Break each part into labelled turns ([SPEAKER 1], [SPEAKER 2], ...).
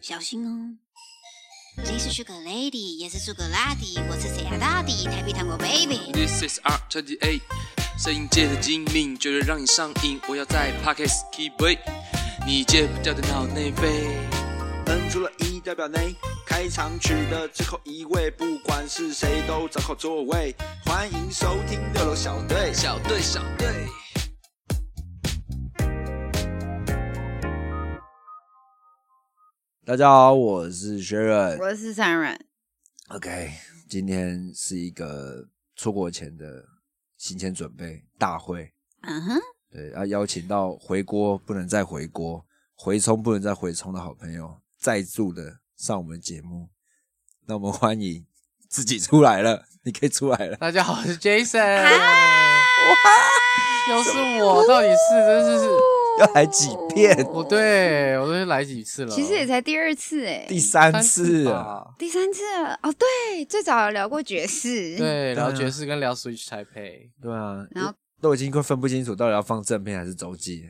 [SPEAKER 1] 小心哦。你是 Sugar Lady，也是 Sugar Daddy，我是谁啊？Daddy，台北糖果 Baby。
[SPEAKER 2] This is R 2 8 A，声音界的精明，绝对让你上瘾。我要在 Pockets keep it，你戒不掉的脑内啡。
[SPEAKER 3] 摁出了一代表内。开场曲的最后一位，不管是谁都找好座位。欢迎收听六楼小队。
[SPEAKER 2] 小队，小队。
[SPEAKER 3] 大家好，我是 Sharon。
[SPEAKER 4] 我是三软，
[SPEAKER 3] OK，今天是一个出国前的行前准备大会。
[SPEAKER 1] 嗯哼，
[SPEAKER 3] 对，啊，邀请到回锅不能再回锅，回冲不能再回冲的好朋友，再度的上我们节目，那我们欢迎自己出来了，你可以出来了。
[SPEAKER 5] 大家好，我是
[SPEAKER 4] 啊
[SPEAKER 5] Jason，又是我，到底是真是是，
[SPEAKER 3] 要来几遍？
[SPEAKER 5] 我对我都是来几次了，
[SPEAKER 4] 其实也才第二次哎、
[SPEAKER 3] 第三
[SPEAKER 5] 三
[SPEAKER 3] 次啊了，
[SPEAKER 5] 吧，
[SPEAKER 4] 第三次了哦。对，最早有聊过爵士，，
[SPEAKER 5] 对，聊
[SPEAKER 3] 对啊
[SPEAKER 5] 爵士跟聊 Switch 台配，
[SPEAKER 3] 对啊，
[SPEAKER 4] 然后
[SPEAKER 3] 都已经快分不清楚到底要放正片还是周记，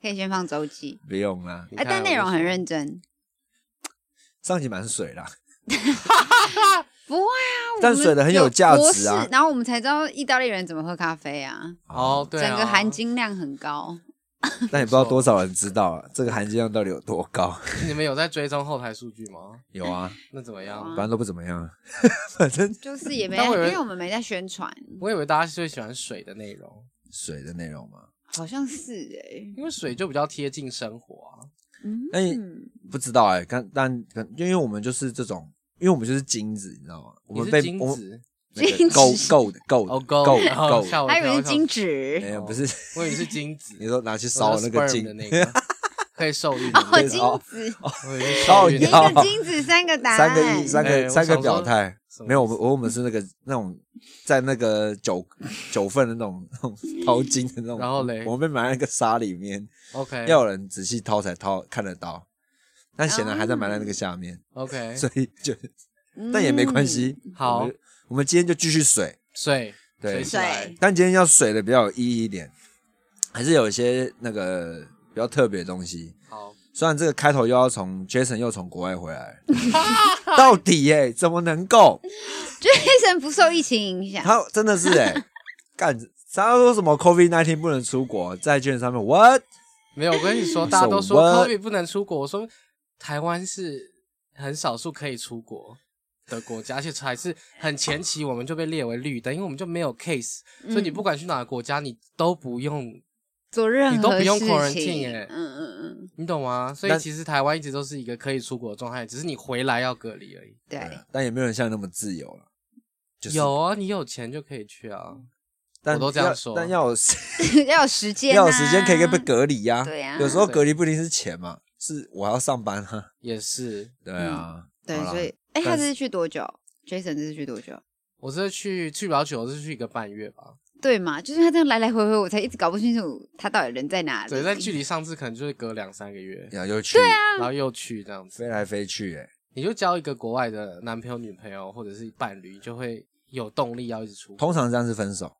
[SPEAKER 4] 可以先放周记，
[SPEAKER 3] 不用啦，
[SPEAKER 5] 你
[SPEAKER 4] 哎、
[SPEAKER 5] 看啊
[SPEAKER 4] 但内容很，
[SPEAKER 5] 我
[SPEAKER 4] 认真，
[SPEAKER 3] 上集蛮水啦，
[SPEAKER 4] 不会啊，我们
[SPEAKER 3] 但水的很有价值啊
[SPEAKER 4] 博士然后我们才知道意大利人怎么喝咖啡啊，
[SPEAKER 5] 就哦，对啊，
[SPEAKER 4] 整个含金量很高。
[SPEAKER 3] 啊但也不知道多少人知道啊，这个含金量到底有多高？
[SPEAKER 5] 你们有在追踪后台数据吗？
[SPEAKER 3] 有啊，
[SPEAKER 5] 那怎么
[SPEAKER 4] 有
[SPEAKER 5] 样
[SPEAKER 3] 反
[SPEAKER 4] 啊？
[SPEAKER 3] 正都不怎么样啊，反正
[SPEAKER 4] 就是也没，
[SPEAKER 5] 但
[SPEAKER 4] 因
[SPEAKER 5] 我以为
[SPEAKER 4] 为我们没在宣传，
[SPEAKER 5] 我以为大家是最喜欢水的内容，
[SPEAKER 3] 水的内容嘛，
[SPEAKER 4] 好像是哎、
[SPEAKER 5] 因为水就比较贴近生活啊。
[SPEAKER 4] 嗯，
[SPEAKER 3] 哎不知道哎、但但但因为我们就是这种，因为我们就是金子，你知道吗？我
[SPEAKER 5] 你
[SPEAKER 3] 们
[SPEAKER 5] 是
[SPEAKER 3] 被
[SPEAKER 5] 金
[SPEAKER 3] 我们
[SPEAKER 5] 子
[SPEAKER 3] 那个
[SPEAKER 4] 金子
[SPEAKER 3] 够够的够
[SPEAKER 5] 哦，
[SPEAKER 3] 的
[SPEAKER 5] 够
[SPEAKER 3] 够
[SPEAKER 5] 然后
[SPEAKER 3] 够
[SPEAKER 5] 吓
[SPEAKER 3] 的，
[SPEAKER 5] 哦我
[SPEAKER 4] 还
[SPEAKER 5] 一
[SPEAKER 4] 以为
[SPEAKER 5] 跳
[SPEAKER 4] 是金，
[SPEAKER 3] 没
[SPEAKER 4] 纸
[SPEAKER 3] 有不是，
[SPEAKER 5] 我以为是金子，
[SPEAKER 3] 你说拿去
[SPEAKER 5] 我
[SPEAKER 3] 烧
[SPEAKER 5] 说
[SPEAKER 3] 那个
[SPEAKER 5] sperm
[SPEAKER 3] 金
[SPEAKER 5] 的，那个，可以受孕 的
[SPEAKER 4] 哦，
[SPEAKER 5] 那个
[SPEAKER 4] 金
[SPEAKER 3] 哦
[SPEAKER 4] 子，
[SPEAKER 5] 我以为是
[SPEAKER 3] 靠
[SPEAKER 5] 受孕
[SPEAKER 4] 一
[SPEAKER 5] 的
[SPEAKER 3] 腰
[SPEAKER 5] 那
[SPEAKER 4] 个
[SPEAKER 5] 个
[SPEAKER 4] 金子，三个答
[SPEAKER 3] 三
[SPEAKER 4] 案，
[SPEAKER 3] 个三
[SPEAKER 5] 哎
[SPEAKER 3] 个
[SPEAKER 5] 我
[SPEAKER 3] 三个
[SPEAKER 5] 想说
[SPEAKER 3] 表态。
[SPEAKER 5] 什么
[SPEAKER 3] 没有，我
[SPEAKER 5] 意思
[SPEAKER 3] 们我们是那个那种在那个九九份的那种那种掏金的那种，
[SPEAKER 5] 然后嘞哎
[SPEAKER 3] 我们被埋在那个沙里面，
[SPEAKER 5] OK，
[SPEAKER 3] 要有人仔细掏才掏看得到，但显然还在埋在那个下面，
[SPEAKER 5] OK，
[SPEAKER 3] 所以就
[SPEAKER 4] 嗯
[SPEAKER 3] 但也没关。 系。
[SPEAKER 5] 哦好
[SPEAKER 3] 我们，我们今天就继续水，
[SPEAKER 5] 水
[SPEAKER 3] 对
[SPEAKER 5] 水起来
[SPEAKER 4] 水
[SPEAKER 3] 但今天要水的比较有意义一点，还是有一些那个比较特别的东西。
[SPEAKER 5] 好，
[SPEAKER 3] 虽然这个开头又要从 Jason 又从国外回 来，到底耶、怎么能够？
[SPEAKER 4] 黑神不受疫情影响，
[SPEAKER 3] 他真的是哎、干他说什么 COVID nineteen 不能出国，在券上面 what
[SPEAKER 5] 没有，我跟你
[SPEAKER 3] 嗯
[SPEAKER 5] 说，大家都
[SPEAKER 3] So
[SPEAKER 5] 说
[SPEAKER 3] what？
[SPEAKER 5] 科比不能出国，我说台湾是很少数可以出国的国家，而且还是很前期我们就被列为绿灯，因为我们就没有 case，、所以
[SPEAKER 4] 嗯
[SPEAKER 5] 你不管去哪个国家，你都不用，
[SPEAKER 4] 做任
[SPEAKER 5] 你都
[SPEAKER 4] 何
[SPEAKER 5] 不用
[SPEAKER 4] 事
[SPEAKER 5] quarantine
[SPEAKER 4] 情，
[SPEAKER 5] 耶
[SPEAKER 4] 嗯嗯嗯，
[SPEAKER 5] 你懂吗？所
[SPEAKER 3] 但
[SPEAKER 5] 以其实台湾一直都是一个可以出国的状态，只是你回来要隔离而已。
[SPEAKER 4] 对，
[SPEAKER 3] 呃但也没有人像你那么自由了。就是、
[SPEAKER 5] 有啊，你有钱就可以去啊。
[SPEAKER 3] 但
[SPEAKER 5] 我都这样
[SPEAKER 3] 要
[SPEAKER 5] 说
[SPEAKER 3] 但要有
[SPEAKER 4] 要有时间啊，
[SPEAKER 3] 要有时间可以被隔离呀、
[SPEAKER 4] 对啊
[SPEAKER 3] 有时候
[SPEAKER 5] 对
[SPEAKER 3] 隔离不一定是钱嘛，是我要上班哈、
[SPEAKER 5] 也是，
[SPEAKER 3] 对啊，
[SPEAKER 4] 对
[SPEAKER 3] 好，啦
[SPEAKER 4] 所以哎，
[SPEAKER 3] 但
[SPEAKER 4] 他这是去多久？Jason 这是去多久？
[SPEAKER 5] 我这次去去不了久，我这次去一个半月吧。
[SPEAKER 4] 对嘛，就是他这样来来回回，我才一直搞不清楚他到底人在哪里。
[SPEAKER 5] 对，但距离上次可能就是隔两三个月，
[SPEAKER 3] 要又去对啊，
[SPEAKER 5] 然后又去这样子。
[SPEAKER 3] 飞来飞去、欸，
[SPEAKER 5] 你就交一个国外的男朋友、女朋友或者是伴侣，你就会有动力要一直出国。
[SPEAKER 3] 通常这样是分手，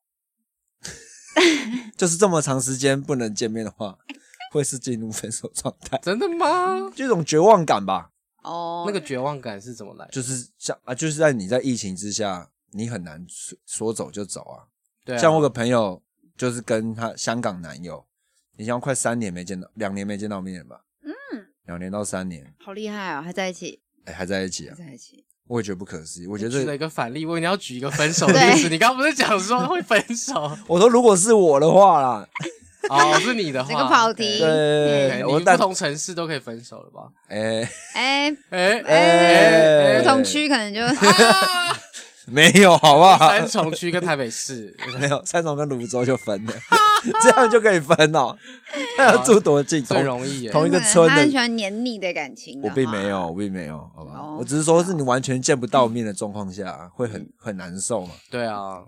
[SPEAKER 3] 就是这么长时间不能见面的话，会是进入分手状态，
[SPEAKER 5] 真的吗？
[SPEAKER 3] 就一种绝望感吧。
[SPEAKER 4] 哦，
[SPEAKER 5] 那个绝望感是怎么来的？
[SPEAKER 3] 就是像啊，就是在你在疫情之下，你很难说说走就走啊。
[SPEAKER 5] 对啊、
[SPEAKER 3] 像我有个朋友，就是跟她香港男友，你像快三年没见到，两年没见到面吧？嗯，两年到三年，
[SPEAKER 4] 好厉害哦，还在一起，
[SPEAKER 3] 哎、还在一起
[SPEAKER 4] 还
[SPEAKER 3] 啊，
[SPEAKER 4] 在一起，
[SPEAKER 3] 我也觉得不可思议。我觉得
[SPEAKER 5] 举
[SPEAKER 3] 这
[SPEAKER 5] 了
[SPEAKER 3] 个
[SPEAKER 5] 一个反例，我你要举一个分手的例子。
[SPEAKER 4] 对
[SPEAKER 5] 你刚刚不是讲说会分手？
[SPEAKER 3] 我说如果是我的话啦，
[SPEAKER 5] 哦，是你的话，
[SPEAKER 4] 这个跑题
[SPEAKER 5] OK
[SPEAKER 3] 对，
[SPEAKER 5] OK，
[SPEAKER 3] 我
[SPEAKER 5] 哎你
[SPEAKER 3] 但
[SPEAKER 5] 不同城市都可以分手了吧？
[SPEAKER 3] 哎、
[SPEAKER 4] 哎
[SPEAKER 5] 哎
[SPEAKER 3] 哎
[SPEAKER 4] 哎，不同区可能就
[SPEAKER 5] 啊
[SPEAKER 3] 没有好不好？
[SPEAKER 5] 三重区跟台 北市，
[SPEAKER 3] 没有，三重跟泸州就分了， 这样就可以分哦。 那要住多近？
[SPEAKER 5] 最
[SPEAKER 3] 同
[SPEAKER 5] 容易耶。
[SPEAKER 3] 同一个
[SPEAKER 4] 可能
[SPEAKER 3] 村
[SPEAKER 4] 他很喜
[SPEAKER 3] 的，
[SPEAKER 4] 欢黏腻的感情的
[SPEAKER 3] 我
[SPEAKER 4] 话。
[SPEAKER 3] 并没有，我并没有，好吧。
[SPEAKER 4] 哦嗯
[SPEAKER 3] 我只是说是你完全见不到面的状况下，会很很难受嘛。
[SPEAKER 5] 对啊，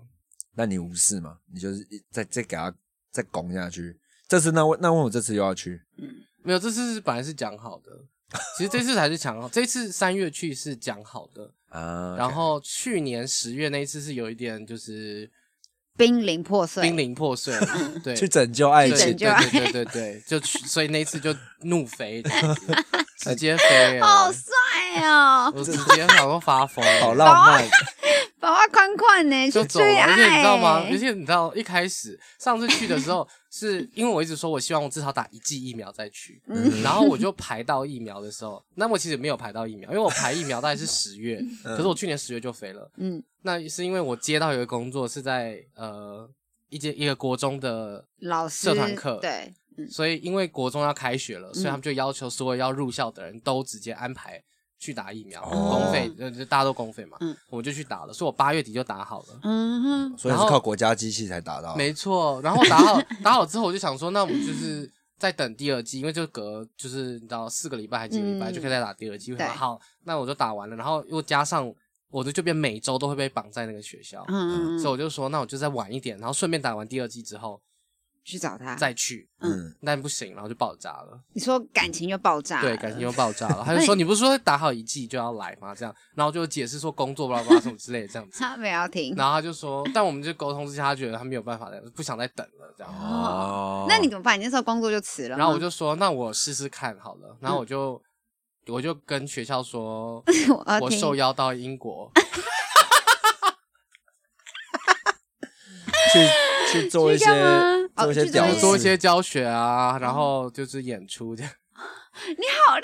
[SPEAKER 3] 那你无视嘛，你就是一再再给他再拱下去。这次那问那问我这次又要去，
[SPEAKER 5] 没有，这次是本来是讲好的，其实这次才是讲好，这次三月去是讲好的，
[SPEAKER 3] 啊
[SPEAKER 5] 然后去年十月那一次是有一点就是
[SPEAKER 4] 濒临破碎，
[SPEAKER 5] 濒临破碎， 对，
[SPEAKER 3] 去拯救爱
[SPEAKER 5] 对
[SPEAKER 3] 情
[SPEAKER 4] 拯，救
[SPEAKER 5] 对对对对对，就去所以那一次就怒飞这样子，直接飞、欸，
[SPEAKER 4] 好帅哦，
[SPEAKER 5] 我直接想说发疯，
[SPEAKER 3] 好浪漫，
[SPEAKER 4] 宝宝宽宽呢，
[SPEAKER 5] 就
[SPEAKER 4] 去
[SPEAKER 5] 走了。啊
[SPEAKER 4] 追爱，
[SPEAKER 5] 而且你知道吗？而且你知道一开始上次去的时候，是因为我一直说我希望我至少打一剂疫苗再去，
[SPEAKER 4] 嗯
[SPEAKER 5] 然后我就排到疫苗的时候，那我其实没有排到疫苗，因为我排疫苗大概是十月，可是我去年十月就飞了。
[SPEAKER 4] 嗯，
[SPEAKER 5] 那是因为我接到有一个工作是在呃一间一个国中的
[SPEAKER 4] 老师
[SPEAKER 5] 社团课
[SPEAKER 4] 对，嗯
[SPEAKER 5] 所以因为国中要开学了，所以他们就要求所有要入校的人都直接安排去打疫苗，
[SPEAKER 3] 哦
[SPEAKER 5] 公费，呃，就大家都公费嘛，
[SPEAKER 1] 嗯
[SPEAKER 5] 我就去打了，所以我八月底就打好了。
[SPEAKER 1] 嗯哼，
[SPEAKER 3] 所以
[SPEAKER 5] 然
[SPEAKER 3] 是
[SPEAKER 5] 后
[SPEAKER 3] 靠国家机器才达到。
[SPEAKER 5] 没错，然后打好打好之后，我就想说，那我们就是再等第二季，因为就隔就是你知道四个礼拜还几个礼拜
[SPEAKER 4] 嗯
[SPEAKER 5] 就可以再打第二季。我
[SPEAKER 4] 对
[SPEAKER 5] 想好，那我就打完了，然后又加上我的这边每周都会被绑在那个学校，
[SPEAKER 1] 嗯
[SPEAKER 5] 所以我就说，那我就再晚一点，然后顺便打完第二季之后
[SPEAKER 4] 去找他，
[SPEAKER 5] 再去，
[SPEAKER 3] 嗯，
[SPEAKER 5] 但不行，然后就爆炸了。
[SPEAKER 4] 你说感情就爆炸，
[SPEAKER 5] 对，感情又爆炸了。他就说：“你不是说打好一季就要来吗？”这样，然后就解释说工作巴拉巴拉什么之类的这样子。
[SPEAKER 4] 他 没有要听，
[SPEAKER 5] 然后他就说：“但我们就沟通之下，他觉得他没有办法再不想再等了这样。
[SPEAKER 3] 哦
[SPEAKER 4] 那你怎么办？你那时候工作就辞”了吗，
[SPEAKER 5] 然后我就说：“那我试试看好了。”然后我就我就跟学校说
[SPEAKER 4] 我要：“
[SPEAKER 5] 我
[SPEAKER 4] 听
[SPEAKER 5] 受邀到英国，
[SPEAKER 3] 去去做一些
[SPEAKER 4] 去干嘛哦
[SPEAKER 3] 做一些
[SPEAKER 4] 去做
[SPEAKER 3] 屌
[SPEAKER 4] 一
[SPEAKER 5] 就
[SPEAKER 3] 丝，
[SPEAKER 5] 做一些教学啊，然后就是演出这样。
[SPEAKER 4] 你好厉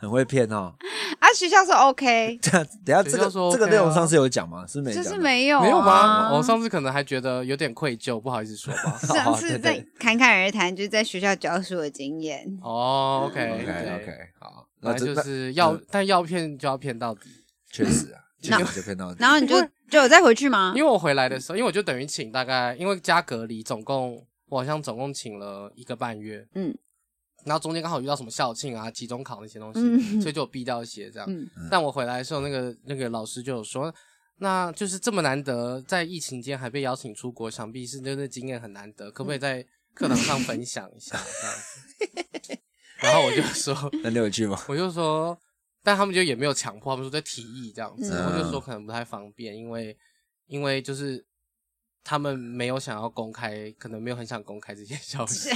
[SPEAKER 3] 很会骗哦。
[SPEAKER 4] 害啊！学校说 OK，
[SPEAKER 3] 这样等一下这
[SPEAKER 5] 学校
[SPEAKER 3] 个
[SPEAKER 5] 说
[SPEAKER 3] 这个
[SPEAKER 5] OK
[SPEAKER 3] 内
[SPEAKER 5] 啊
[SPEAKER 3] 容上次有讲吗？是没
[SPEAKER 4] 就
[SPEAKER 3] 讲的？。
[SPEAKER 4] 是没有
[SPEAKER 5] 没有吗？
[SPEAKER 4] 啊
[SPEAKER 5] 我哦上次可能还觉得有点愧疚，不好意思说吧
[SPEAKER 3] 好
[SPEAKER 4] 上次
[SPEAKER 3] 对
[SPEAKER 4] 在侃侃而谈，就是在学校教书的经验。
[SPEAKER 5] 哦，OK
[SPEAKER 3] OK
[SPEAKER 5] 对
[SPEAKER 3] OK，好，那
[SPEAKER 5] 反正
[SPEAKER 3] 这
[SPEAKER 5] 就
[SPEAKER 3] 那
[SPEAKER 5] 是要
[SPEAKER 3] 嗯，
[SPEAKER 5] 但要骗就要骗到底。
[SPEAKER 3] 确实啊，确
[SPEAKER 4] 那
[SPEAKER 3] 实就骗到底。
[SPEAKER 4] 然后你就就有再回去吗
[SPEAKER 5] 因？为我回来的时候，因为我就等于请大概，因为加隔离，总共我好像总共请了一个半月，
[SPEAKER 4] 嗯，
[SPEAKER 5] 然后中间刚好遇到什么校庆啊、期中考那些东西，
[SPEAKER 4] 嗯
[SPEAKER 5] 所以就有避掉一些这样。
[SPEAKER 4] 嗯
[SPEAKER 5] 但我回来的时候，那个那个老师就有说，那就是这么难得，在疫情间还被邀请出国，想必是真的经验很难得，可不可以在课堂上分享一下这样子？ 然后我就说，
[SPEAKER 3] 那你有去吗？
[SPEAKER 5] 我就说，但他们就也没有强迫，他们说在提议这样子，
[SPEAKER 4] 嗯
[SPEAKER 5] 我就说可能不太方便，因为因为就是他们没有想要公开，可能没有很想公开这些消息，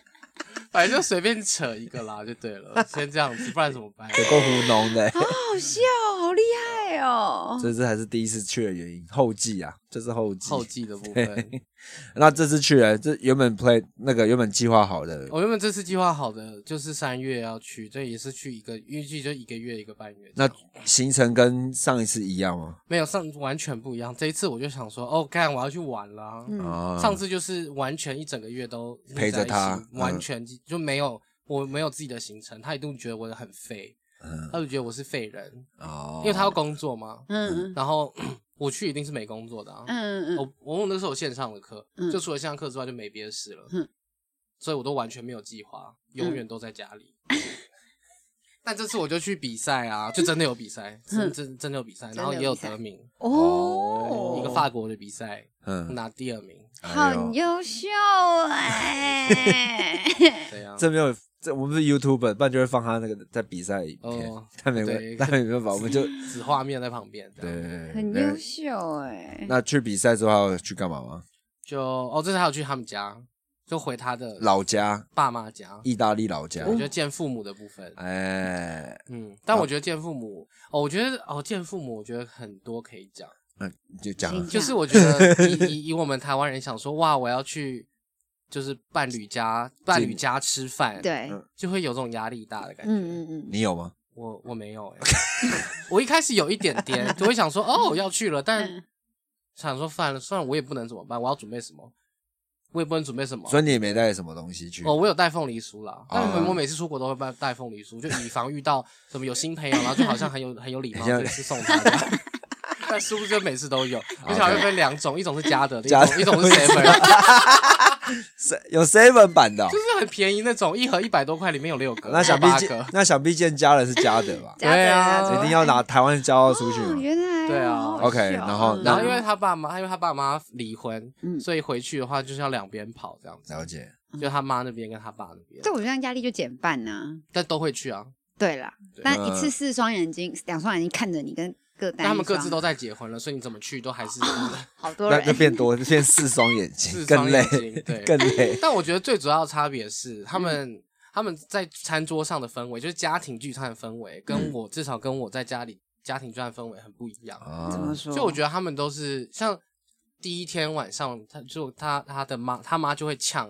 [SPEAKER 5] 反正就随便扯一个啦，就对了，先这样子，不然怎么 办？
[SPEAKER 3] 有够糊弄的欸，
[SPEAKER 4] 好笑，好厉害哦！
[SPEAKER 3] 所以这还是第一次去的原因。后记啊，这是后记。
[SPEAKER 5] 后记的部分，
[SPEAKER 3] 对。那这次去了，这原本 play 那个原本计划好的，
[SPEAKER 5] 我原本这次计划好的就是三月要去，这也是去一个预计就一个月一个半月这
[SPEAKER 3] 那
[SPEAKER 5] 样。
[SPEAKER 3] 行程跟上一次一样吗？
[SPEAKER 5] 没有上完全不一样，这一次我就想说，哦，干我要去玩了啊、
[SPEAKER 4] 嗯
[SPEAKER 3] 啊，
[SPEAKER 5] 上次就是完全一整个月都腻
[SPEAKER 3] 陪着
[SPEAKER 5] 在一起
[SPEAKER 3] 他
[SPEAKER 5] 完
[SPEAKER 3] 嗯
[SPEAKER 5] 全就没有我没有自己的行程，他一度觉得我很废，
[SPEAKER 3] 嗯
[SPEAKER 5] 他就觉得我是废人，
[SPEAKER 3] 哦
[SPEAKER 5] 因为他要工作嘛。
[SPEAKER 1] 嗯
[SPEAKER 5] 然后 我去一定是没工作的啊，
[SPEAKER 1] 嗯嗯
[SPEAKER 5] 我我那时候有线上的课，
[SPEAKER 1] 嗯
[SPEAKER 5] 就除了线上课之外就没别的事了，
[SPEAKER 1] 嗯
[SPEAKER 5] 所以我都完全没有计划，永远都在家里。 但这次我就去比赛啊，就真的有比赛，真
[SPEAKER 1] 嗯
[SPEAKER 5] 真真的有比赛，
[SPEAKER 4] 真的
[SPEAKER 5] 然后
[SPEAKER 4] 有
[SPEAKER 5] 也有
[SPEAKER 4] 比赛
[SPEAKER 5] 得名，
[SPEAKER 3] 哦
[SPEAKER 5] 一个法国的比赛
[SPEAKER 3] 嗯，
[SPEAKER 5] 拿第二名，
[SPEAKER 3] 哎呦
[SPEAKER 4] 很优秀 哎、
[SPEAKER 5] 这样。
[SPEAKER 3] 这没有，这我们是 YouTube，不然就会放他那个在比赛影片
[SPEAKER 5] 哦，
[SPEAKER 3] 但没办
[SPEAKER 5] 对
[SPEAKER 3] 但没办法，我 们就
[SPEAKER 5] 子画面在旁边，
[SPEAKER 3] 对，对，
[SPEAKER 4] 很
[SPEAKER 3] 对
[SPEAKER 4] 优秀哎、
[SPEAKER 3] 那去比赛之后还有去干嘛吗？
[SPEAKER 5] 就哦，这次还有去他们家，就回他的
[SPEAKER 3] 老家，
[SPEAKER 5] 爸妈家，哦
[SPEAKER 3] 意大利老家，
[SPEAKER 5] 我觉得见父母的部分，
[SPEAKER 3] 哎，
[SPEAKER 5] 嗯，但我觉得见父母，哦，我觉得哦，见父母，我觉得很多可以讲，
[SPEAKER 3] 那你就讲了
[SPEAKER 4] 行，
[SPEAKER 5] 就是我觉得以 以以我们台湾人想说，哇，我要去就是伴侣家伴侣家吃饭，，
[SPEAKER 4] 对，
[SPEAKER 3] 嗯
[SPEAKER 5] 就会有种压力大的感觉。
[SPEAKER 4] 嗯嗯嗯，
[SPEAKER 3] 你有吗？
[SPEAKER 5] 我我没有、欸， 我一开始有一点点，就会想说，哦，要去了，但
[SPEAKER 4] 嗯
[SPEAKER 5] 想说算了，算了，我也不能怎么办，我要准备什么，我也不能准备什么，
[SPEAKER 3] 所以你也没带什么东西去啊
[SPEAKER 5] 哦，我有带凤梨酥啦，但我我每次出国都会带带凤梨酥，就以防遇到什么有新朋友，然后就好像 很有很有礼
[SPEAKER 3] 等
[SPEAKER 5] 貌，
[SPEAKER 3] 一下
[SPEAKER 5] 就是送他的。 但殊不知每次都有，而且还会分两种，一种是加的，一
[SPEAKER 3] 啊加
[SPEAKER 5] 种
[SPEAKER 3] 的
[SPEAKER 5] 一种是 seven，
[SPEAKER 3] 是有 seven 版的哦
[SPEAKER 5] 就，是很便宜那种，一盒一百多块，里面有六个，
[SPEAKER 3] 那想必
[SPEAKER 5] 八
[SPEAKER 3] 见
[SPEAKER 5] 个。
[SPEAKER 3] 那想必见家人是家的吧？
[SPEAKER 4] 加
[SPEAKER 5] 对啊
[SPEAKER 4] 油
[SPEAKER 3] 一定要拿台湾骄傲出去
[SPEAKER 4] 哦，
[SPEAKER 3] 嘛。
[SPEAKER 4] 原来
[SPEAKER 5] 对啊
[SPEAKER 4] 好好
[SPEAKER 3] OK，
[SPEAKER 4] 笑
[SPEAKER 3] 然后
[SPEAKER 4] 嗯
[SPEAKER 5] 然后因为他爸妈，因为他爸妈离婚，
[SPEAKER 1] 嗯
[SPEAKER 5] 所以回去的话就是要两边跑这样子，
[SPEAKER 3] 了解，
[SPEAKER 5] 就他妈那边跟他爸那边
[SPEAKER 4] 这，我觉得压力就减半呐、
[SPEAKER 5] 但都会去啊。
[SPEAKER 4] 对啦，
[SPEAKER 5] 对
[SPEAKER 4] 但
[SPEAKER 3] 嗯
[SPEAKER 4] 一次四双眼睛，两双眼睛看着你跟各单
[SPEAKER 5] 但
[SPEAKER 4] 一双，
[SPEAKER 5] 他们各自都在结婚了，所以你怎么去都 还是
[SPEAKER 4] 好多
[SPEAKER 3] 那
[SPEAKER 4] 人
[SPEAKER 3] 就变多， 变四双眼睛，
[SPEAKER 5] 四
[SPEAKER 3] 更
[SPEAKER 5] 双
[SPEAKER 3] 累
[SPEAKER 5] 眼睛，对
[SPEAKER 3] 更累。
[SPEAKER 5] 但我觉得最主要的差别是，他们、他们在餐桌上的氛围，就是家庭聚餐的氛围，跟我、至少跟我在家里家庭聚餐氛围很不一样。
[SPEAKER 3] 啊
[SPEAKER 4] 怎么说？
[SPEAKER 5] 所以我觉得他们都是像第一天晚上，他就他他的妈他妈就会呛，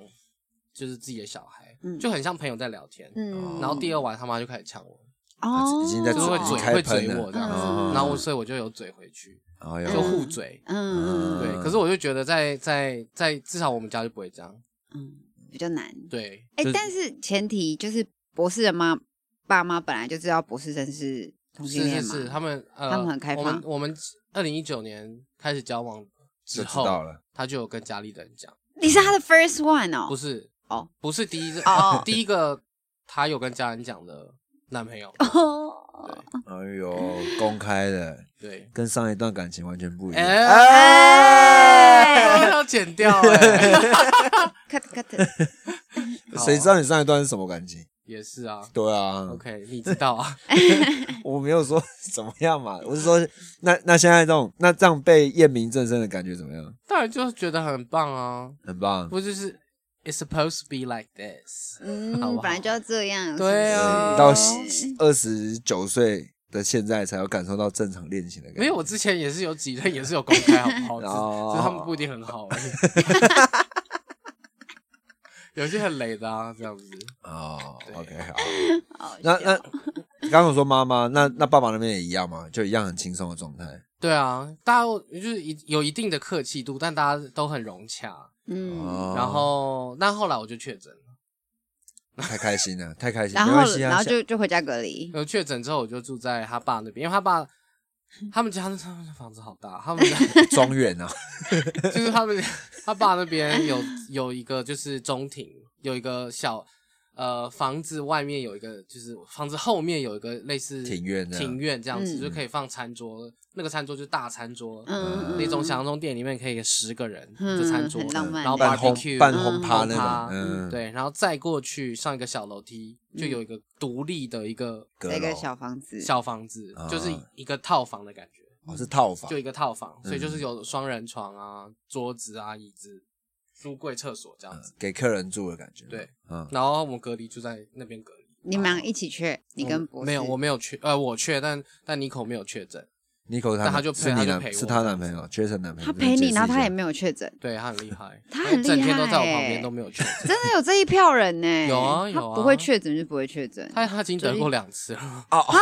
[SPEAKER 5] 就是自己的小孩，
[SPEAKER 1] 嗯
[SPEAKER 5] 就很像朋友在聊天。
[SPEAKER 4] 嗯，
[SPEAKER 5] 哦然后第二晚他妈就开始呛我，
[SPEAKER 1] 哦，
[SPEAKER 3] 啊已经在
[SPEAKER 5] 就是会嘴
[SPEAKER 3] 开
[SPEAKER 5] 会
[SPEAKER 3] 喷
[SPEAKER 5] 嘴
[SPEAKER 3] 了
[SPEAKER 5] 我这样子，
[SPEAKER 3] 嗯
[SPEAKER 5] 然后我所以我就有嘴回去，
[SPEAKER 3] 哎
[SPEAKER 5] 就
[SPEAKER 3] 呦，
[SPEAKER 5] 互嘴。
[SPEAKER 1] 嗯
[SPEAKER 3] 嗯
[SPEAKER 5] 对，可是我就觉得在在在至少我们家就不会这样。
[SPEAKER 1] 嗯
[SPEAKER 4] 比较难。
[SPEAKER 5] 对，
[SPEAKER 4] 哎
[SPEAKER 3] 就是，
[SPEAKER 4] 但是前提就是博士的妈爸妈本来就知道博士生是同性
[SPEAKER 5] 是
[SPEAKER 4] 恋
[SPEAKER 5] 是
[SPEAKER 4] 嘛，
[SPEAKER 5] 是，他们呃，
[SPEAKER 4] 他们很开
[SPEAKER 5] 我
[SPEAKER 4] 放
[SPEAKER 5] 们我们二零一九年开始交往之
[SPEAKER 3] 就知道
[SPEAKER 5] 后，
[SPEAKER 3] 了。
[SPEAKER 5] 他就有跟家里的人讲，
[SPEAKER 4] 你是他的 first one 哦，
[SPEAKER 5] 不是
[SPEAKER 4] 哦，
[SPEAKER 5] 不是第一个
[SPEAKER 4] 哦
[SPEAKER 5] 第一个他有跟家人讲的男朋友，
[SPEAKER 4] 哦，
[SPEAKER 3] 哎呦，公开的，
[SPEAKER 5] 对，
[SPEAKER 3] 跟上一段感情完全不一样。
[SPEAKER 5] 哎，啊
[SPEAKER 4] 哎
[SPEAKER 5] 要剪掉 哎，
[SPEAKER 4] ，cut cut，
[SPEAKER 3] 谁知道你上一段是什么感情？
[SPEAKER 5] 也是啊
[SPEAKER 3] 对啊
[SPEAKER 5] ，OK，你知道啊，
[SPEAKER 3] 我没有说 怎么样嘛，我是说，那那现在这种那这样被验明正身的感觉怎么样？
[SPEAKER 5] 当然就是觉得很棒啊，
[SPEAKER 3] 很棒，
[SPEAKER 5] 不就是 It's supposed to be like this，
[SPEAKER 4] 嗯
[SPEAKER 5] 好不好，
[SPEAKER 4] 本来就要这样，
[SPEAKER 5] 对啊
[SPEAKER 4] 是哦
[SPEAKER 3] 到
[SPEAKER 4] 不是
[SPEAKER 3] 二十九岁的现在才有感受到正常恋情的感觉。
[SPEAKER 5] 没有，我之前也是有几任也是有公开，好不好？只
[SPEAKER 3] 哦
[SPEAKER 5] 只是他们不一定很好而已。 有些很累的啊，这样子。
[SPEAKER 3] 哦
[SPEAKER 5] 对
[SPEAKER 3] ，OK，好。
[SPEAKER 4] 好笑
[SPEAKER 3] 那那刚刚我说妈妈，那那爸爸那边也一样嘛，就一样很轻松的状态。
[SPEAKER 5] 对啊，大家就是一有一定的客气度，但大家都很融洽。
[SPEAKER 4] 嗯，
[SPEAKER 3] 哦，
[SPEAKER 5] 然后，但后来我就确诊了。
[SPEAKER 3] 太开心了，太开心，
[SPEAKER 4] 然
[SPEAKER 3] 没
[SPEAKER 4] 后
[SPEAKER 3] 关系啊
[SPEAKER 4] 然后
[SPEAKER 3] 下
[SPEAKER 4] 就就回家隔离，
[SPEAKER 5] 有确诊之后，我就住在他爸那边，因为他爸他们家他们的房子好大，他们家
[SPEAKER 3] 庄园啊，
[SPEAKER 5] 就是他们他爸那边有有一个就是中庭，有一个小呃房子外面有一个就是房子后面有一个类似
[SPEAKER 3] 庭院这样
[SPEAKER 5] 庭院这样子，
[SPEAKER 4] 嗯
[SPEAKER 5] 就可以放餐桌，那个餐桌就是大餐桌，
[SPEAKER 4] 嗯，
[SPEAKER 5] 那种想象中店里面可以十个人
[SPEAKER 4] 嗯
[SPEAKER 5] 的餐桌，
[SPEAKER 4] 很浪漫
[SPEAKER 5] 然后
[SPEAKER 3] 半轰
[SPEAKER 5] barbecue
[SPEAKER 3] 半
[SPEAKER 4] 嗯
[SPEAKER 3] 轰趴
[SPEAKER 5] 轰
[SPEAKER 3] 那
[SPEAKER 5] 趴
[SPEAKER 3] 种，嗯，，
[SPEAKER 5] 对，然后再过去上一个小楼梯，就
[SPEAKER 4] 嗯
[SPEAKER 5] 有一个独立的一个
[SPEAKER 3] 阁
[SPEAKER 4] 一个
[SPEAKER 3] 楼
[SPEAKER 4] 小房子，
[SPEAKER 5] 小房子，就是
[SPEAKER 3] 啊
[SPEAKER 5] 一个套房的感觉。
[SPEAKER 3] 哦是套房
[SPEAKER 5] 就，一个套房，所以就是
[SPEAKER 3] 嗯
[SPEAKER 5] 有双人床啊、桌子啊、椅子、书柜、厕所这样子。
[SPEAKER 3] 嗯给客人住的感觉。
[SPEAKER 5] 对，
[SPEAKER 3] 嗯，
[SPEAKER 5] 然后我们隔离就在那边隔离。
[SPEAKER 4] 你们俩一起去，你
[SPEAKER 5] 我
[SPEAKER 4] 跟博士
[SPEAKER 5] 没有，我没有确，呃，我确，但但妮蔻没有确诊，
[SPEAKER 3] 妮可
[SPEAKER 5] 但他就是陪
[SPEAKER 3] 你
[SPEAKER 5] 他就
[SPEAKER 3] 男
[SPEAKER 5] 陪我
[SPEAKER 3] 是她男朋友，缺成男朋友，
[SPEAKER 4] 他陪你，然后他也
[SPEAKER 3] 没
[SPEAKER 4] 没有确诊，
[SPEAKER 5] 对他很厉害，
[SPEAKER 4] 他很厉害欸
[SPEAKER 5] 整天都在我旁边都没有确诊。
[SPEAKER 4] 真的有这一票人呢，
[SPEAKER 5] 有啊
[SPEAKER 4] 他
[SPEAKER 5] 有啊
[SPEAKER 4] 不会确诊就不会确诊，
[SPEAKER 5] 他他已经得过两次 了，
[SPEAKER 3] 哦，
[SPEAKER 4] 啊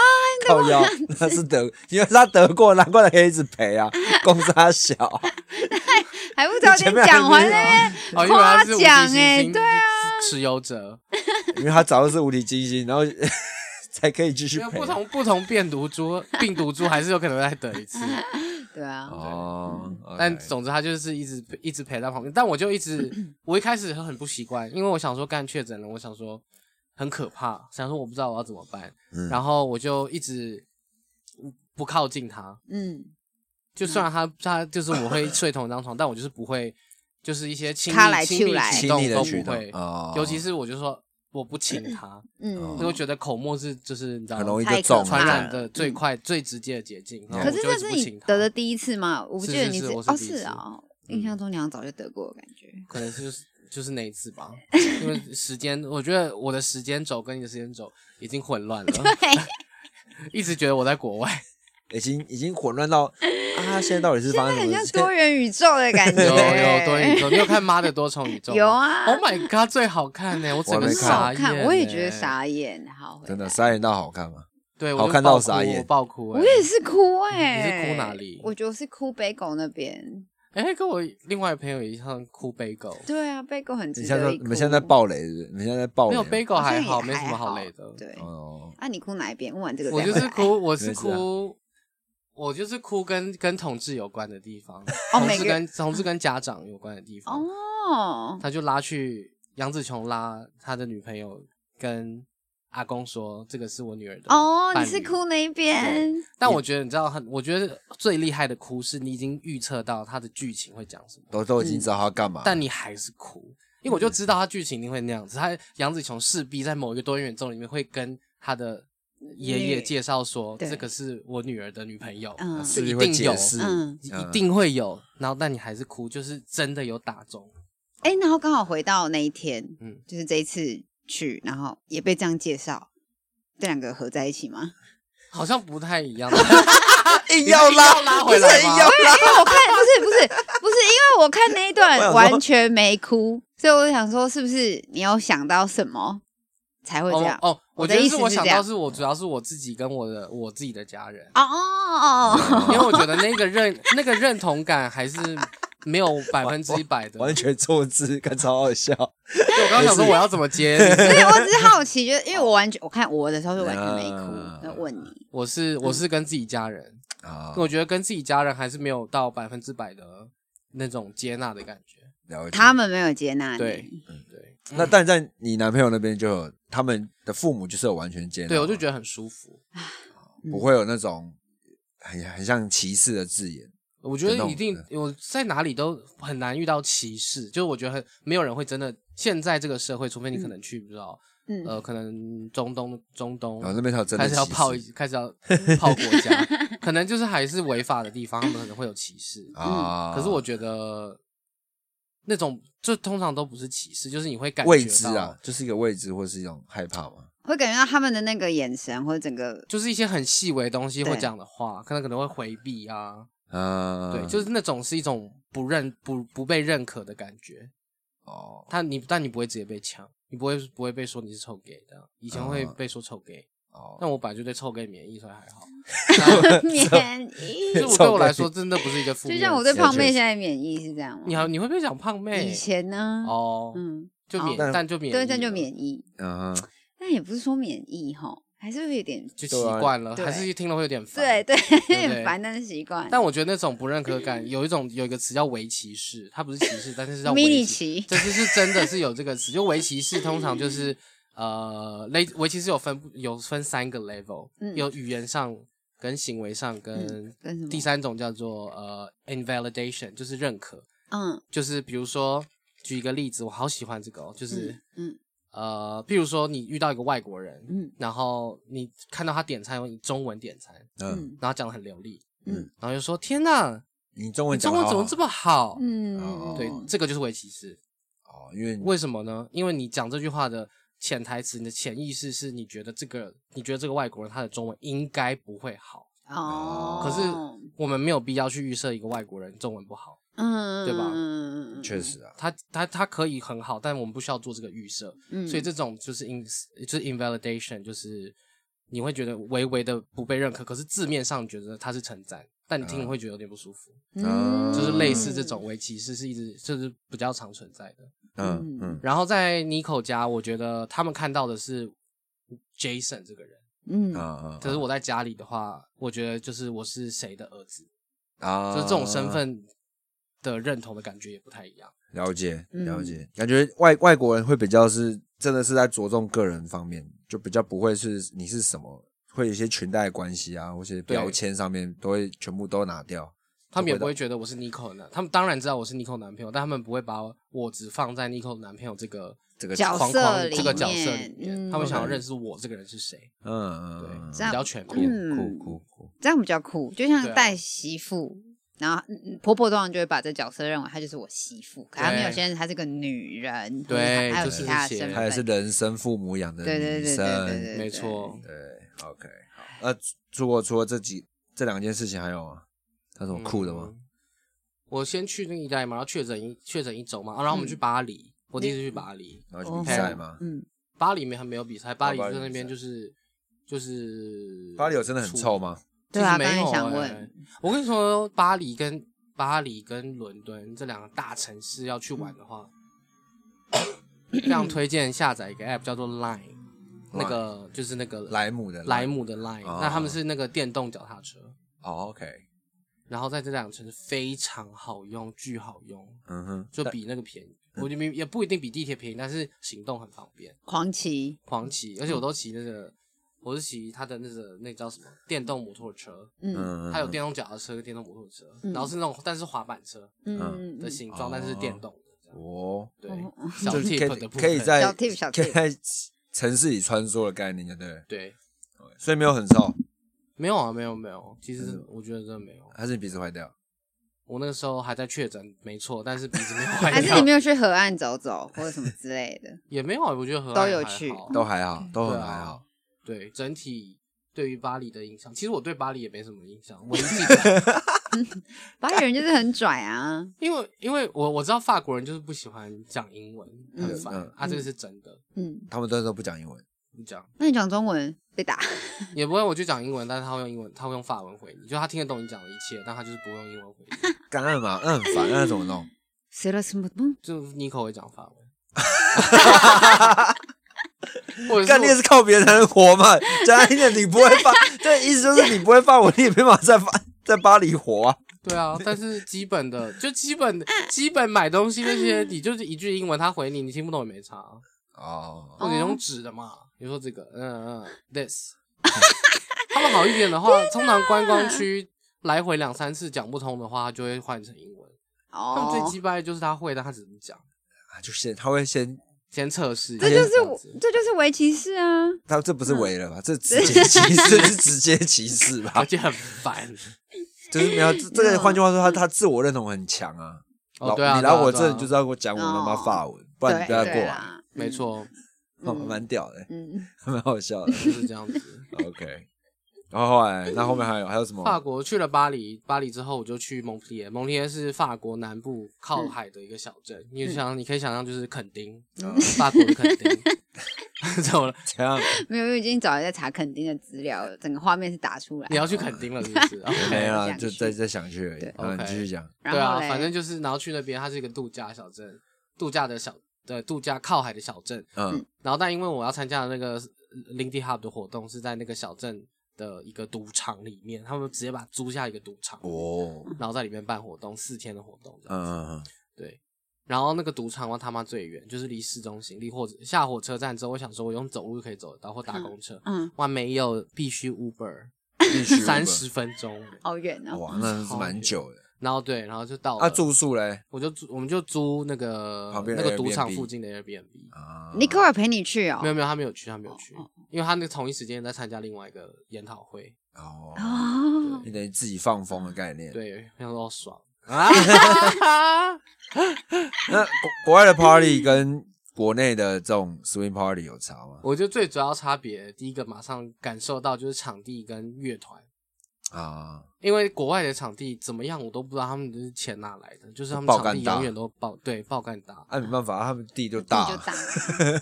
[SPEAKER 3] 靠腰， 他是德，因为他得过，难怪他可以一直陪啊，公司他小，
[SPEAKER 4] 还不早
[SPEAKER 3] 前
[SPEAKER 4] 点
[SPEAKER 3] 面还
[SPEAKER 4] 讲完
[SPEAKER 3] 没有啊
[SPEAKER 4] 呢，
[SPEAKER 5] 哦，因为他是无敌
[SPEAKER 4] 夸奖
[SPEAKER 5] 星星
[SPEAKER 4] 欸对
[SPEAKER 5] 持有者，
[SPEAKER 3] 因为他早就是无敌金星，然后 才可以继续
[SPEAKER 5] 因为
[SPEAKER 3] 陪
[SPEAKER 5] 不。同 不同病毒株，病毒株还是有可能再得一次。
[SPEAKER 4] 对啊，
[SPEAKER 3] 哦，
[SPEAKER 5] 但
[SPEAKER 3] OK
[SPEAKER 5] 总之他就是一直一直陪在旁边，但我就 一直我一开始很不习惯，因为我想说干确诊了，我想说很可怕，想说我不知道我要怎么办，
[SPEAKER 3] 嗯
[SPEAKER 5] 然后我就一直不靠近他，
[SPEAKER 4] 嗯，
[SPEAKER 5] 就虽然他、他就是我会睡同一张床，但我就是不会就是一些亲
[SPEAKER 4] 卡来
[SPEAKER 5] 密亲
[SPEAKER 4] 去
[SPEAKER 5] 密
[SPEAKER 4] 来
[SPEAKER 5] 举
[SPEAKER 3] 亲密
[SPEAKER 5] 动
[SPEAKER 3] 的
[SPEAKER 5] 都
[SPEAKER 3] 举
[SPEAKER 5] 不
[SPEAKER 3] 动
[SPEAKER 5] 会，
[SPEAKER 3] 哦
[SPEAKER 5] 尤其是我就说我不亲他，
[SPEAKER 4] 嗯
[SPEAKER 5] 因为我觉得口沫是就是你知道
[SPEAKER 3] 很容易
[SPEAKER 4] 太
[SPEAKER 3] 就
[SPEAKER 4] 可
[SPEAKER 3] 中了嗯
[SPEAKER 4] 怕
[SPEAKER 5] 传染
[SPEAKER 4] 了
[SPEAKER 5] 的最快、最直接的捷径，然后
[SPEAKER 4] 可
[SPEAKER 5] 我
[SPEAKER 4] 是
[SPEAKER 5] 就
[SPEAKER 4] 这
[SPEAKER 5] 一直
[SPEAKER 4] 是
[SPEAKER 5] 不
[SPEAKER 4] 你
[SPEAKER 5] 亲
[SPEAKER 4] 得
[SPEAKER 5] 他
[SPEAKER 4] 的第一次吗？我不
[SPEAKER 5] 是
[SPEAKER 4] 记得
[SPEAKER 5] 是
[SPEAKER 4] 你
[SPEAKER 5] 是我是
[SPEAKER 4] 哦
[SPEAKER 5] 第一
[SPEAKER 4] 是
[SPEAKER 5] 次嗯
[SPEAKER 4] 啊，印象中你好像早就得过，感 觉
[SPEAKER 5] 可能就是就是那一次吧， 因为时间，我觉得我的时间轴跟你的时间轴已经混乱了，
[SPEAKER 4] 对，
[SPEAKER 5] 一直觉得我在国 外，
[SPEAKER 3] 已经已经混乱到啊，现在到底是发生什
[SPEAKER 4] 很
[SPEAKER 3] 么
[SPEAKER 4] 像
[SPEAKER 3] 事？
[SPEAKER 4] 多元宇宙的感
[SPEAKER 5] 有
[SPEAKER 4] 觉，
[SPEAKER 5] 有多宇宙，你有看《妈的多重宇 宙》吗？
[SPEAKER 4] 有啊
[SPEAKER 5] ，Oh my god，最好看呢、我整
[SPEAKER 3] 我
[SPEAKER 5] 个
[SPEAKER 3] 还没看
[SPEAKER 5] 傻
[SPEAKER 4] 好
[SPEAKER 5] 眼、
[SPEAKER 4] 看，我也觉得，傻眼，好，
[SPEAKER 3] 真的，三眼道好看吗？
[SPEAKER 5] 对，我
[SPEAKER 3] 好
[SPEAKER 5] 就
[SPEAKER 3] 看到
[SPEAKER 5] 爆哭
[SPEAKER 3] 傻眼
[SPEAKER 5] 我爆哭、欸，
[SPEAKER 4] 我也是哭哎、
[SPEAKER 5] 你是哭哪里
[SPEAKER 4] 我觉得我是哭北狗那边。
[SPEAKER 5] 哎、跟我另外朋友一样哭悲狗，
[SPEAKER 4] 对啊，北狗很值
[SPEAKER 3] 你现在
[SPEAKER 4] 得一
[SPEAKER 3] 你
[SPEAKER 4] 哭。
[SPEAKER 3] 们现在在暴雷是不是，你们现在在暴
[SPEAKER 5] 没
[SPEAKER 3] 雷
[SPEAKER 5] 有
[SPEAKER 3] 吗。
[SPEAKER 5] 悲狗还
[SPEAKER 4] 好像也
[SPEAKER 5] 没什么好累的，
[SPEAKER 4] 对，
[SPEAKER 3] 哦，
[SPEAKER 4] 啊，你哭哪一边？问完这个再
[SPEAKER 5] 我
[SPEAKER 4] 回来，
[SPEAKER 5] 就是哭，我是
[SPEAKER 3] 没事啊
[SPEAKER 5] 哭，我就是哭跟跟同志有关的地方，
[SPEAKER 4] 哦
[SPEAKER 5] 同
[SPEAKER 4] 每
[SPEAKER 5] 志
[SPEAKER 4] 个
[SPEAKER 5] 跟同志跟家长有关的地方，
[SPEAKER 4] 哦，
[SPEAKER 5] 他就拉去杨紫琼拉他的女朋友跟阿公说，这个是我女儿的
[SPEAKER 4] 哦，
[SPEAKER 5] 伴
[SPEAKER 4] 你
[SPEAKER 5] 侣
[SPEAKER 4] 是哭那一边，
[SPEAKER 5] 但我觉得你知道很，我觉得最厉害的哭是你已经预测到他的剧情会讲什么，
[SPEAKER 3] 都都已经知道他干嘛，
[SPEAKER 5] 但你还是哭，因
[SPEAKER 4] 嗯
[SPEAKER 5] 为我就知道他剧情一定会那样子，他杨紫琼势必在某一个多元宇宙里面会跟他的。爷爷
[SPEAKER 4] 女
[SPEAKER 5] 介绍说：“
[SPEAKER 4] 对
[SPEAKER 5] 这个是我女儿的女朋友，
[SPEAKER 4] 嗯
[SPEAKER 5] 这
[SPEAKER 3] 是不
[SPEAKER 5] 一
[SPEAKER 3] 是会
[SPEAKER 5] 定有
[SPEAKER 3] 解，释？
[SPEAKER 4] 嗯
[SPEAKER 5] 一定会有。然后，但你还是哭，就是真的有打中。
[SPEAKER 4] 哎、然后刚好回到那一天，
[SPEAKER 5] 嗯
[SPEAKER 4] 就是这一次去，然后也被这样介绍，这两个合在一起吗？
[SPEAKER 5] 好像不太 一样。
[SPEAKER 3] 硬要拉
[SPEAKER 5] 你硬要拉回来吗
[SPEAKER 3] 不是硬要
[SPEAKER 4] 哦对，因为我看不是不是不是，因为我看那一
[SPEAKER 3] 我想
[SPEAKER 4] 段
[SPEAKER 3] 说
[SPEAKER 4] 完全没哭，所以我就想说，是不是你有想到什么才会这样
[SPEAKER 5] 哦？哦，
[SPEAKER 4] 我
[SPEAKER 5] 我
[SPEAKER 4] 的
[SPEAKER 5] 觉得
[SPEAKER 4] 意
[SPEAKER 5] 是
[SPEAKER 4] 思
[SPEAKER 5] 我
[SPEAKER 4] 是
[SPEAKER 5] 想
[SPEAKER 4] 这样
[SPEAKER 5] 到是我主要是我自己跟我的我自己的家人，
[SPEAKER 4] 哦哦哦，
[SPEAKER 5] 因为我觉得那个认那个认同感还是 没有百分之一百的。
[SPEAKER 3] 完全错字，看超好笑。
[SPEAKER 5] 对我刚刚想说我要怎么 接你，
[SPEAKER 4] 所以我只是好奇，就是因为我完全我看我的时候是完全没哭
[SPEAKER 3] 嗯，
[SPEAKER 5] 啊
[SPEAKER 4] 那问你
[SPEAKER 5] 我是我是跟自己家人，
[SPEAKER 3] 啊，
[SPEAKER 5] 我觉得跟自己家人还是没有到百分之百的那种接纳的感觉。
[SPEAKER 3] 了解
[SPEAKER 4] 他们没有接纳
[SPEAKER 5] 对
[SPEAKER 4] 你，
[SPEAKER 5] 对
[SPEAKER 3] 那但在你男朋友那边就有他们的父母就是有完全接纳，
[SPEAKER 5] 对，我就觉得嗯很舒服。
[SPEAKER 3] 得不会有那种很很像歧视的字眼。
[SPEAKER 5] 我觉
[SPEAKER 3] 真的
[SPEAKER 5] 得一定
[SPEAKER 3] 嗯，
[SPEAKER 5] 我在哪里都很难遇到歧视，就是我觉得很没有人会真的。现在这个社会，除非你可能去不知道，
[SPEAKER 4] 嗯
[SPEAKER 5] 呃，可能中东中东
[SPEAKER 3] 哦然后那边才有真的
[SPEAKER 5] 开始要
[SPEAKER 3] 歧视
[SPEAKER 5] 泡，开始要泡国家，可能就是还是违法的地方，他们可能会有歧视。
[SPEAKER 3] 啊，
[SPEAKER 5] 嗯可是我觉得那种就通常都不是歧视，就是你会感觉到
[SPEAKER 3] 未知啊，，就是一个未知或是一种害怕嘛。
[SPEAKER 4] 会感觉到他们的那个眼神或者整 个
[SPEAKER 5] 就是一些很细微的东西会
[SPEAKER 4] 对
[SPEAKER 5] 讲的话，可能可能会回避啊，
[SPEAKER 3] 啊，
[SPEAKER 5] 对，就是那种是一种不认不不被认可的感觉。
[SPEAKER 3] 哦
[SPEAKER 5] 他你但你不会直接被抢，你不会不会被说你是臭 gay 的，以前会
[SPEAKER 3] 啊
[SPEAKER 5] 被说臭 gay，、
[SPEAKER 3] 哦，
[SPEAKER 5] 但我本来就对臭 gay 免疫，所以还 好。啊
[SPEAKER 4] 免疫，
[SPEAKER 5] 就我对我来说，真的啊不是一个负面
[SPEAKER 4] 就
[SPEAKER 5] 词。
[SPEAKER 4] 像我对胖妹
[SPEAKER 3] 确实
[SPEAKER 4] 现在免疫是这样吗？
[SPEAKER 5] 你好，你会不会讲胖妹？
[SPEAKER 4] 以前呢？
[SPEAKER 5] 哦，
[SPEAKER 4] 嗯，
[SPEAKER 5] 就免
[SPEAKER 3] 好，
[SPEAKER 5] 但就免疫
[SPEAKER 4] 对，
[SPEAKER 5] 了，
[SPEAKER 4] 这样就免疫，
[SPEAKER 3] 嗯哼，
[SPEAKER 4] 但也不是说免疫哈，还是会有点
[SPEAKER 5] 就习
[SPEAKER 3] 对啊
[SPEAKER 5] 惯了，
[SPEAKER 4] 对
[SPEAKER 5] 还是听了会有点烦。
[SPEAKER 4] 对。对，有
[SPEAKER 5] 对
[SPEAKER 4] 点烦，但是习惯。
[SPEAKER 5] 但我觉得那种不认可感，有一种有一个词叫围棋士，它不是歧视，但是是叫
[SPEAKER 4] 迷
[SPEAKER 5] 围
[SPEAKER 4] 你
[SPEAKER 5] 棋。
[SPEAKER 4] 棋，
[SPEAKER 5] 这就是真的是有这个词，就围棋士通常就是呃，类围棋是有分有分三个 level，、
[SPEAKER 4] 嗯
[SPEAKER 5] 有语言上、跟行为上、跟、
[SPEAKER 4] 跟什么
[SPEAKER 5] 第三种叫做呃 invalidation，就是认可，
[SPEAKER 4] 嗯
[SPEAKER 5] 就是比如说举一个例子，我好喜欢这个、哦，就是。
[SPEAKER 4] 嗯
[SPEAKER 5] 呃，譬如说你遇到一个外国人，
[SPEAKER 4] 嗯
[SPEAKER 5] 然后你看到他点餐，用中文点餐，
[SPEAKER 3] 嗯，
[SPEAKER 4] 嗯
[SPEAKER 5] 然后讲的很流利，
[SPEAKER 4] 嗯，
[SPEAKER 5] 然后就说天呐，
[SPEAKER 3] 你中
[SPEAKER 5] 你
[SPEAKER 3] 文讲
[SPEAKER 5] 中
[SPEAKER 3] 得好
[SPEAKER 5] 文怎么这么好？
[SPEAKER 4] 嗯，
[SPEAKER 5] 哦对，这个就是围棋士。
[SPEAKER 3] 好哦？因为你
[SPEAKER 5] 为什么呢？因为你讲这句话的潜台词，你的潜意识是你觉得这个，你觉得这个外国人他的中文应该不会好，
[SPEAKER 4] 哦，
[SPEAKER 5] 可是我们没有必要去预设一个外国人中文不好，
[SPEAKER 4] 嗯，
[SPEAKER 5] 对吧
[SPEAKER 4] 嗯
[SPEAKER 3] 确，实啊，
[SPEAKER 5] 他他他可以很好，但我们不需要做这个预设，
[SPEAKER 4] 嗯
[SPEAKER 5] 所以这种就是 in 就是 invalidation，就是你会觉得微微的不被认可，可是字面上觉得他是称赞，但你听了会觉得有点不舒服，
[SPEAKER 4] 嗯
[SPEAKER 5] 就是类似这种围棋是是一直就是比较常存在的。
[SPEAKER 3] 嗯嗯
[SPEAKER 5] 然后在 Nico 家，我觉得他们看到的是 Jason 这个人。
[SPEAKER 4] 嗯
[SPEAKER 3] 嗯嗯，
[SPEAKER 5] 可是我在家里的话，我觉得就是我是谁的儿子，
[SPEAKER 3] 啊，
[SPEAKER 5] 就是这种身份的认同的感觉也不太一样。
[SPEAKER 3] 了解
[SPEAKER 4] 嗯
[SPEAKER 3] 了解，感觉外外国人会比较是真的是在着重个人方面，就比较不会是你是什么，会有一些裙带关系啊，或者标签上面都会全部都拿掉。
[SPEAKER 5] 他们也不会觉得我是 Nico 的男，他们当然知道我是 Nico 男朋友，但他们不会把我只放在 Nico 男朋友这个
[SPEAKER 3] 这个
[SPEAKER 4] 角
[SPEAKER 5] 框
[SPEAKER 4] 色
[SPEAKER 5] 框
[SPEAKER 4] 里
[SPEAKER 5] 这个角色
[SPEAKER 4] 面
[SPEAKER 5] 里面，
[SPEAKER 4] 嗯
[SPEAKER 5] 他们想要认识我这个人是谁，
[SPEAKER 3] 嗯
[SPEAKER 5] 对
[SPEAKER 3] 嗯，嗯，
[SPEAKER 5] 比
[SPEAKER 4] 这样
[SPEAKER 5] 较全
[SPEAKER 3] 酷
[SPEAKER 5] 面。
[SPEAKER 3] 酷
[SPEAKER 4] 嗯
[SPEAKER 3] 酷酷，
[SPEAKER 4] 这样比较酷，就
[SPEAKER 5] 对
[SPEAKER 4] 像
[SPEAKER 5] 啊
[SPEAKER 4] 带媳妇。然后嗯嗯婆婆通常就会把这角色认为她就是我媳妇，可她没有
[SPEAKER 5] 对
[SPEAKER 4] 先认识她是个女人，
[SPEAKER 5] 对
[SPEAKER 4] 或者她还有
[SPEAKER 5] 就是
[SPEAKER 4] 其
[SPEAKER 5] 这
[SPEAKER 4] 他的
[SPEAKER 5] 些
[SPEAKER 4] 身
[SPEAKER 5] 嗯
[SPEAKER 3] 她也是
[SPEAKER 4] 份，
[SPEAKER 3] 人生父母养的
[SPEAKER 4] 对对
[SPEAKER 3] 女
[SPEAKER 4] 对对对
[SPEAKER 3] 生，
[SPEAKER 4] 对，
[SPEAKER 5] 没
[SPEAKER 4] 对
[SPEAKER 5] 错，
[SPEAKER 3] 对，OK，好。那除过除了这几这两件事情还有吗？还有什么酷的吗？
[SPEAKER 5] 嗯？我先去那个意大利嘛，然后确诊一确诊一周嘛，啊然后我们去巴黎，我第一次去巴黎，
[SPEAKER 3] 然后去比赛吗？
[SPEAKER 4] 嗯，
[SPEAKER 5] 哦巴黎没还没有比赛，巴黎
[SPEAKER 3] 巴
[SPEAKER 5] 就
[SPEAKER 3] 黎
[SPEAKER 5] 在那
[SPEAKER 3] 比
[SPEAKER 5] 边
[SPEAKER 3] 赛
[SPEAKER 5] 就是就是
[SPEAKER 3] 巴黎有真的很
[SPEAKER 5] 出
[SPEAKER 3] 臭吗？
[SPEAKER 4] 对啊
[SPEAKER 5] 其实没有
[SPEAKER 4] 刚才想
[SPEAKER 5] 欸
[SPEAKER 4] 问，
[SPEAKER 5] 我跟你说，巴黎跟巴黎跟伦敦这两个大城市要去玩的 话，非常推荐下载一个 app 叫做 Line，那个就是那个
[SPEAKER 3] 莱姆的
[SPEAKER 5] 莱姆的 Line，
[SPEAKER 3] 哦
[SPEAKER 5] 那他们是那个电动脚踏车，
[SPEAKER 3] 哦，OK，
[SPEAKER 5] 然后在这两个城市非常好用，巨好用，
[SPEAKER 3] 嗯哼，
[SPEAKER 5] 就比那个便宜，我觉得也不一定比地铁便宜，但是行动很方便。
[SPEAKER 4] 狂骑，
[SPEAKER 5] 狂骑，
[SPEAKER 3] 嗯
[SPEAKER 5] 而且我都骑那个，我是骑它的那个那叫什么电动摩托车，
[SPEAKER 4] 嗯
[SPEAKER 3] 嗯，
[SPEAKER 5] 它有电动脚踏车跟电动摩托车，
[SPEAKER 4] 嗯
[SPEAKER 5] 然后是那种但是滑板车
[SPEAKER 4] 嗯嗯
[SPEAKER 5] 的
[SPEAKER 4] 嗯，
[SPEAKER 5] 形状，但是是电动的这样。
[SPEAKER 3] 哦，
[SPEAKER 5] 对
[SPEAKER 4] 哦，
[SPEAKER 5] 小
[SPEAKER 3] 就是
[SPEAKER 5] tip 的部
[SPEAKER 3] 可以可以
[SPEAKER 5] 分，
[SPEAKER 3] 在
[SPEAKER 4] 小 tip，小 tip
[SPEAKER 3] 可以在城市里穿梭的概念，对不对？
[SPEAKER 5] 对，
[SPEAKER 3] 所以没有很臭，
[SPEAKER 5] 没有啊，没有没有，其实我觉得真的没有，
[SPEAKER 3] 还是你鼻子坏掉？
[SPEAKER 5] 我那个时候还在确诊，没错，但是鼻子没有坏
[SPEAKER 4] 还是你
[SPEAKER 5] 掉，
[SPEAKER 4] 没有去河岸走走或者什么之类的？
[SPEAKER 5] 也没有啊，我觉得河岸
[SPEAKER 4] 都有
[SPEAKER 5] 还
[SPEAKER 4] 去
[SPEAKER 5] 好
[SPEAKER 3] 都还好，都
[SPEAKER 5] 对
[SPEAKER 3] 很
[SPEAKER 5] 啊
[SPEAKER 3] 还好。
[SPEAKER 5] 对，整体对于巴黎的印象，其实我对巴黎也没什么印象。我一 记得，
[SPEAKER 4] 巴黎人就是很拽啊，
[SPEAKER 5] 因为因为我我知道法国人就是不喜欢讲英文，很
[SPEAKER 4] 嗯
[SPEAKER 5] 烦、
[SPEAKER 3] 嗯
[SPEAKER 5] 啊，这个是真的。
[SPEAKER 4] 嗯，
[SPEAKER 3] 他们都都不讲英文，
[SPEAKER 5] 不讲
[SPEAKER 4] 那你讲中文被打，
[SPEAKER 5] 也不会，我就讲英文，但是他会用英文，他会用法文回你，就他听得懂你讲的一切，但他就是不会用英文回你。
[SPEAKER 3] 干那嘛？那很烦，那怎么弄？
[SPEAKER 4] 谁了什么嗯梦？
[SPEAKER 5] 就 Nico 会讲法文，或者
[SPEAKER 3] 干你也
[SPEAKER 5] 是
[SPEAKER 3] 是靠别人才能活嘛？讲真的，你不会发，这意思就是你不会发文，你也没办法在巴在巴黎活啊。
[SPEAKER 5] 我对啊，但是基本的就基本基本买东西那 些，你就是一句英文，他回你，你听不懂也没差啊。
[SPEAKER 3] 哦，
[SPEAKER 5] 或者用纸的嘛，比如说这个，嗯嗯，this，他们好一点的话，通常观光区来回两三次讲不通的话，他就会换成英文。他们最
[SPEAKER 4] 哦，
[SPEAKER 5] 鸡掰的就是他会，但他只是不讲，
[SPEAKER 3] 就先他会先，
[SPEAKER 5] 先测试一下。
[SPEAKER 4] 这就是
[SPEAKER 5] 样
[SPEAKER 4] 我
[SPEAKER 5] 子，
[SPEAKER 4] 这就是围棋士啊。
[SPEAKER 3] 他这不是违了吧？ 这直接歧视，这是直接歧视吧
[SPEAKER 5] 而？且很 烦。
[SPEAKER 3] 就是没有这这
[SPEAKER 4] 嗯
[SPEAKER 3] 个，换句话说，他他自我认同很强啊。
[SPEAKER 5] 哦，
[SPEAKER 3] 老
[SPEAKER 5] 对啊，
[SPEAKER 3] 你来
[SPEAKER 5] 对啊
[SPEAKER 3] 我
[SPEAKER 5] 对
[SPEAKER 3] 这
[SPEAKER 5] 啊
[SPEAKER 3] 你就知道给我讲我妈妈法文，不然你
[SPEAKER 4] 对
[SPEAKER 3] 不要过啊
[SPEAKER 4] 哦对
[SPEAKER 3] 来，
[SPEAKER 4] 啊嗯啦，
[SPEAKER 5] 没错，
[SPEAKER 3] 哦
[SPEAKER 4] 嗯
[SPEAKER 3] 蛮屌的，
[SPEAKER 4] 嗯，
[SPEAKER 3] 蛮好笑的。
[SPEAKER 5] 就是这样子。
[SPEAKER 3] OK，然后后来，那后面还有还有什
[SPEAKER 5] 法
[SPEAKER 3] 么？
[SPEAKER 5] 国去了巴黎，巴黎之后我就去蒙皮耶，蒙皮耶是法国南部靠海的一个小
[SPEAKER 4] 嗯
[SPEAKER 5] 镇，你想，你可以想象就是垦丁，呃法国的垦丁。 怎么了？
[SPEAKER 3] 这样
[SPEAKER 4] 嗯，没有，因为已经早就在查垦丁的资料了，整个画面是打出来哦
[SPEAKER 5] 你。要去垦丁了是不 是？OK
[SPEAKER 3] 没了，
[SPEAKER 4] 想
[SPEAKER 3] 就
[SPEAKER 4] 去
[SPEAKER 3] 再再想去而已
[SPEAKER 4] 对。
[SPEAKER 3] 然后你
[SPEAKER 5] OK
[SPEAKER 3] 继续讲，
[SPEAKER 4] 然
[SPEAKER 5] 对啊
[SPEAKER 4] 后，嘞
[SPEAKER 5] 反正就是然后去那边，它是一个度假小镇，度假的小的度假靠海的小镇。
[SPEAKER 3] 嗯
[SPEAKER 5] 然后但因为我要参加的那个 Lindy Hub 的活动是在那个小镇的一个赌场里面，他们直接把租下一个赌场，
[SPEAKER 3] 哦，
[SPEAKER 5] 然后在里面办活动，四天的活动这样子。
[SPEAKER 3] 嗯 嗯
[SPEAKER 5] 对。然后那个赌场我他妈最远，就是离市中心，离火车下火车站之后，我想说我用走路就可以走得到，或搭公车。
[SPEAKER 4] 嗯，
[SPEAKER 5] 哇，没有，必须 Uber，
[SPEAKER 3] 嗯，必须
[SPEAKER 5] 三十分钟。
[SPEAKER 4] 好远哦。
[SPEAKER 3] 哇，那是蛮久的。
[SPEAKER 5] 然后对，然后就到了。
[SPEAKER 3] 啊，住宿嘞
[SPEAKER 5] 我就租，我们就租那个
[SPEAKER 3] 旁边的
[SPEAKER 5] 那个赌场
[SPEAKER 3] Airbnb
[SPEAKER 5] 附近的 Airbnb。
[SPEAKER 3] 啊，
[SPEAKER 4] 尼克尔陪你去哦
[SPEAKER 5] 没。有没有，他没有去，他没有去，因为他那同一时间在参加另外一个研讨会。
[SPEAKER 3] 哦，
[SPEAKER 4] 哦，
[SPEAKER 3] 你等于自己放风的概念。，
[SPEAKER 5] 对，非常说爽啊！
[SPEAKER 3] 那国国外的 party 跟国内的这种 swing party 有差吗？
[SPEAKER 5] 我觉得最主要差别，第一个马上感受到就是场地跟乐团，
[SPEAKER 3] 啊，
[SPEAKER 5] 因为国外的场地怎么样我都不知道，他们的钱哪来的，就是他们
[SPEAKER 3] 爆干
[SPEAKER 5] 场地
[SPEAKER 3] 大，
[SPEAKER 5] 永远都爆对爆干大
[SPEAKER 3] 啊那没办法，他们地就
[SPEAKER 4] 那
[SPEAKER 3] 大
[SPEAKER 4] 就，大，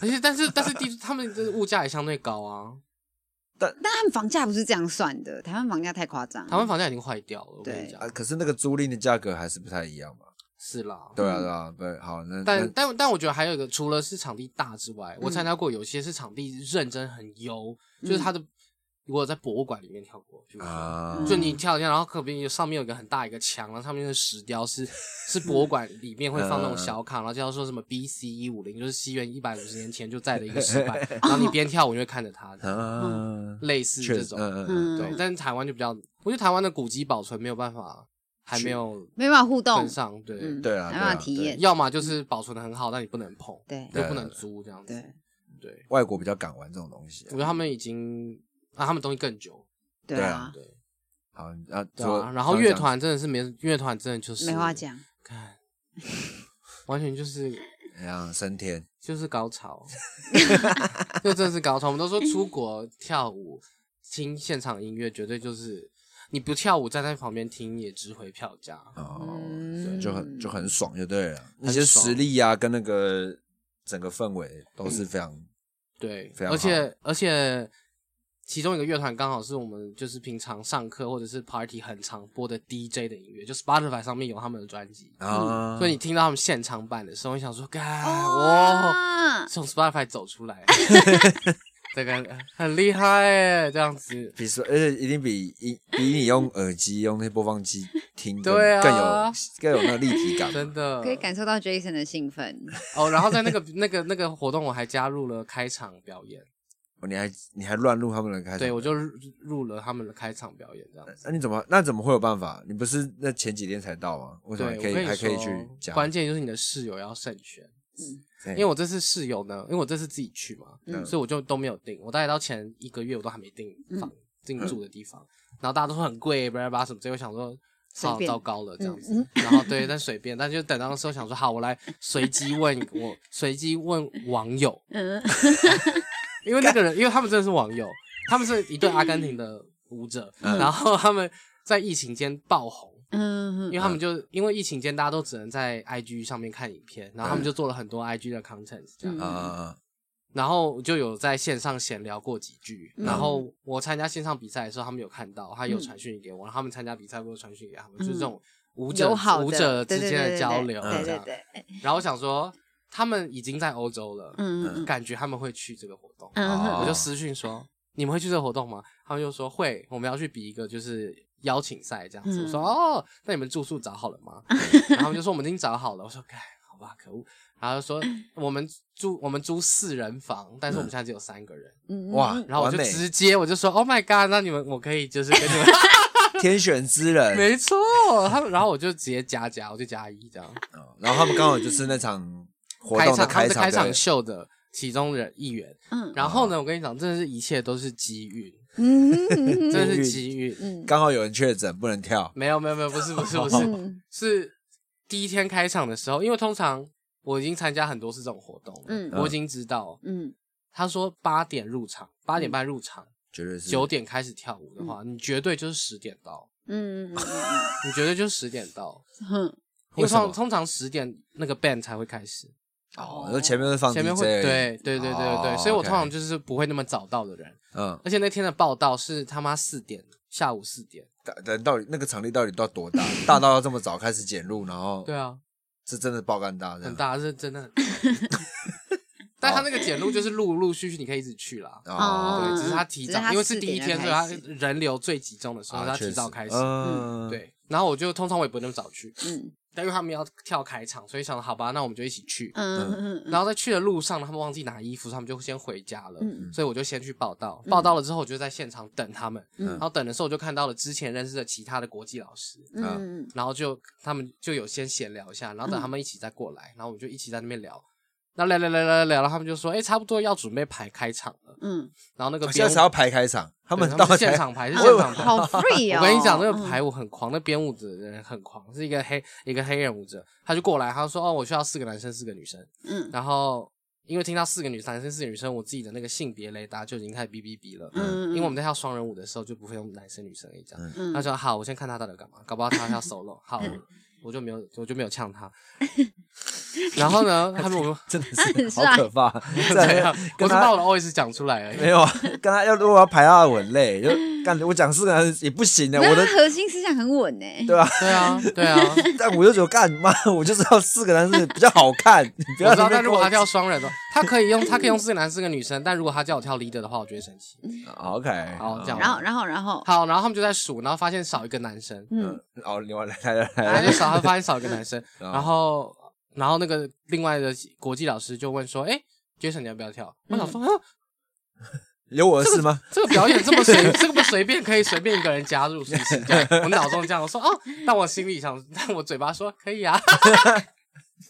[SPEAKER 5] 而且但是但是地他们的物价也相对高啊，
[SPEAKER 4] 但他们房价不是这样算的，台湾房价太夸张了。
[SPEAKER 5] 台湾房价已经坏掉了，我跟
[SPEAKER 4] 对
[SPEAKER 5] 你讲
[SPEAKER 3] 啊，可是那个租赁的价格还是不太一样嘛。
[SPEAKER 5] 是啦，
[SPEAKER 3] 对
[SPEAKER 4] 嗯
[SPEAKER 3] 啊，对啊，对，好，那
[SPEAKER 5] 但
[SPEAKER 3] 那
[SPEAKER 5] 但但我觉得还有一个，除了是场地大之外，我
[SPEAKER 4] 嗯
[SPEAKER 5] 参加过有些是场地认真很优，就是它的，我有在博物馆里面跳过，比如
[SPEAKER 3] 嗯
[SPEAKER 5] 说
[SPEAKER 3] 啊，
[SPEAKER 5] 就你跳一下，然后可边有上面有一个很大一个墙，然后上面的石雕是是博物馆里面会放
[SPEAKER 3] 嗯
[SPEAKER 5] 那种小卡，然后就要说什么 B C 一五零，就是西元一百五十年前就在的一个石 板，然后你边跳舞就会看着它，
[SPEAKER 3] 啊，
[SPEAKER 5] 类似
[SPEAKER 3] 确
[SPEAKER 5] 这
[SPEAKER 3] 实，
[SPEAKER 5] 种。
[SPEAKER 3] 嗯嗯嗯，
[SPEAKER 4] 嗯
[SPEAKER 5] 对，但是台湾就比较，我觉得台湾的古迹保存没有办法，还没有
[SPEAKER 4] 没办法互动
[SPEAKER 5] 跟，上，对。
[SPEAKER 4] 嗯，
[SPEAKER 3] 对啊
[SPEAKER 4] 没办
[SPEAKER 3] 对啊
[SPEAKER 4] 法体验，
[SPEAKER 5] 要么就是保存的很好，但你不能碰，
[SPEAKER 4] 对
[SPEAKER 5] 就不能租这样子。
[SPEAKER 4] 对
[SPEAKER 5] 对，
[SPEAKER 3] 外国比较敢玩这种东西啊
[SPEAKER 5] 我。觉得他们已经啊，他们东西更久，
[SPEAKER 4] 对
[SPEAKER 3] 对
[SPEAKER 4] 啊
[SPEAKER 3] 啊，
[SPEAKER 5] 对
[SPEAKER 3] 好啊，
[SPEAKER 5] 对
[SPEAKER 3] 说
[SPEAKER 5] 啊。然后乐，团真的是没，乐团真的就是
[SPEAKER 4] 没话，讲，
[SPEAKER 5] 看，完全就是
[SPEAKER 3] 哎呀，升天，
[SPEAKER 5] 就是高 潮，就真的是高潮。我们都说出国跳舞听现场音乐，绝对就是你不跳舞站在旁边听也值回票价。
[SPEAKER 3] 哦，
[SPEAKER 4] 嗯，
[SPEAKER 3] 就很就很爽就对了。那
[SPEAKER 5] 很
[SPEAKER 3] 些
[SPEAKER 5] 爽
[SPEAKER 3] 实力啊，跟那个整个氛围都
[SPEAKER 5] 嗯
[SPEAKER 3] 是非常
[SPEAKER 5] 对，
[SPEAKER 3] 非常
[SPEAKER 5] 而且而且其中一个乐团刚好是我们就是平常上课或者是 party 很常播的 DJ 的音乐，就 Spotify 上面有他们的专辑，
[SPEAKER 3] 啊，
[SPEAKER 5] 嗯所以你听到他们现场版的时候，你想说，干哎哇，
[SPEAKER 4] 哇，
[SPEAKER 5] 从 Spotify 走出来， 这个很厉害耶，这样子。
[SPEAKER 3] 比说，而且一定比一比你用耳机用那播放器听更，
[SPEAKER 5] 对啊
[SPEAKER 3] 更有更有那个立体感嘛。
[SPEAKER 5] 真的
[SPEAKER 4] 可以感受到 Jason 的 兴奋，
[SPEAKER 5] 哦，然后在那个那个那个活动，我还加入了开场表演，
[SPEAKER 3] 哦你还你还乱录他们的开场，
[SPEAKER 5] 对我就入入了他们的开场表演这样子。
[SPEAKER 3] 那、你怎么那怎么会有办法？你不是那前几天才到吗？为什么还
[SPEAKER 5] 对，我
[SPEAKER 3] 可以
[SPEAKER 5] 跟你
[SPEAKER 3] 还可以
[SPEAKER 5] 说
[SPEAKER 3] 去讲？哎
[SPEAKER 5] 关键就是你的室友要慎选。
[SPEAKER 3] 因
[SPEAKER 5] 因为我这次室友呢，因为我这次自己去嘛，
[SPEAKER 4] 嗯
[SPEAKER 5] 所以我就都没有订。我大概到前
[SPEAKER 4] 嗯
[SPEAKER 5] 一个月我都还没订房、订住的地方，然后大家都说很贵，巴拉巴拉什么之类。我想说，
[SPEAKER 4] 随
[SPEAKER 5] 糟
[SPEAKER 4] 便
[SPEAKER 5] 糟糕了这样子。
[SPEAKER 4] 嗯
[SPEAKER 5] 然后对，但随便，但就等到的时候想说，好，我来随机问我随机问网友，
[SPEAKER 4] 嗯，
[SPEAKER 5] 因为那个人，因为他们真的是网友，他们是一对阿根廷的舞者，
[SPEAKER 3] 嗯
[SPEAKER 5] 然后他们在疫情间爆红。
[SPEAKER 4] 嗯
[SPEAKER 5] 因为他们就因为疫情间，大家都只能在 IG 上面看影片，然后他们就做了很多 IG 的 content 这样，
[SPEAKER 4] 嗯
[SPEAKER 3] 啊，
[SPEAKER 5] 然后就有在线上闲聊过几句，
[SPEAKER 4] 嗯
[SPEAKER 5] 然后我参加线上比赛的时候，他们有看到，他有传讯给我，然后他们参加比赛我有传讯给他们，就是这种舞者
[SPEAKER 4] 友好的
[SPEAKER 5] 舞者之
[SPEAKER 4] 对对
[SPEAKER 5] 间
[SPEAKER 4] 对对
[SPEAKER 5] 的交
[SPEAKER 4] 对
[SPEAKER 5] 流，
[SPEAKER 4] 对
[SPEAKER 5] 这
[SPEAKER 4] 对
[SPEAKER 5] 样
[SPEAKER 4] 对，
[SPEAKER 5] 然后我想说，他们已经在欧洲了，
[SPEAKER 4] 嗯嗯
[SPEAKER 5] 感觉他们会去这个活动，
[SPEAKER 3] 啊
[SPEAKER 4] 嗯
[SPEAKER 3] 哦
[SPEAKER 5] 我就私讯说：“你们会去这个活动吗？”他们就说：“会，我们要去比一个就是邀请赛这样子。我
[SPEAKER 3] 嗯
[SPEAKER 5] 说：“哦，那你们住宿找好了吗？”然后他们就说：“我们已经找好了。”我说：“该好吧，可恶。”然后就说：“我们租我们租四人房，但是我们现在只有三个人。
[SPEAKER 4] 嗯，
[SPEAKER 3] 哇，
[SPEAKER 5] 然后我
[SPEAKER 3] 完
[SPEAKER 5] 就
[SPEAKER 3] 美，
[SPEAKER 5] 直接我就说：“Oh my god！那你们我可以就是跟你们
[SPEAKER 3] 天选之人。
[SPEAKER 5] 没错。”他们然后我就直接加加，我就加一这样。
[SPEAKER 3] 哦然后他们刚好就是那场活
[SPEAKER 5] 开
[SPEAKER 3] 动的
[SPEAKER 5] 场他们是
[SPEAKER 3] 场哦
[SPEAKER 5] 开
[SPEAKER 3] 表
[SPEAKER 5] 场
[SPEAKER 3] 演，
[SPEAKER 5] 秀的其中人一员。
[SPEAKER 4] 嗯
[SPEAKER 5] 然后呢，我跟你讲，真的是一切都是机遇，
[SPEAKER 4] 嗯嗯
[SPEAKER 5] 真的
[SPEAKER 3] 机遇
[SPEAKER 5] 是机遇。
[SPEAKER 4] 嗯
[SPEAKER 3] 刚好有人确诊不能跳，
[SPEAKER 5] 没有没有没有，不是不是不是，
[SPEAKER 4] 嗯
[SPEAKER 5] 是第一天开场的时候，因为通常我已经参加很多次这种活动了，
[SPEAKER 4] 嗯
[SPEAKER 5] 我已经知道，
[SPEAKER 4] 嗯
[SPEAKER 5] 他说八点入场，八点半入场，
[SPEAKER 3] 绝对是
[SPEAKER 5] 九点开始跳舞的话，你绝对就是十点到，
[SPEAKER 4] 嗯
[SPEAKER 5] 你绝对就是十点到，
[SPEAKER 4] 嗯，
[SPEAKER 5] 因
[SPEAKER 3] 为
[SPEAKER 5] 为
[SPEAKER 3] 什么
[SPEAKER 5] 通通常十点那个 band 才会开始，
[SPEAKER 3] 哦，那前面会放
[SPEAKER 5] 前面会
[SPEAKER 3] DJ
[SPEAKER 5] 对对对对对对，
[SPEAKER 3] 哦
[SPEAKER 5] 所以我
[SPEAKER 3] OK
[SPEAKER 5] 通常就是不会那么早到的人，
[SPEAKER 3] 嗯，
[SPEAKER 5] 而且那天的报道是他妈四点，下午四点，
[SPEAKER 3] 人到底那个场地到底到多 大？大到要这么早开始捡路，然后
[SPEAKER 5] 对啊，
[SPEAKER 3] 是真的爆干大，
[SPEAKER 5] 很大，是真的很大。 但他那个检录就是陆陆续续，你可以一直去啦。
[SPEAKER 3] 啊，
[SPEAKER 5] 对，
[SPEAKER 4] 哦
[SPEAKER 5] 只是他提
[SPEAKER 4] 只是
[SPEAKER 5] 早，
[SPEAKER 4] 他
[SPEAKER 5] 因为是第一天，所以
[SPEAKER 4] 4点才
[SPEAKER 5] 他
[SPEAKER 4] 开始哦
[SPEAKER 5] 人流最集中的时候，
[SPEAKER 3] 啊
[SPEAKER 5] 他
[SPEAKER 3] 确
[SPEAKER 5] 提
[SPEAKER 3] 实
[SPEAKER 5] 早开始。
[SPEAKER 3] 嗯，，
[SPEAKER 5] 对，然后我就通常我也不会那么早去，
[SPEAKER 4] 嗯
[SPEAKER 5] 但因为他们要跳开场，所以想好吧，那我们就一起去。
[SPEAKER 4] 嗯
[SPEAKER 5] 然后在去的路上，他们忘记拿衣服，他们就先回家了。
[SPEAKER 4] 嗯
[SPEAKER 5] 所以我就先去报道，报道了之后，我就在现场等他们。
[SPEAKER 4] 嗯
[SPEAKER 5] 然后等的时候，我就看到了之前认识的其他的国际老师。
[SPEAKER 4] 嗯
[SPEAKER 5] 然后就他们就有先闲聊一下，然后
[SPEAKER 3] 嗯
[SPEAKER 5] 等他们一起再过来，然后我们就一起在那边聊。那聊聊聊聊聊，然后他们就说：“哎，差不多要准备排开场了。
[SPEAKER 4] 嗯，”
[SPEAKER 5] 然后那个
[SPEAKER 3] 哦现
[SPEAKER 5] 编
[SPEAKER 3] 在才要排开场，他
[SPEAKER 5] 他
[SPEAKER 3] 们到
[SPEAKER 5] 们是
[SPEAKER 3] 才
[SPEAKER 5] 现 场排是
[SPEAKER 3] 我以为
[SPEAKER 5] 现场排。
[SPEAKER 4] 好 free 哦！
[SPEAKER 5] 我跟你讲，那个排舞很狂，那编舞的人很狂，是一个黑一个黑人舞者，他就过来，他说：“哦，我需要四个男生，四个女生。”
[SPEAKER 4] 嗯
[SPEAKER 5] 然后因为听到四个女男生，四个女生，我自己的那个性别雷达就已经开始哔哔哔了。
[SPEAKER 4] 嗯
[SPEAKER 5] 因为我们在跳双人舞的时候就不会用男生女生而已这样。
[SPEAKER 4] 嗯
[SPEAKER 5] 他说好，我先看他到底干嘛，搞不好 他要 solo，好，我就没有，我就没有呛他。然后呢，他们我
[SPEAKER 3] 真的
[SPEAKER 4] 很
[SPEAKER 3] 是好
[SPEAKER 4] 帅
[SPEAKER 3] 可怕，
[SPEAKER 5] 怎样
[SPEAKER 3] 在
[SPEAKER 5] 我
[SPEAKER 3] 跟
[SPEAKER 5] 是把
[SPEAKER 3] 他
[SPEAKER 5] 我的 OS 讲出来而已
[SPEAKER 3] 没。有啊，跟他要如果要排到我很累， 就干我讲四个人也不行的，啊我的
[SPEAKER 4] 核心思想很稳呢。
[SPEAKER 3] 对吧？
[SPEAKER 5] 对啊，对啊，
[SPEAKER 3] 但我就觉得干妈， 我就知道四个男生比较好 看，你不
[SPEAKER 5] 我
[SPEAKER 3] 要
[SPEAKER 5] 知
[SPEAKER 3] 在
[SPEAKER 5] 道。
[SPEAKER 3] 那
[SPEAKER 5] 但
[SPEAKER 3] 边
[SPEAKER 5] 如
[SPEAKER 3] 跟我
[SPEAKER 5] 果他跳双人的话，他可以用，他可以用四个男四个女生，但如果他叫我跳 leader 的话，我就会生气。
[SPEAKER 3] 哦 OK，
[SPEAKER 5] 好这样
[SPEAKER 4] 嗯然后，然后，然后，
[SPEAKER 5] 好，然后他们就在数，然后发现少一个 男生，
[SPEAKER 4] 嗯
[SPEAKER 3] 哦，你完来来来
[SPEAKER 5] 他
[SPEAKER 3] 来
[SPEAKER 5] 就少，他发现少一个男生，
[SPEAKER 3] 哦
[SPEAKER 5] 然后，然后那个另外的国际老师就问说：“哎，Jason 你要不要跳？”我想说，
[SPEAKER 4] 嗯
[SPEAKER 5] 啊
[SPEAKER 3] 有我的事 吗？
[SPEAKER 5] 这个表演这么随，这个随便可以随便一个人加入，是不是？这样我脑中这样我说哦，但我心里想，但我嘴巴说可以啊，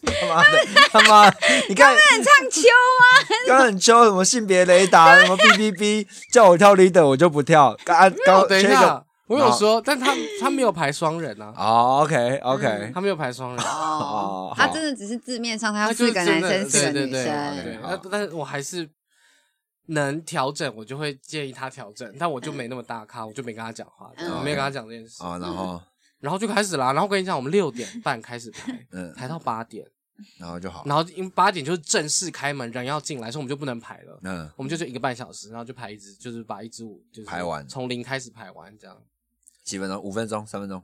[SPEAKER 3] 他妈的，他妈，你看
[SPEAKER 4] 唱秋吗？
[SPEAKER 3] 刚刚很秋什么性别雷达什么
[SPEAKER 5] 啊
[SPEAKER 3] B B B，叫我跳 leader 我就不跳，刚刚
[SPEAKER 5] 等一
[SPEAKER 3] 缺一
[SPEAKER 5] 下
[SPEAKER 3] 个，
[SPEAKER 5] 我有说，但他他没有排双人啊，
[SPEAKER 3] 哦 OK OK，
[SPEAKER 5] 他没有排双人，
[SPEAKER 4] 哦
[SPEAKER 3] 哦，
[SPEAKER 4] 他真的只是字面上，他要
[SPEAKER 5] 就
[SPEAKER 4] 四
[SPEAKER 5] 是
[SPEAKER 4] 个
[SPEAKER 5] 真
[SPEAKER 4] 男
[SPEAKER 5] 的
[SPEAKER 4] 生，四
[SPEAKER 5] 对
[SPEAKER 4] 个
[SPEAKER 5] 对
[SPEAKER 4] 女
[SPEAKER 5] 对对
[SPEAKER 4] 生。，
[SPEAKER 5] 那但是我还是。能调整，我就会建议他调整，但我就没那么大咖，我就没跟他讲话，
[SPEAKER 4] 嗯
[SPEAKER 5] 我没有跟他讲这件事，
[SPEAKER 3] 啊，然后
[SPEAKER 5] 然后就开始啦。然后我跟你讲，我们六点半开始排，
[SPEAKER 3] 嗯，
[SPEAKER 5] 排到八点，
[SPEAKER 3] 然后就好，
[SPEAKER 5] 然后因为八点就是正式开门，人要进来，所以我们就不能排了。
[SPEAKER 3] 嗯，
[SPEAKER 5] 我们就就一个半小时，然后就排一支，就是把一支舞就是
[SPEAKER 3] 排完
[SPEAKER 5] 从零开始排完，这样
[SPEAKER 3] 几分钟，五分钟，三分钟，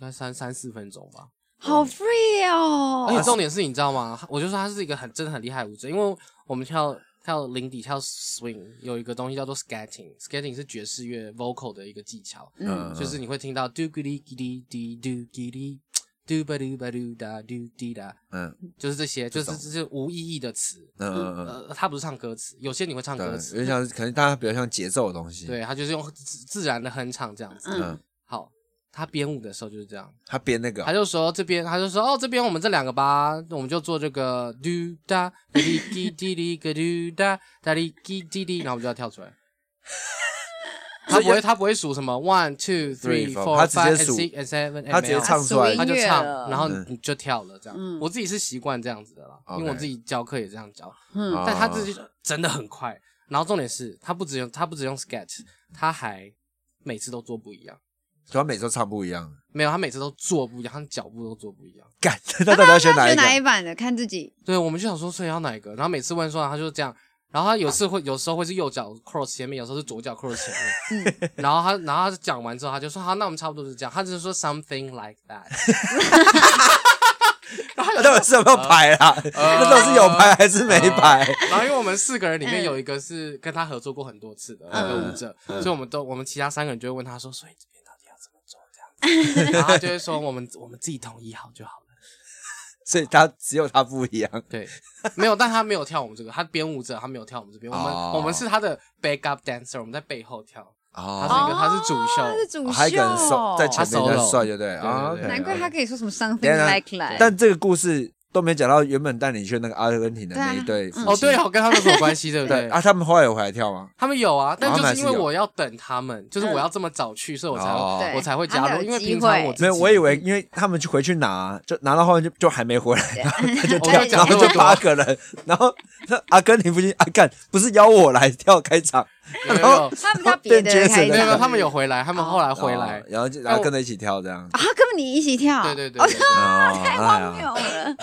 [SPEAKER 5] 大概三三四分钟吧。
[SPEAKER 4] 好 free
[SPEAKER 5] 而
[SPEAKER 3] 啊
[SPEAKER 5] 且
[SPEAKER 4] 哦！
[SPEAKER 5] 重点是你知道吗？我就说他是一个很真的很厉害的舞者，因为我们跳跳零底跳 swing 有一个东西叫做 scatting，scatting 是爵士乐 vocal 的一个技巧，
[SPEAKER 3] 嗯，
[SPEAKER 5] 就是你会听到 do giddy giddy di do giddy do ba do ba do da do di da，
[SPEAKER 3] 嗯
[SPEAKER 5] 就是这些，就是
[SPEAKER 3] 种
[SPEAKER 5] 这是无意义的词。
[SPEAKER 3] 嗯嗯嗯。
[SPEAKER 5] 呃，他不是唱歌词，有些你会唱
[SPEAKER 3] 对，有
[SPEAKER 5] 歌
[SPEAKER 3] 点
[SPEAKER 5] 词，
[SPEAKER 3] 像，可能大家比较像节奏的东西。
[SPEAKER 5] 对，他就是用自自然的哼唱这样子。
[SPEAKER 3] 嗯，啊
[SPEAKER 5] 好，他编舞的时候就是这样，
[SPEAKER 3] 他编那个
[SPEAKER 5] 他就说这边，他就说哦，这边我们这两个吧，我们就做这个嘟哒嘀哩嘀哩个嘟哒哒哩嘀嘀哩，然后我们就要跳出来。他不会，他不会数什么 one two
[SPEAKER 3] Three,
[SPEAKER 5] three
[SPEAKER 3] four，
[SPEAKER 5] four
[SPEAKER 3] 他直
[SPEAKER 5] five
[SPEAKER 3] 接
[SPEAKER 5] and
[SPEAKER 3] 数
[SPEAKER 5] six and seven，and
[SPEAKER 3] 他直接
[SPEAKER 5] eight
[SPEAKER 3] 唱出来
[SPEAKER 4] 数
[SPEAKER 5] 他
[SPEAKER 4] 音
[SPEAKER 5] 就
[SPEAKER 4] 乐
[SPEAKER 5] 唱，
[SPEAKER 4] 了
[SPEAKER 5] 然后
[SPEAKER 3] 嗯
[SPEAKER 5] 你就跳了这
[SPEAKER 4] 嗯
[SPEAKER 5] 样。我自己是习惯这样子的啦，因
[SPEAKER 3] OK
[SPEAKER 5] 为我自己教课也这样教，
[SPEAKER 4] 嗯
[SPEAKER 3] 啊
[SPEAKER 5] 但他自己真的很快。然后重点是他不只用他不只用 sketch，他还每次都做不一样。
[SPEAKER 3] 主啊要每周唱不一样的。
[SPEAKER 5] 没有，他每次都做不一样，他脚步都做不一样。
[SPEAKER 3] 干，那到底要选哪
[SPEAKER 4] 选
[SPEAKER 3] 一
[SPEAKER 4] 哪一
[SPEAKER 3] 个？
[SPEAKER 4] 版的？看自己。
[SPEAKER 5] 对，我们就想说，所以要哪一个？然后每次问说，他就是这样。然后他有次会，有时候会是右脚 cross 前面，有时候是左脚 cross 前面。 然后他，然后他讲完之后，他就说：“好，那我们差不多是这样。”他只是说 something like that。然后有
[SPEAKER 3] 那到底是有没有牌啦？
[SPEAKER 5] 哦
[SPEAKER 3] 那到底是有牌还是没牌？
[SPEAKER 5] 然后因为我们四个人里面
[SPEAKER 4] 嗯
[SPEAKER 5] 有一个是跟他合作过很多次
[SPEAKER 3] 嗯
[SPEAKER 5] 的那个舞者，所以我们都我们其他三个人就会问他说，所以这边到底要怎么做 这样子，然后他就会说我们我们自己统一好就好了。
[SPEAKER 3] 所以他只有他不一样。
[SPEAKER 5] 对，没有，但他没有跳我们这个，他编舞者，他没有跳我们这边，我们、
[SPEAKER 3] 哦
[SPEAKER 5] 我们是他的 backup dancer，我们在背后跳，他是
[SPEAKER 3] 哦，
[SPEAKER 5] 一个他是主秀，
[SPEAKER 4] 他是主秀，
[SPEAKER 3] 还敢帅，在前面在
[SPEAKER 5] 哦 solo
[SPEAKER 3] 帅，对不对？啊
[SPEAKER 5] 对对对
[SPEAKER 3] ，OK，OK，
[SPEAKER 4] 难怪他可以说什么 something
[SPEAKER 3] 等一下
[SPEAKER 4] like that。
[SPEAKER 3] 但这个故事都没讲到原本带你去那个阿根廷的
[SPEAKER 4] 啊
[SPEAKER 3] 那一对
[SPEAKER 4] 嗯
[SPEAKER 3] 夫妻
[SPEAKER 5] 哦，对哦，跟他们有什么关系，对
[SPEAKER 3] 嗯
[SPEAKER 5] 不
[SPEAKER 3] 对
[SPEAKER 5] 对？
[SPEAKER 3] 啊，他们后来有回来跳吗？
[SPEAKER 5] 他们有啊，但
[SPEAKER 3] 他
[SPEAKER 5] 就
[SPEAKER 3] 们还
[SPEAKER 5] 是
[SPEAKER 3] 是
[SPEAKER 5] 因为
[SPEAKER 3] 有
[SPEAKER 5] 我要等他们，就是我要这么早去，所以我才
[SPEAKER 3] 哦
[SPEAKER 5] 会
[SPEAKER 4] 对
[SPEAKER 5] 我才会加
[SPEAKER 4] 他
[SPEAKER 5] 入，
[SPEAKER 4] 们有
[SPEAKER 5] 因为
[SPEAKER 4] 机
[SPEAKER 5] 平常
[SPEAKER 4] 会
[SPEAKER 5] 我自己
[SPEAKER 3] 没有，我以为因为他们去回去拿，就拿到后面就就还没回来，然后他就
[SPEAKER 4] 对
[SPEAKER 3] 跳，
[SPEAKER 5] 哦
[SPEAKER 4] 对对
[SPEAKER 3] 然后
[SPEAKER 5] 对
[SPEAKER 3] 就
[SPEAKER 5] 对
[SPEAKER 3] 八个人，然后那阿根廷夫妻阿干不是邀我来跳开场，
[SPEAKER 5] 有有
[SPEAKER 3] 然后
[SPEAKER 5] 有
[SPEAKER 4] 他们叫别的人开
[SPEAKER 3] 变 Jason
[SPEAKER 5] 没有，没有
[SPEAKER 3] 了
[SPEAKER 4] 场，
[SPEAKER 5] 他们有回来，他们后来回来
[SPEAKER 3] 哦，然后就然后跟着一起跳这样，
[SPEAKER 4] 啊，跟你一起跳，
[SPEAKER 5] 对对对哦
[SPEAKER 4] 哦，
[SPEAKER 5] 对
[SPEAKER 3] 太
[SPEAKER 4] 荒谬，了。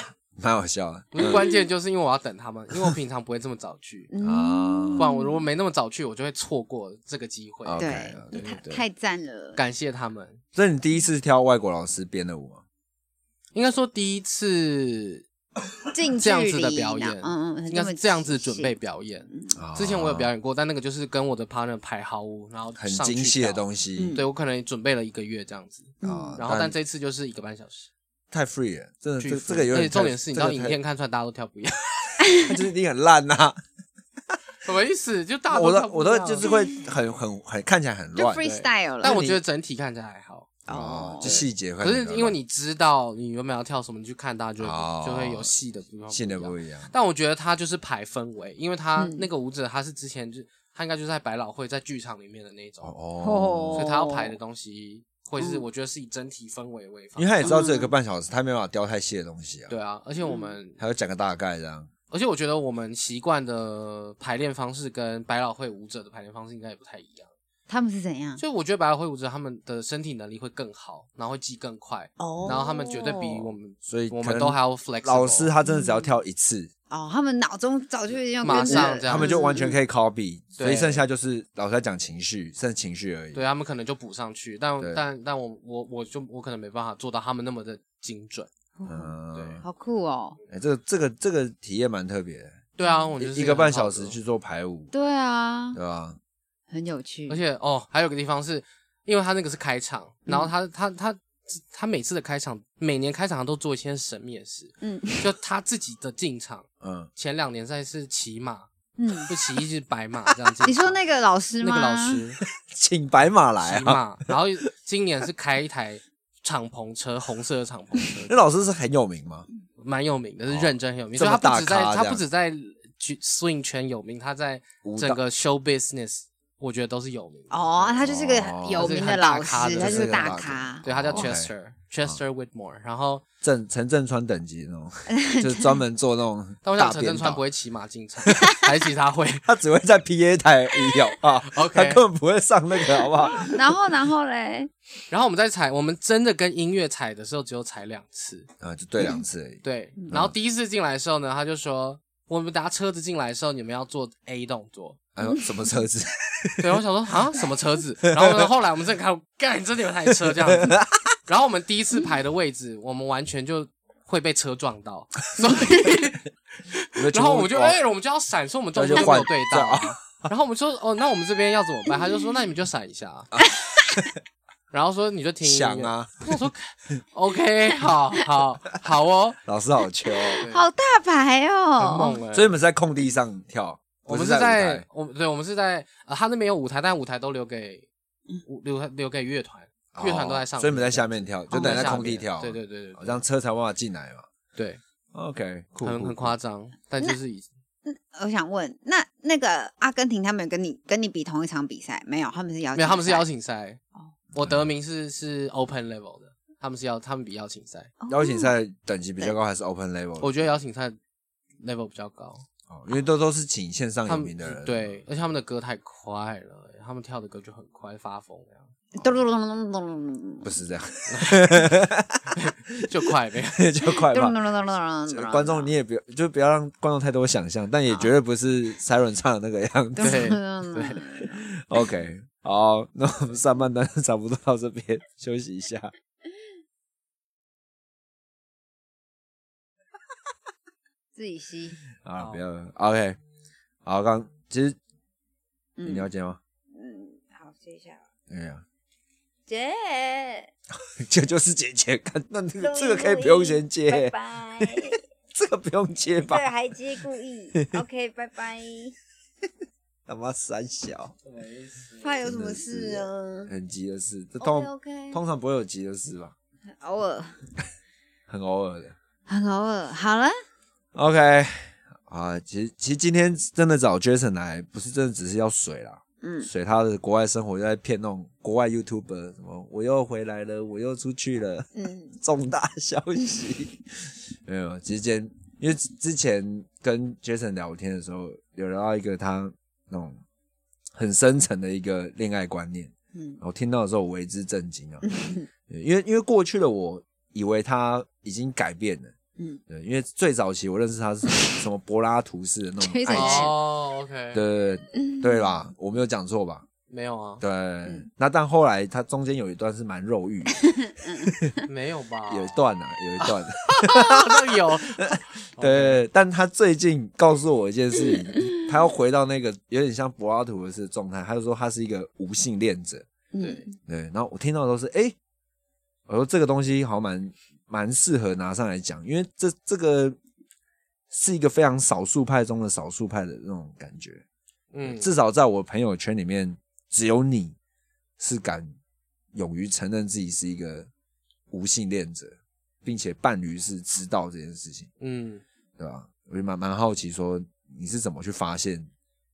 [SPEAKER 3] 蛮好笑的
[SPEAKER 5] 对嗯关键就是因为我要等他们，因为我平常不会这么早 去，
[SPEAKER 4] 嗯
[SPEAKER 3] 啊
[SPEAKER 5] 不然我如果没那么早去，我就会错过这个机会。
[SPEAKER 3] OK，对
[SPEAKER 4] 对
[SPEAKER 3] 对
[SPEAKER 4] 太
[SPEAKER 3] 对
[SPEAKER 4] 太赞了，
[SPEAKER 5] 感谢他们，
[SPEAKER 3] 所以你第一次跳外国老师编的舞吗？
[SPEAKER 5] 应该说第一次
[SPEAKER 4] 近
[SPEAKER 5] 这
[SPEAKER 4] 距
[SPEAKER 5] 样子
[SPEAKER 4] 离
[SPEAKER 5] 的
[SPEAKER 4] 呢
[SPEAKER 5] 表演，
[SPEAKER 4] 嗯嗯，
[SPEAKER 5] 应该
[SPEAKER 4] 么嗯
[SPEAKER 5] 是这样子
[SPEAKER 4] 细
[SPEAKER 5] 准备表演。
[SPEAKER 3] 啊
[SPEAKER 5] 之前我有表演过，但那个就是跟我的 partner 排好舞，然后
[SPEAKER 3] 很
[SPEAKER 5] 上去
[SPEAKER 3] 精细的
[SPEAKER 5] 跳。
[SPEAKER 3] 东西
[SPEAKER 4] 嗯
[SPEAKER 5] 对我可能准备了一个月这样子，
[SPEAKER 3] 啊，
[SPEAKER 5] 然后但这次就是一个半小时。
[SPEAKER 3] 太 free 了，真的
[SPEAKER 5] 巨
[SPEAKER 3] 嗯这
[SPEAKER 5] 幅
[SPEAKER 3] 这个有
[SPEAKER 5] 而且
[SPEAKER 3] 点太
[SPEAKER 5] 重点是，你知道
[SPEAKER 3] 这个
[SPEAKER 5] 影
[SPEAKER 3] 太
[SPEAKER 5] 片看出来大家都跳不一样，
[SPEAKER 3] 他 就是你很烂呐、
[SPEAKER 5] 什么意思？就大
[SPEAKER 3] 啊，
[SPEAKER 5] 家
[SPEAKER 3] 我
[SPEAKER 5] 都
[SPEAKER 3] 的
[SPEAKER 5] 跳
[SPEAKER 3] 我
[SPEAKER 5] 不一
[SPEAKER 3] 的
[SPEAKER 5] 样
[SPEAKER 3] 就是会很很很看起来很
[SPEAKER 4] 就
[SPEAKER 3] 乱
[SPEAKER 4] freestyle 了。
[SPEAKER 5] 但我觉得整体看起来还好。
[SPEAKER 3] 哦，就细节会
[SPEAKER 5] 可
[SPEAKER 3] 很
[SPEAKER 5] 是
[SPEAKER 3] 乱
[SPEAKER 5] 因为你知道你原本要跳什么，你去看大家就会、
[SPEAKER 3] 哦
[SPEAKER 5] 就会有细的地方
[SPEAKER 3] 信的不一
[SPEAKER 5] 一样。
[SPEAKER 3] 样，
[SPEAKER 5] 但我觉得他就是排氛围，因为他、
[SPEAKER 4] 嗯
[SPEAKER 5] 那个舞者他是之前就他应该就是在百老汇在剧场里面的那种，
[SPEAKER 3] 哦，
[SPEAKER 5] 所以他要排的东西会是、
[SPEAKER 4] 嗯
[SPEAKER 5] 我觉得是以整体氛围为
[SPEAKER 3] 因
[SPEAKER 5] 方
[SPEAKER 3] 为。他也知道这有个半小时，他没办法雕太细的东西啊，
[SPEAKER 5] 嗯对，啊，而且我们、
[SPEAKER 4] 嗯
[SPEAKER 3] 还要讲个大概这样，
[SPEAKER 5] 而且我觉得我们习惯的排练方式跟百老汇舞者的排练方式应该也不太一样。
[SPEAKER 4] 他们是怎样？
[SPEAKER 5] 所以我觉得百老汇舞者他们的身体能力会更好，然后会记更快，
[SPEAKER 4] 哦
[SPEAKER 5] 然后他们绝对比我们，
[SPEAKER 3] 所以
[SPEAKER 5] 我
[SPEAKER 3] 可
[SPEAKER 5] 们
[SPEAKER 3] 能
[SPEAKER 5] 都还要 flexible。
[SPEAKER 3] 老师他真的只要跳一次，
[SPEAKER 4] 哦，他们脑中早就已经
[SPEAKER 5] 马上这样嗯
[SPEAKER 3] 他们就完全
[SPEAKER 4] 以。
[SPEAKER 3] 可以 copy，
[SPEAKER 5] 对
[SPEAKER 3] 所以剩下就是老师在讲情绪，剩情绪而已。
[SPEAKER 5] 对他啊们可能就补上去，但
[SPEAKER 3] 对
[SPEAKER 5] 但但我我我就我可能没办法做到他们那么的精准。
[SPEAKER 3] 嗯
[SPEAKER 5] 对，
[SPEAKER 4] 好酷哦！
[SPEAKER 3] 哎这个这个这个体验蛮特别的，
[SPEAKER 5] 对啊，我就是
[SPEAKER 3] 一个半小时去，做排舞，
[SPEAKER 4] 对啊
[SPEAKER 3] 对，吧？
[SPEAKER 4] 很有趣，
[SPEAKER 5] 而且哦，还有个地方是因为他那个是开场，然后
[SPEAKER 3] 嗯
[SPEAKER 5] 他他他他每次的开场，每年开场都做一些神秘的事，
[SPEAKER 4] 嗯
[SPEAKER 5] 就他自己的进场，
[SPEAKER 3] 嗯，
[SPEAKER 5] 前两年赛是骑马，
[SPEAKER 4] 嗯，
[SPEAKER 5] 不骑一只白马这样子。
[SPEAKER 4] 你说那个老师
[SPEAKER 5] 那
[SPEAKER 4] 吗？
[SPEAKER 5] 个老师
[SPEAKER 3] 请白马来
[SPEAKER 5] 骑
[SPEAKER 3] 啊！
[SPEAKER 5] 马，然后今年是开一台敞篷车，红色的敞篷
[SPEAKER 3] 那
[SPEAKER 5] 车，
[SPEAKER 3] 老师是很有名吗？
[SPEAKER 5] 蛮有名的，是认真很有名。
[SPEAKER 3] 哦这
[SPEAKER 5] 所以
[SPEAKER 3] 么
[SPEAKER 5] 他不止
[SPEAKER 3] 大
[SPEAKER 5] 在
[SPEAKER 3] 咖这样
[SPEAKER 5] 他不止在剧 swing 圈有名，他在
[SPEAKER 3] 舞蹈
[SPEAKER 5] 整个 show business 我觉得都是有名的。
[SPEAKER 4] 哦，他就是个很有名的老师，
[SPEAKER 5] 哦
[SPEAKER 4] 他就是
[SPEAKER 3] 这是
[SPEAKER 4] 个
[SPEAKER 3] 个大
[SPEAKER 4] 大
[SPEAKER 3] 咖
[SPEAKER 4] 咖。
[SPEAKER 5] 对，他叫
[SPEAKER 3] 哦，OK
[SPEAKER 5] Chester Chester Whitmore。然后，
[SPEAKER 3] 郑陈振川等级那种， 就是专门做那种
[SPEAKER 5] 但我
[SPEAKER 3] 大
[SPEAKER 5] 想陈
[SPEAKER 3] 编
[SPEAKER 5] 振川
[SPEAKER 3] 导
[SPEAKER 5] 不，会骑马 进场，还是骑他会？
[SPEAKER 3] 他只会在 PA 台 里有啊
[SPEAKER 5] OK
[SPEAKER 3] 他根本不会上那个，好 不好？
[SPEAKER 4] 然后，然后嘞，
[SPEAKER 5] 然后我们在踩，我们真的跟音乐踩的时候只有踩两次。
[SPEAKER 3] 啊，就对两次而已。
[SPEAKER 5] 对，
[SPEAKER 4] 嗯
[SPEAKER 5] 然后第一次进来的时候呢，他就说。我们搭车子进来的时候，你们要做 A 动作，
[SPEAKER 3] 哎呦，什么车 子？
[SPEAKER 5] 对，我想说啊，什么车子？然后呢，后来我们真的看，干，真的有台车这样子。然后我们第一次排的位置，我们完全就会被车撞到，所以然后我们
[SPEAKER 3] 哦
[SPEAKER 5] 就哎、我们就要闪，所以我们动作
[SPEAKER 3] 那就
[SPEAKER 5] 都没
[SPEAKER 3] 换
[SPEAKER 5] 有对到啊
[SPEAKER 3] 对。
[SPEAKER 5] 然后我们说哦，那我们这边要怎么办？他就说那你们就闪一下啊。然后说你就听音乐
[SPEAKER 3] 想。 啊，
[SPEAKER 5] 我说 OK，好好好哦，
[SPEAKER 3] 老师好糗哦。
[SPEAKER 4] 好大牌
[SPEAKER 5] 很
[SPEAKER 4] 哦！
[SPEAKER 5] 猛哎、
[SPEAKER 3] 所以你们是在空地上跳，
[SPEAKER 5] 我们
[SPEAKER 3] 不
[SPEAKER 5] 是
[SPEAKER 3] 是舞
[SPEAKER 5] 在
[SPEAKER 3] 台
[SPEAKER 5] 我们对，我们是在呃，他那边有舞台，但舞台都留给舞留留给乐团，乐团都在上
[SPEAKER 3] 哦
[SPEAKER 5] 面，
[SPEAKER 3] 所以你们在下面跳，就等于在
[SPEAKER 5] 下
[SPEAKER 3] 空地
[SPEAKER 5] 面
[SPEAKER 3] 跳。
[SPEAKER 5] 对对对对
[SPEAKER 3] 好，这样车才有办法进来嘛。
[SPEAKER 5] 对，
[SPEAKER 3] OK，酷，
[SPEAKER 5] 很
[SPEAKER 3] 酷
[SPEAKER 5] 很夸张，但就是以
[SPEAKER 4] 我想问，那那个阿根廷他们有跟你跟你比同一场比赛没有？他们是邀请赛，
[SPEAKER 5] 没有，他们是邀请赛
[SPEAKER 4] 哦。
[SPEAKER 5] 我得名是是 open level 的，他们是邀他们比邀请赛，
[SPEAKER 4] 哦
[SPEAKER 3] 邀请赛等级比较高还是 Open Level？
[SPEAKER 5] 我觉得邀请赛 level 比较高。
[SPEAKER 3] 哦因为都都是请线上
[SPEAKER 5] 他
[SPEAKER 3] 有
[SPEAKER 5] 们
[SPEAKER 3] 名的人，
[SPEAKER 5] 对，而且他们的歌太快了，他们跳的歌就很快，发疯那样，
[SPEAKER 4] 咚咚咚咚咚咚
[SPEAKER 3] 不是这样，
[SPEAKER 5] 就快呗。
[SPEAKER 3] 就快
[SPEAKER 4] 咚
[SPEAKER 3] 吧
[SPEAKER 4] 咚。咚咚咚
[SPEAKER 3] 这
[SPEAKER 4] 咚，
[SPEAKER 3] 观众你也不要，就不要让观众太多想象，
[SPEAKER 5] 啊
[SPEAKER 3] 但也绝对不是 Siren 唱的那个样子。
[SPEAKER 5] 对
[SPEAKER 4] 对，
[SPEAKER 3] OK，好，那我们上半段差不多到这边，休息一下。
[SPEAKER 4] 自 己吸，
[SPEAKER 3] 好了，
[SPEAKER 5] 好
[SPEAKER 3] 啊不要了。OK，好，刚其实你
[SPEAKER 4] 嗯
[SPEAKER 3] 了解吗？
[SPEAKER 4] 嗯，好，接下来，
[SPEAKER 3] 哎呀，
[SPEAKER 4] 姐，
[SPEAKER 3] 这就是姐姐，看那这个这个可以不用先
[SPEAKER 4] 拜
[SPEAKER 3] 接，
[SPEAKER 4] 拜，
[SPEAKER 3] 这个不用接
[SPEAKER 4] 这个
[SPEAKER 3] 吧？
[SPEAKER 4] 还接故 意，OK，拜拜，
[SPEAKER 3] 他妈三小，
[SPEAKER 4] 怕有什
[SPEAKER 3] 真
[SPEAKER 4] 么
[SPEAKER 3] 的是
[SPEAKER 4] 事啊
[SPEAKER 3] 很急的事，这
[SPEAKER 4] ？OK
[SPEAKER 3] 通
[SPEAKER 4] OK，
[SPEAKER 3] 通常不会有急的事吧？
[SPEAKER 4] 偶尔，
[SPEAKER 3] 很偶尔的。
[SPEAKER 4] 很偶尔，好了，
[SPEAKER 3] OK，啊，其实其实今天真的找 Jason 来，不是真的只是要水啦，
[SPEAKER 4] 嗯，
[SPEAKER 3] 水他的国外生活，就在骗那种国外 YouTuber 什么，我又回来了，我又出去了，
[SPEAKER 4] 嗯，
[SPEAKER 3] 重大消息。没有，其实今天因为之前跟 Jason 聊天的时候，有聊到一个他那种很深层的一个恋爱观念，
[SPEAKER 4] 嗯
[SPEAKER 3] 然后听到的时候我为之震惊啊，对因为因为过去的我以为他已经改变了。
[SPEAKER 4] 嗯，
[SPEAKER 3] 对，因为最早期我认识他是什么柏拉图式的那种爱
[SPEAKER 4] 追谁
[SPEAKER 3] 情，
[SPEAKER 5] 哦，OK，
[SPEAKER 3] 对对
[SPEAKER 4] 嗯
[SPEAKER 3] 对对吧？我没有讲错吧？
[SPEAKER 5] 没有啊，
[SPEAKER 3] 对，那但后来他中间有一段是蛮肉欲的，
[SPEAKER 5] 没有吧？
[SPEAKER 3] 有一段啊，有一段，
[SPEAKER 5] 都有，
[SPEAKER 3] 对，但他最近告诉我一件事情，他要回到那个有点像柏拉图式的状态，他就说他是一个无性恋者，
[SPEAKER 4] 嗯，
[SPEAKER 3] 对，然后我听到都是哎、诶我说这个东西好像蛮蛮适合拿上来讲，因为这这个是一个非常少数派中的少数派的那种感觉，
[SPEAKER 5] 嗯，
[SPEAKER 3] 至少在我朋友圈里面，只有你是敢勇于承认自己是一个无性恋者，并且伴侣是知道这件事情，
[SPEAKER 5] 嗯，
[SPEAKER 3] 对吧？我就蛮蛮好奇，说你是怎么去发现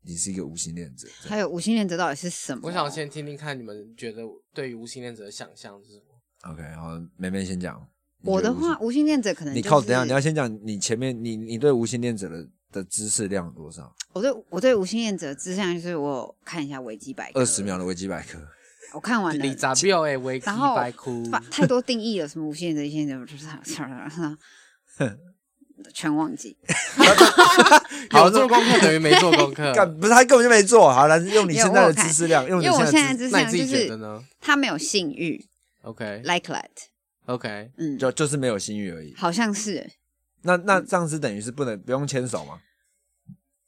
[SPEAKER 3] 你是一个无性恋者？这样
[SPEAKER 4] 还有无性恋者到底是什么？
[SPEAKER 5] 我想先听听看你们觉得对于无性恋者的想象是什么？
[SPEAKER 3] OK，好，妹妹先讲。你
[SPEAKER 4] 我
[SPEAKER 3] 觉
[SPEAKER 4] 的
[SPEAKER 3] 得无性
[SPEAKER 4] 话，，无性恋者可能
[SPEAKER 3] 你
[SPEAKER 4] 就
[SPEAKER 3] 靠
[SPEAKER 4] 是
[SPEAKER 3] 等一下，你要先讲你前面你你对无性恋者的的知识量有多少？
[SPEAKER 4] 我对我对无性恋者的志向就是我有看一下维基百科，
[SPEAKER 3] 二十，秒的维基百科。
[SPEAKER 4] 我看完了
[SPEAKER 5] 李，扎彪哎，维基
[SPEAKER 4] 然后
[SPEAKER 5] 百科，
[SPEAKER 4] 把太多定义了，什么无性恋者、异性恋者，就是全忘记。
[SPEAKER 5] 有做功课等于没做功课，
[SPEAKER 3] 干不是他根本就没做好了，用你
[SPEAKER 4] 有
[SPEAKER 3] 现
[SPEAKER 4] 呃我
[SPEAKER 3] 在的
[SPEAKER 4] 有看
[SPEAKER 3] 知识量，用
[SPEAKER 4] 因
[SPEAKER 3] 你
[SPEAKER 4] 为我
[SPEAKER 3] 现
[SPEAKER 4] 现
[SPEAKER 3] 在的
[SPEAKER 4] 在
[SPEAKER 3] 知
[SPEAKER 4] 志
[SPEAKER 5] 那你
[SPEAKER 4] 向
[SPEAKER 5] 自
[SPEAKER 4] 就
[SPEAKER 5] 己觉得
[SPEAKER 4] 是
[SPEAKER 5] 呢
[SPEAKER 4] 他没有性欲
[SPEAKER 5] ？OK
[SPEAKER 4] ，like that，
[SPEAKER 5] OK，
[SPEAKER 4] 嗯，
[SPEAKER 3] 就就是没有性欲而已。
[SPEAKER 4] 好像是
[SPEAKER 3] 那
[SPEAKER 4] 嗯
[SPEAKER 3] 那这样子等于是不能不用牵手吗？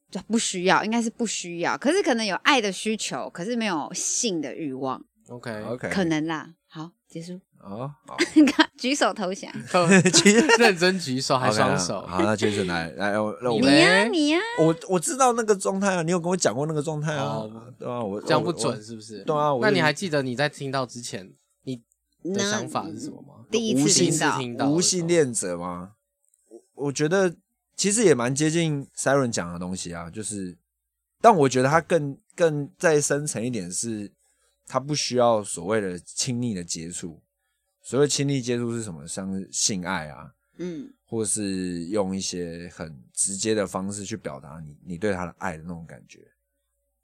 [SPEAKER 4] 就不需要，应该是不需要，可是可能有爱的需求，可是没有性的欲望，
[SPEAKER 5] OK，
[SPEAKER 3] OK，
[SPEAKER 4] 可能啦。好，结束，
[SPEAKER 3] 哦，好，
[SPEAKER 4] 举手投降。
[SPEAKER 5] 认真举手 还
[SPEAKER 3] OK，
[SPEAKER 5] 双手
[SPEAKER 3] 好，好那 Jason 来来，我那我哎
[SPEAKER 5] 你
[SPEAKER 4] 你
[SPEAKER 5] 嘞
[SPEAKER 4] 呀，你呀，
[SPEAKER 3] 我我知道那个状态啊，你有跟我讲过那个状态啊
[SPEAKER 5] 哦，
[SPEAKER 3] 对啊，我
[SPEAKER 5] 这样不
[SPEAKER 3] 我
[SPEAKER 5] 准是不是？
[SPEAKER 3] 对啊我
[SPEAKER 5] 那你还记得你在听到之前你的
[SPEAKER 4] 那
[SPEAKER 5] 想法是什么吗？
[SPEAKER 4] 第一
[SPEAKER 3] 无
[SPEAKER 4] 次
[SPEAKER 3] 性
[SPEAKER 4] 听
[SPEAKER 5] 是
[SPEAKER 4] 到，
[SPEAKER 5] 听到
[SPEAKER 3] 我无性恋者吗？我我觉得其实也蛮接近 Siren 讲的东西啊，就是，但我觉得他更更再深层一点是，他不需要所谓的亲密的接触，所谓亲密接触是什么？像是性爱啊，
[SPEAKER 4] 嗯
[SPEAKER 3] 或是用一些很直接的方式去表达你你对他的爱的那种感觉，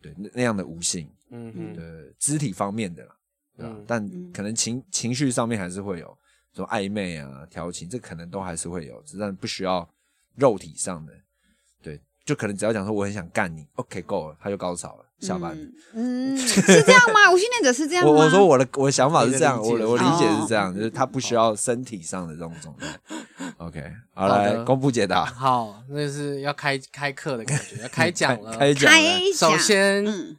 [SPEAKER 3] 对那那样的无性，
[SPEAKER 5] 嗯
[SPEAKER 3] 对
[SPEAKER 5] 哼，
[SPEAKER 3] 肢体方面的啦，对吧？
[SPEAKER 5] 嗯
[SPEAKER 3] 但可能情情绪上面还是会有什么暧昧啊、调情，这可能都还是会有，只但不需要肉体上的，对，就可能只要讲说我很想干你，OK 够了，他就高潮了，下班了。
[SPEAKER 4] 嗯，嗯，是这样吗？无性恋者是这样吗？
[SPEAKER 3] 我我说我的我的想法是这样，
[SPEAKER 5] 你
[SPEAKER 3] 我的
[SPEAKER 5] 的理解是
[SPEAKER 3] 我理解是这
[SPEAKER 4] 哦
[SPEAKER 3] 样，就是他不需要身体上的这种状态。OK，好
[SPEAKER 5] 好的
[SPEAKER 3] 来公布解答。
[SPEAKER 5] 好，那就是要开开课的感觉，要开讲了。
[SPEAKER 3] 开讲
[SPEAKER 4] 开
[SPEAKER 3] 了。
[SPEAKER 4] 讲
[SPEAKER 5] 首先
[SPEAKER 4] 嗯，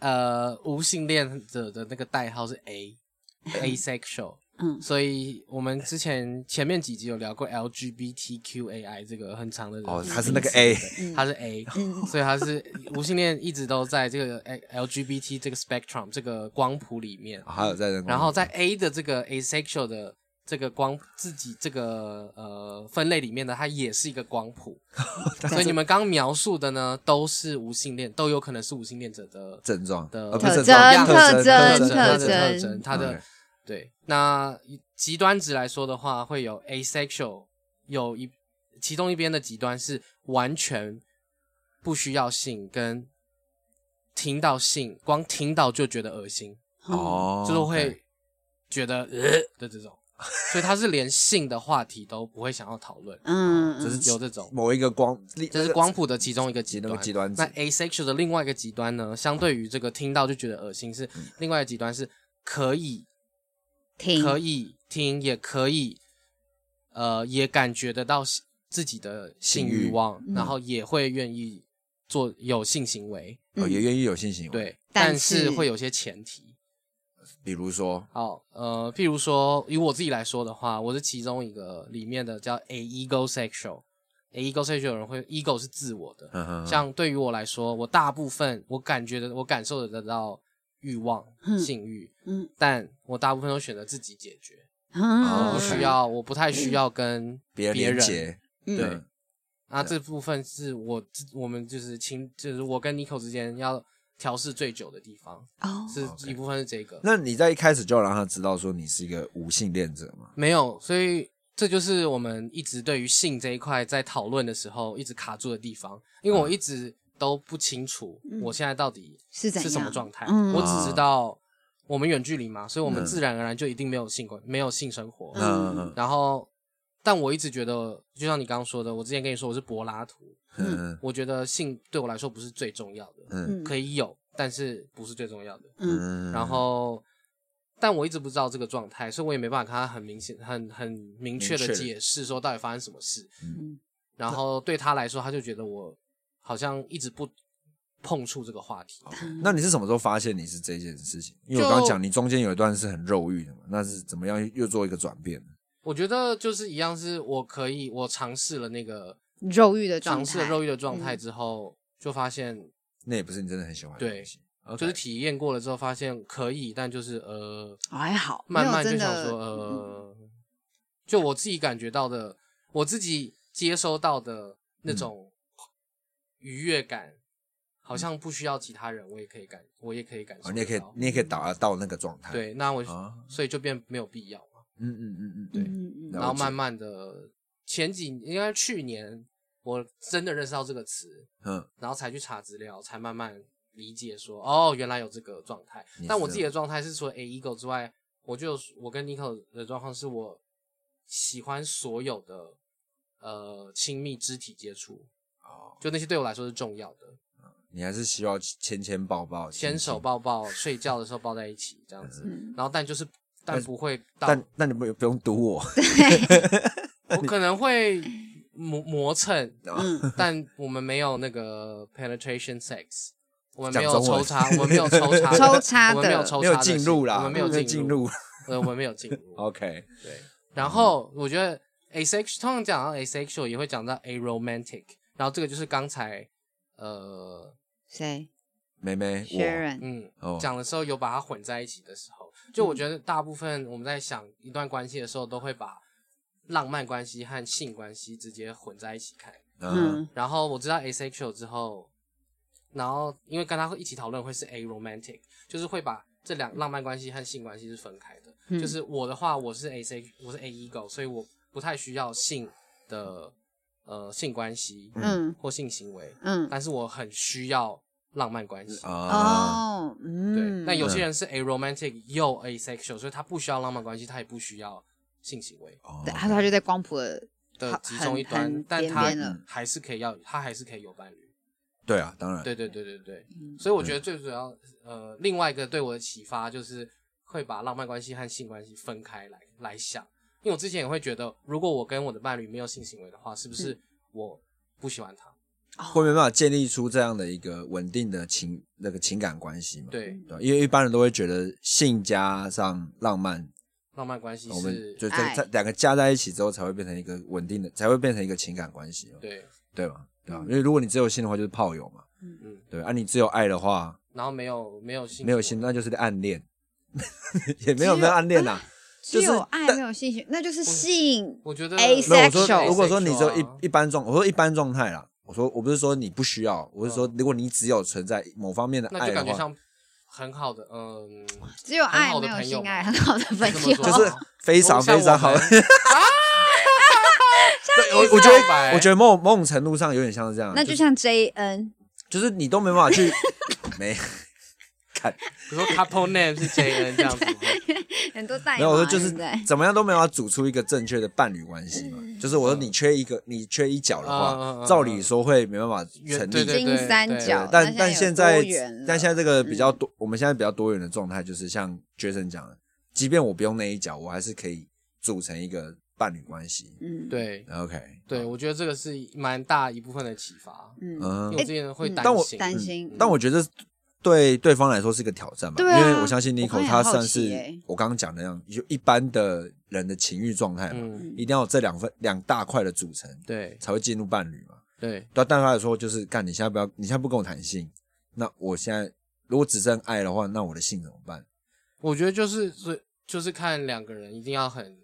[SPEAKER 5] 呃，无性恋者的那个代号是 A，asexual。
[SPEAKER 4] 嗯
[SPEAKER 5] 所以我们之前前面几集有聊过 LGBTQAI 这个很长的人
[SPEAKER 3] 哦他是那个 A
[SPEAKER 5] 嗯他是 A，所 以他是无性恋，一直都在这 个 LGBT
[SPEAKER 3] 啊
[SPEAKER 5] 这个 spectrum 这个光谱里面。
[SPEAKER 3] 还有在人工
[SPEAKER 5] 然后在 A 的这个 asexual 的这个光自己这个呃分类里面的，它也是一个光谱。所以
[SPEAKER 4] 嗯
[SPEAKER 5] 你们刚描述的呢，都是无性恋，都有可能是无性恋者的
[SPEAKER 3] 症状，
[SPEAKER 5] 的
[SPEAKER 3] 呃，不
[SPEAKER 4] 特
[SPEAKER 3] 是
[SPEAKER 5] 症
[SPEAKER 3] 症状特
[SPEAKER 5] 特
[SPEAKER 4] 征、征、
[SPEAKER 5] 征特
[SPEAKER 4] 特
[SPEAKER 5] 征
[SPEAKER 4] 征，
[SPEAKER 5] 它的
[SPEAKER 3] 嗯
[SPEAKER 5] 对。那极端值来说的话，会有 asexual，有一其中一边的极端是完全不需要性跟听到性，光听到就觉得恶心。
[SPEAKER 4] 嗯
[SPEAKER 3] 哦，
[SPEAKER 5] 就是
[SPEAKER 3] OK
[SPEAKER 5] 会觉得呃的这种，所以他是连性的话题都不会想要讨论，
[SPEAKER 4] 嗯，
[SPEAKER 3] 这
[SPEAKER 4] 嗯
[SPEAKER 3] 是
[SPEAKER 5] 有这种，
[SPEAKER 3] 某一个光，
[SPEAKER 5] 这是光谱的其中一个极
[SPEAKER 3] 极那
[SPEAKER 5] 端
[SPEAKER 3] 个。极端值
[SPEAKER 5] 那 asexual 的另外一个极端呢，相对于这个听到就觉得恶心，是另外一个极端是可以
[SPEAKER 4] 听
[SPEAKER 5] 可以听，也可以呃也感觉得到性自己的
[SPEAKER 3] 性
[SPEAKER 5] 性
[SPEAKER 3] 欲
[SPEAKER 5] 欲望，然后也会愿意做有性行为，
[SPEAKER 3] 哦，也愿意有性行为，，
[SPEAKER 5] 嗯对，
[SPEAKER 4] 但
[SPEAKER 5] 但是
[SPEAKER 4] 是
[SPEAKER 5] 会有些前提，
[SPEAKER 3] 比如说
[SPEAKER 5] 好，呃，譬如说，以我自己来说的话，我是其中一个里面的叫 a ego sexual。a ego sexual 有人会 ego 是自我的，
[SPEAKER 3] 嗯哼
[SPEAKER 5] 像对于我来说，我大部分我感觉的，我感受得到欲望、
[SPEAKER 4] 嗯
[SPEAKER 5] 性欲，
[SPEAKER 4] 嗯
[SPEAKER 5] 但我大部分都选择自己解决，
[SPEAKER 4] 嗯
[SPEAKER 3] 哦
[SPEAKER 5] 我
[SPEAKER 3] ，OK
[SPEAKER 5] 需要，我不太需要跟
[SPEAKER 3] 别人
[SPEAKER 5] 别
[SPEAKER 3] 连
[SPEAKER 5] 人。
[SPEAKER 3] 接，
[SPEAKER 4] 嗯
[SPEAKER 5] 对
[SPEAKER 3] 嗯
[SPEAKER 5] 啊，这部分是我自我们就是亲，就是我跟 Nico 之间要调试最久的地方，
[SPEAKER 4] 哦，
[SPEAKER 5] 是
[SPEAKER 3] OK
[SPEAKER 5] 一部分是这个。
[SPEAKER 3] 那你在一开始就要让他知道说你是一个无性恋者嘛？
[SPEAKER 5] 没有，所以这就是我们一直对于性这一块在讨论的时候一直卡住的地方，因为我一直都不清楚
[SPEAKER 4] 嗯
[SPEAKER 5] 我现在到底
[SPEAKER 4] 是怎
[SPEAKER 5] 是什么
[SPEAKER 4] 样
[SPEAKER 5] 状态，
[SPEAKER 4] 嗯
[SPEAKER 5] 我只知道我们远距离嘛，所以我们
[SPEAKER 3] 嗯
[SPEAKER 5] 自然而然就一定没有性关，没有性生活。
[SPEAKER 4] 嗯
[SPEAKER 3] 嗯
[SPEAKER 5] 然后，但我一直觉得，就像你刚刚说的，我之前跟你说我是柏拉图，
[SPEAKER 3] 嗯
[SPEAKER 5] 我觉得性对我来说不是最重要的，
[SPEAKER 3] 嗯
[SPEAKER 5] 可以有，但是不是最重要的。
[SPEAKER 4] 嗯
[SPEAKER 3] 嗯
[SPEAKER 5] 然后，但我一直不知道这个状态，所以我也没办法跟他很明显、很很明确
[SPEAKER 3] 明确地
[SPEAKER 5] 的解释说到底发生什么事。
[SPEAKER 4] 嗯
[SPEAKER 5] 然后对他来说，他就觉得我好像一直不碰触这个话题。
[SPEAKER 3] 那你是什么时候发现你是这件事情？因为我刚刚讲你中间有一段是很肉欲的嘛，那是怎么样又做一个转变？
[SPEAKER 5] 我觉得就是一样，是我可以，我尝试了那个
[SPEAKER 4] 肉欲的状
[SPEAKER 5] 尝试了
[SPEAKER 4] 态，嗯
[SPEAKER 5] 肉欲的状态之后，就发现
[SPEAKER 3] 那也不是你真的很喜欢的东西，OK
[SPEAKER 5] 就是体验过了之后，发现可以，但就是呃，
[SPEAKER 4] 还好，没
[SPEAKER 5] 慢
[SPEAKER 4] 有
[SPEAKER 5] 慢就
[SPEAKER 4] 真
[SPEAKER 5] 想
[SPEAKER 4] 的
[SPEAKER 3] 嗯
[SPEAKER 5] 说，呃，就我自己感觉到的，我自己接收到的
[SPEAKER 3] 嗯
[SPEAKER 5] 那种愉悦感，好像不需要其他人，我也可以感，我也可以感受得到、
[SPEAKER 3] 嗯哦，你也可以，你也可以达到那个状态。，
[SPEAKER 5] 对，那我、
[SPEAKER 3] 啊
[SPEAKER 5] 所以就变没有必要嘛。
[SPEAKER 3] 嗯嗯嗯嗯，
[SPEAKER 4] 嗯
[SPEAKER 3] 对。
[SPEAKER 4] 嗯嗯
[SPEAKER 5] 然后
[SPEAKER 3] 了解
[SPEAKER 5] 慢慢的，前几应该去年，我真的认识到这个词，
[SPEAKER 3] 嗯，
[SPEAKER 5] 然后才去查资料，才慢慢理解说，哦，原来有这个状态
[SPEAKER 3] 你。是啊
[SPEAKER 5] 但我自己的状态是除了 A ego 之外，我就我跟 Nico 的状况是我喜欢所有的呃亲密肢体接触，
[SPEAKER 3] 哦，
[SPEAKER 5] 就那些对我来说是重要的，
[SPEAKER 3] 你还是需要牵牵抱抱，
[SPEAKER 5] 牵手
[SPEAKER 3] 亲亲，
[SPEAKER 5] 抱抱，睡觉的时候抱在一起这样子。
[SPEAKER 4] 嗯
[SPEAKER 5] 然后但就是但不会到，
[SPEAKER 3] 但但你不不用堵我，
[SPEAKER 5] 我可能会磨 磨蹭，
[SPEAKER 4] 嗯
[SPEAKER 5] 但我们没有那个 penetration sex，我们没
[SPEAKER 3] 讲
[SPEAKER 5] 有
[SPEAKER 3] 中文
[SPEAKER 5] 抽插，我们没有 抽插的，
[SPEAKER 4] 抽插的
[SPEAKER 5] 我们没有抽
[SPEAKER 3] 没
[SPEAKER 5] 插
[SPEAKER 3] 有
[SPEAKER 5] 的
[SPEAKER 3] 进
[SPEAKER 5] 性，
[SPEAKER 3] 入啦，
[SPEAKER 5] 我们没有
[SPEAKER 3] 进
[SPEAKER 5] 进入，
[SPEAKER 3] 入。
[SPEAKER 5] 呃，我们没有 进入。
[SPEAKER 3] OK，
[SPEAKER 5] 对，然后我觉得 asexual 通常讲到 asexual 也会讲到 aromantic，然后这个就是刚才呃
[SPEAKER 4] 谁
[SPEAKER 3] 妹妹，我
[SPEAKER 4] ？Sharon，
[SPEAKER 5] 嗯
[SPEAKER 3] 哦
[SPEAKER 5] 讲的时候有把它混在一起的时候，就我觉得大部分我们在想一段关系的时候，都会把浪漫关系和性关系直接混在一起看。
[SPEAKER 3] 嗯
[SPEAKER 4] 嗯
[SPEAKER 5] 然后我知道 asexual 之后，然后因为跟他一起讨论会是 aromantic，就是会把这两浪漫关系和性关系是分开的。
[SPEAKER 4] 嗯
[SPEAKER 5] 就是我的话，我是 asex，我是 a ego，所以我不太需要性的呃性关系
[SPEAKER 4] 嗯
[SPEAKER 5] 或性行为，
[SPEAKER 4] 嗯，
[SPEAKER 5] 但是我很需要浪漫关系。
[SPEAKER 3] 啊，
[SPEAKER 4] 哦，
[SPEAKER 5] 对
[SPEAKER 4] 嗯，，
[SPEAKER 5] 那有些人是 aromantic 又 asexual，所以他不需要浪漫关系，他也不需要性行为
[SPEAKER 3] 哦
[SPEAKER 4] 对，他说他就在光谱的
[SPEAKER 5] 的
[SPEAKER 4] 好
[SPEAKER 5] 其中一
[SPEAKER 4] 很很
[SPEAKER 5] 端，但
[SPEAKER 4] 边
[SPEAKER 5] 他嗯
[SPEAKER 4] 边了
[SPEAKER 5] 还是可以要，他还是可以有伴侣。
[SPEAKER 3] 对啊，当然，
[SPEAKER 5] 对对对对对，
[SPEAKER 4] 嗯
[SPEAKER 5] 所以我觉得最主要，呃，另外一个对我的启发就是会把浪漫关系和性关系分开来来想，因为我之前也会觉得，如果我跟我的伴侣没有性行为的话，是不
[SPEAKER 3] 嗯
[SPEAKER 5] 是我不喜欢他？
[SPEAKER 4] 哦
[SPEAKER 3] 会没办法建立出这样的一个稳定的情那个情感关系嘛？
[SPEAKER 5] 对，
[SPEAKER 3] 对吧，啊因为一般人都会觉得性加上浪漫，
[SPEAKER 5] 浪漫关系，
[SPEAKER 3] 我们就是在
[SPEAKER 4] 爱
[SPEAKER 3] 在两个加在一起之后，才会变成一个稳定的，才会变成一个情感关系嘛，
[SPEAKER 5] 对，
[SPEAKER 3] 对吧？对啊
[SPEAKER 4] 嗯
[SPEAKER 3] 吧？因为如果你只有性的话，就是炮友嘛，
[SPEAKER 5] 嗯，
[SPEAKER 3] 对吧啊，你只有爱的话，
[SPEAKER 5] 然后没有没有性
[SPEAKER 3] 没有
[SPEAKER 5] 行
[SPEAKER 3] 性
[SPEAKER 5] 为
[SPEAKER 3] 那就是暗恋，也没有没有暗恋啦，啊就是
[SPEAKER 4] 只有爱
[SPEAKER 3] 但
[SPEAKER 4] 没有性行，那就是性。
[SPEAKER 5] 我觉得
[SPEAKER 4] Asexual
[SPEAKER 3] 没有我说，如果说
[SPEAKER 5] asexual
[SPEAKER 3] 你只有一
[SPEAKER 5] 啊
[SPEAKER 3] 一般状，我说一般状态啦。我说我不是说你不需要，我是说如果你只有存在某方面的
[SPEAKER 5] 嗯啊那
[SPEAKER 3] 爱
[SPEAKER 5] 就
[SPEAKER 3] 的
[SPEAKER 5] 感觉
[SPEAKER 3] 话，
[SPEAKER 5] 像很好的，嗯，
[SPEAKER 4] 只有
[SPEAKER 5] 很
[SPEAKER 4] 爱
[SPEAKER 5] 好的
[SPEAKER 4] 没有
[SPEAKER 5] 朋友
[SPEAKER 4] 性
[SPEAKER 5] 嘛
[SPEAKER 4] 爱，很好的朋
[SPEAKER 5] 这么
[SPEAKER 4] 友，
[SPEAKER 5] 说
[SPEAKER 3] 就是非常
[SPEAKER 5] 像
[SPEAKER 3] 非常好
[SPEAKER 5] 我
[SPEAKER 3] 的
[SPEAKER 5] 们。
[SPEAKER 3] 对， 我我觉
[SPEAKER 5] 告白
[SPEAKER 3] 得我觉得某某种程度上有点像是这样，
[SPEAKER 4] 那
[SPEAKER 3] 啊就
[SPEAKER 4] 就是像 J N，
[SPEAKER 3] 就是你都没办法 去没看，
[SPEAKER 5] 比如说 couple name 是 J N 这样子吗，
[SPEAKER 4] 很多代码。
[SPEAKER 3] 没有我说就是
[SPEAKER 4] 对不对
[SPEAKER 3] 怎么样都没办法组出一个正确的伴侣关系嘛。就是我说你缺一个，你缺一角的
[SPEAKER 5] 嗯嗯
[SPEAKER 3] 话
[SPEAKER 5] 嗯，
[SPEAKER 3] 照理说会没办法
[SPEAKER 5] 原
[SPEAKER 3] 成
[SPEAKER 5] 对
[SPEAKER 3] 立
[SPEAKER 5] 对
[SPEAKER 4] 金三角
[SPEAKER 3] 对，但
[SPEAKER 4] 那
[SPEAKER 3] 但
[SPEAKER 4] 现
[SPEAKER 3] 现
[SPEAKER 4] 在有
[SPEAKER 3] 在
[SPEAKER 4] 多元了，嗯
[SPEAKER 3] 但现在这个比较多，我们现在比较多元的状态就是像 Jason 讲的，即便我不用那一脚，我还是可以组成一个伴侣关系。
[SPEAKER 4] 嗯，
[SPEAKER 5] 对
[SPEAKER 3] OK，
[SPEAKER 5] 对，我觉得这个是蛮大一部分的启发，
[SPEAKER 4] 嗯，
[SPEAKER 5] 因
[SPEAKER 3] 嗯
[SPEAKER 5] 为我，之前会
[SPEAKER 4] 嗯
[SPEAKER 5] 担
[SPEAKER 3] 但我
[SPEAKER 5] 心，
[SPEAKER 4] 担心，
[SPEAKER 3] 但我觉得对对方来说是个挑战吧，
[SPEAKER 4] 对啊
[SPEAKER 3] 因为我相信
[SPEAKER 4] 我
[SPEAKER 3] Nico
[SPEAKER 4] 刚才
[SPEAKER 3] 他
[SPEAKER 4] 很好
[SPEAKER 3] 算
[SPEAKER 4] 奇
[SPEAKER 3] 是
[SPEAKER 4] 欸
[SPEAKER 3] 我刚刚讲的那样，就一般的人的情欲状态嘛，
[SPEAKER 5] 嗯，
[SPEAKER 3] 一定要有这两份两大块的组成，
[SPEAKER 5] 对
[SPEAKER 3] 才会进入伴侣嘛。
[SPEAKER 5] 对，
[SPEAKER 3] 对啊，但他来说就是干，你现在不要，你现在不跟我谈性，那我现在如果只剩爱的话，那我的性怎么办？
[SPEAKER 5] 我觉得就是所以就是看两个人一定要很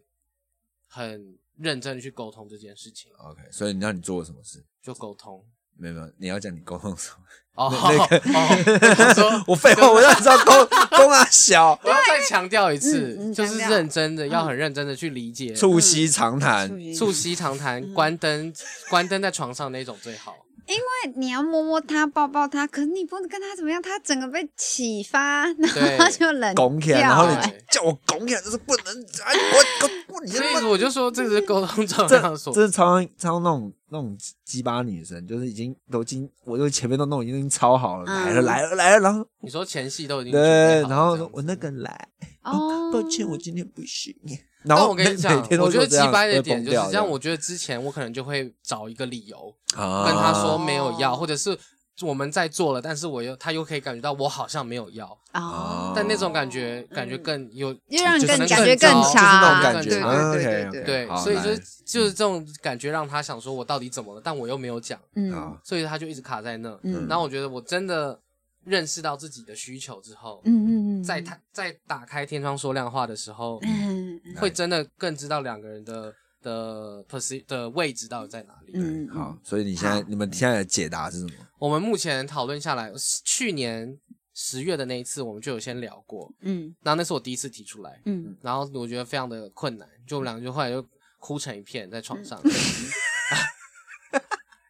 [SPEAKER 5] 很认真地去沟通这件事情，
[SPEAKER 3] OK，所以你让你做了什么事？
[SPEAKER 5] 就沟通。
[SPEAKER 3] 没有没有，你要讲你沟通什么？
[SPEAKER 5] 哦，哦， 我想 说
[SPEAKER 3] 我废话，我让你知道 沟沟啊 小，
[SPEAKER 5] 我要再强调一
[SPEAKER 4] 嗯
[SPEAKER 5] 次，
[SPEAKER 4] 嗯
[SPEAKER 5] 就是
[SPEAKER 4] 强调
[SPEAKER 5] 认真的，要很认真的去理解。
[SPEAKER 3] 促膝长
[SPEAKER 4] 嗯
[SPEAKER 3] 谈。
[SPEAKER 5] 促膝长谈，关灯，关灯在床上那种最 好。
[SPEAKER 4] 因为哎你要摸摸他，抱抱他，可是你不能跟他怎么样，他整个被启发，然后
[SPEAKER 5] 对
[SPEAKER 4] 就冷
[SPEAKER 3] 拱起来，
[SPEAKER 4] 掉
[SPEAKER 3] 然后
[SPEAKER 4] 了
[SPEAKER 5] 哎
[SPEAKER 3] 你叫我拱起来，就是不能，哎，我我我你
[SPEAKER 5] 所
[SPEAKER 3] 他妈
[SPEAKER 5] 以我就说，这是沟通重
[SPEAKER 3] 这
[SPEAKER 5] 要所
[SPEAKER 3] 这是超超那种那种鸡巴女生，就是已经都已经，我就前面都弄已经超好了，
[SPEAKER 1] 嗯
[SPEAKER 3] 来了来了来了，然后
[SPEAKER 5] 你说前戏都已经准备
[SPEAKER 3] 对，
[SPEAKER 5] 好
[SPEAKER 3] 然后
[SPEAKER 5] 这样
[SPEAKER 3] 说
[SPEAKER 5] 子
[SPEAKER 3] 我那个来，
[SPEAKER 4] 哦，
[SPEAKER 3] 抱歉，我今天不行。然
[SPEAKER 5] 但
[SPEAKER 3] 后
[SPEAKER 5] 我跟你
[SPEAKER 3] 每
[SPEAKER 5] 讲
[SPEAKER 3] 每天，都
[SPEAKER 5] 我觉得
[SPEAKER 3] 这
[SPEAKER 5] 鸡
[SPEAKER 3] 样
[SPEAKER 5] 掰的
[SPEAKER 3] 会
[SPEAKER 5] 点
[SPEAKER 3] 崩
[SPEAKER 5] 就是
[SPEAKER 3] 掉
[SPEAKER 5] 这样。我觉得之前我可能就会找一个理由
[SPEAKER 3] 跟
[SPEAKER 5] 跟他说没有要，或者是我们在做了，但是我又他又可以感觉到我好像没有要，
[SPEAKER 3] 啊
[SPEAKER 4] 哦，
[SPEAKER 5] 但那种感觉感觉
[SPEAKER 4] 嗯
[SPEAKER 5] 更有
[SPEAKER 4] 就让你
[SPEAKER 5] 可
[SPEAKER 4] 更
[SPEAKER 5] 能
[SPEAKER 4] 感觉更
[SPEAKER 5] 糟
[SPEAKER 4] 差啊，
[SPEAKER 3] 就是那种感觉嗯
[SPEAKER 4] 对对对
[SPEAKER 3] OK，
[SPEAKER 4] 对对
[SPEAKER 3] OK
[SPEAKER 5] 对，
[SPEAKER 3] 好
[SPEAKER 5] 所以就
[SPEAKER 3] 来
[SPEAKER 5] 是就是这种感觉让他想说我到底怎么了，但我又没有讲，
[SPEAKER 4] 嗯
[SPEAKER 3] 好
[SPEAKER 5] 所以他就一直卡在那。
[SPEAKER 4] 嗯
[SPEAKER 5] 然后我觉得我真的认识到自己的需求之后，
[SPEAKER 4] 嗯嗯嗯，
[SPEAKER 5] 在他在打开天窗说亮话的时候，
[SPEAKER 4] 嗯
[SPEAKER 5] 会真的更知道两个人的的 posi 的位置到底在哪里。
[SPEAKER 4] 嗯
[SPEAKER 3] 好，所以你现在你们现在的解答是什么？
[SPEAKER 5] 我们目前讨论下来，去年十月的那一次，我们就有先聊过，
[SPEAKER 4] 嗯
[SPEAKER 5] 然后那是我第一次提出来，
[SPEAKER 4] 嗯，
[SPEAKER 5] 然后我觉得非常的困难，就我们两个就后来就哭成一片在床
[SPEAKER 3] 嗯
[SPEAKER 5] 上，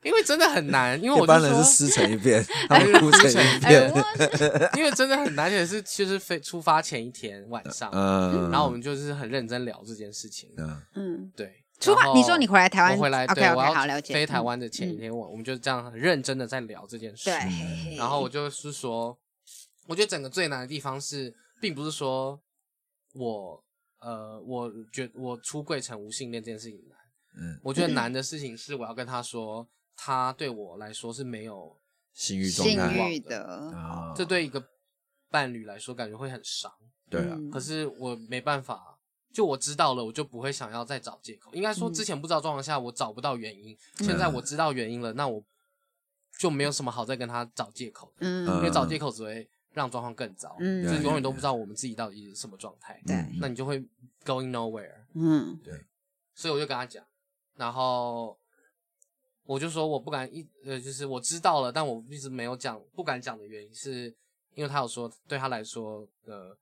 [SPEAKER 5] 因为真的很难，因为
[SPEAKER 3] 一
[SPEAKER 5] 我就
[SPEAKER 3] 般人是
[SPEAKER 5] 说，
[SPEAKER 3] 撕成一片， 他们哭成一
[SPEAKER 4] 哎
[SPEAKER 3] 片。
[SPEAKER 4] 我
[SPEAKER 5] 因为真的很难，而且是就是飞出发前一天晚上，
[SPEAKER 3] 嗯，
[SPEAKER 5] 然后我们就是很认真聊这件事情，
[SPEAKER 3] 嗯
[SPEAKER 4] 嗯，
[SPEAKER 5] 对。
[SPEAKER 4] 出发
[SPEAKER 5] 然后
[SPEAKER 4] 你说你回来台湾
[SPEAKER 5] 我回来
[SPEAKER 4] OK，
[SPEAKER 5] 对
[SPEAKER 4] OK，
[SPEAKER 5] 我要
[SPEAKER 4] 好了解嗯
[SPEAKER 5] 飞台湾的前一天，我我们就这样很认真的在聊这件事。
[SPEAKER 4] 对，
[SPEAKER 5] 然后我就是说，我觉得整个最难的地方是，并不是说我呃，我觉我出柜成无性恋这件事情难，
[SPEAKER 3] 嗯，
[SPEAKER 5] 我觉得难的事情是我要跟他说，他对我来说是没有，
[SPEAKER 3] 性欲状
[SPEAKER 4] 性
[SPEAKER 3] 态
[SPEAKER 4] 欲的，
[SPEAKER 3] 啊，
[SPEAKER 5] 这对一个伴侣来说感觉会很伤，
[SPEAKER 3] 对啊，
[SPEAKER 4] 嗯
[SPEAKER 5] 可是我没办法。就我知道了，我就不会想要再找借口。应该说，之前不知道状况下，我找不到原因。现在我知道原因了，那我就没有什么好再跟他找借口的。因
[SPEAKER 4] 嗯
[SPEAKER 5] 为找借口只会让状况更糟，
[SPEAKER 4] 嗯
[SPEAKER 5] 就是永
[SPEAKER 3] 对
[SPEAKER 5] 远都不知道我们自己到底是什么状态，
[SPEAKER 4] 对
[SPEAKER 3] 嗯
[SPEAKER 5] 那你就会 going nowhere。
[SPEAKER 4] 嗯
[SPEAKER 5] 所以我就跟他讲，然后我就说我不敢一呃，就是我知道了，但我一直没有讲，不敢讲的原因是因为他有说对他来说，呃，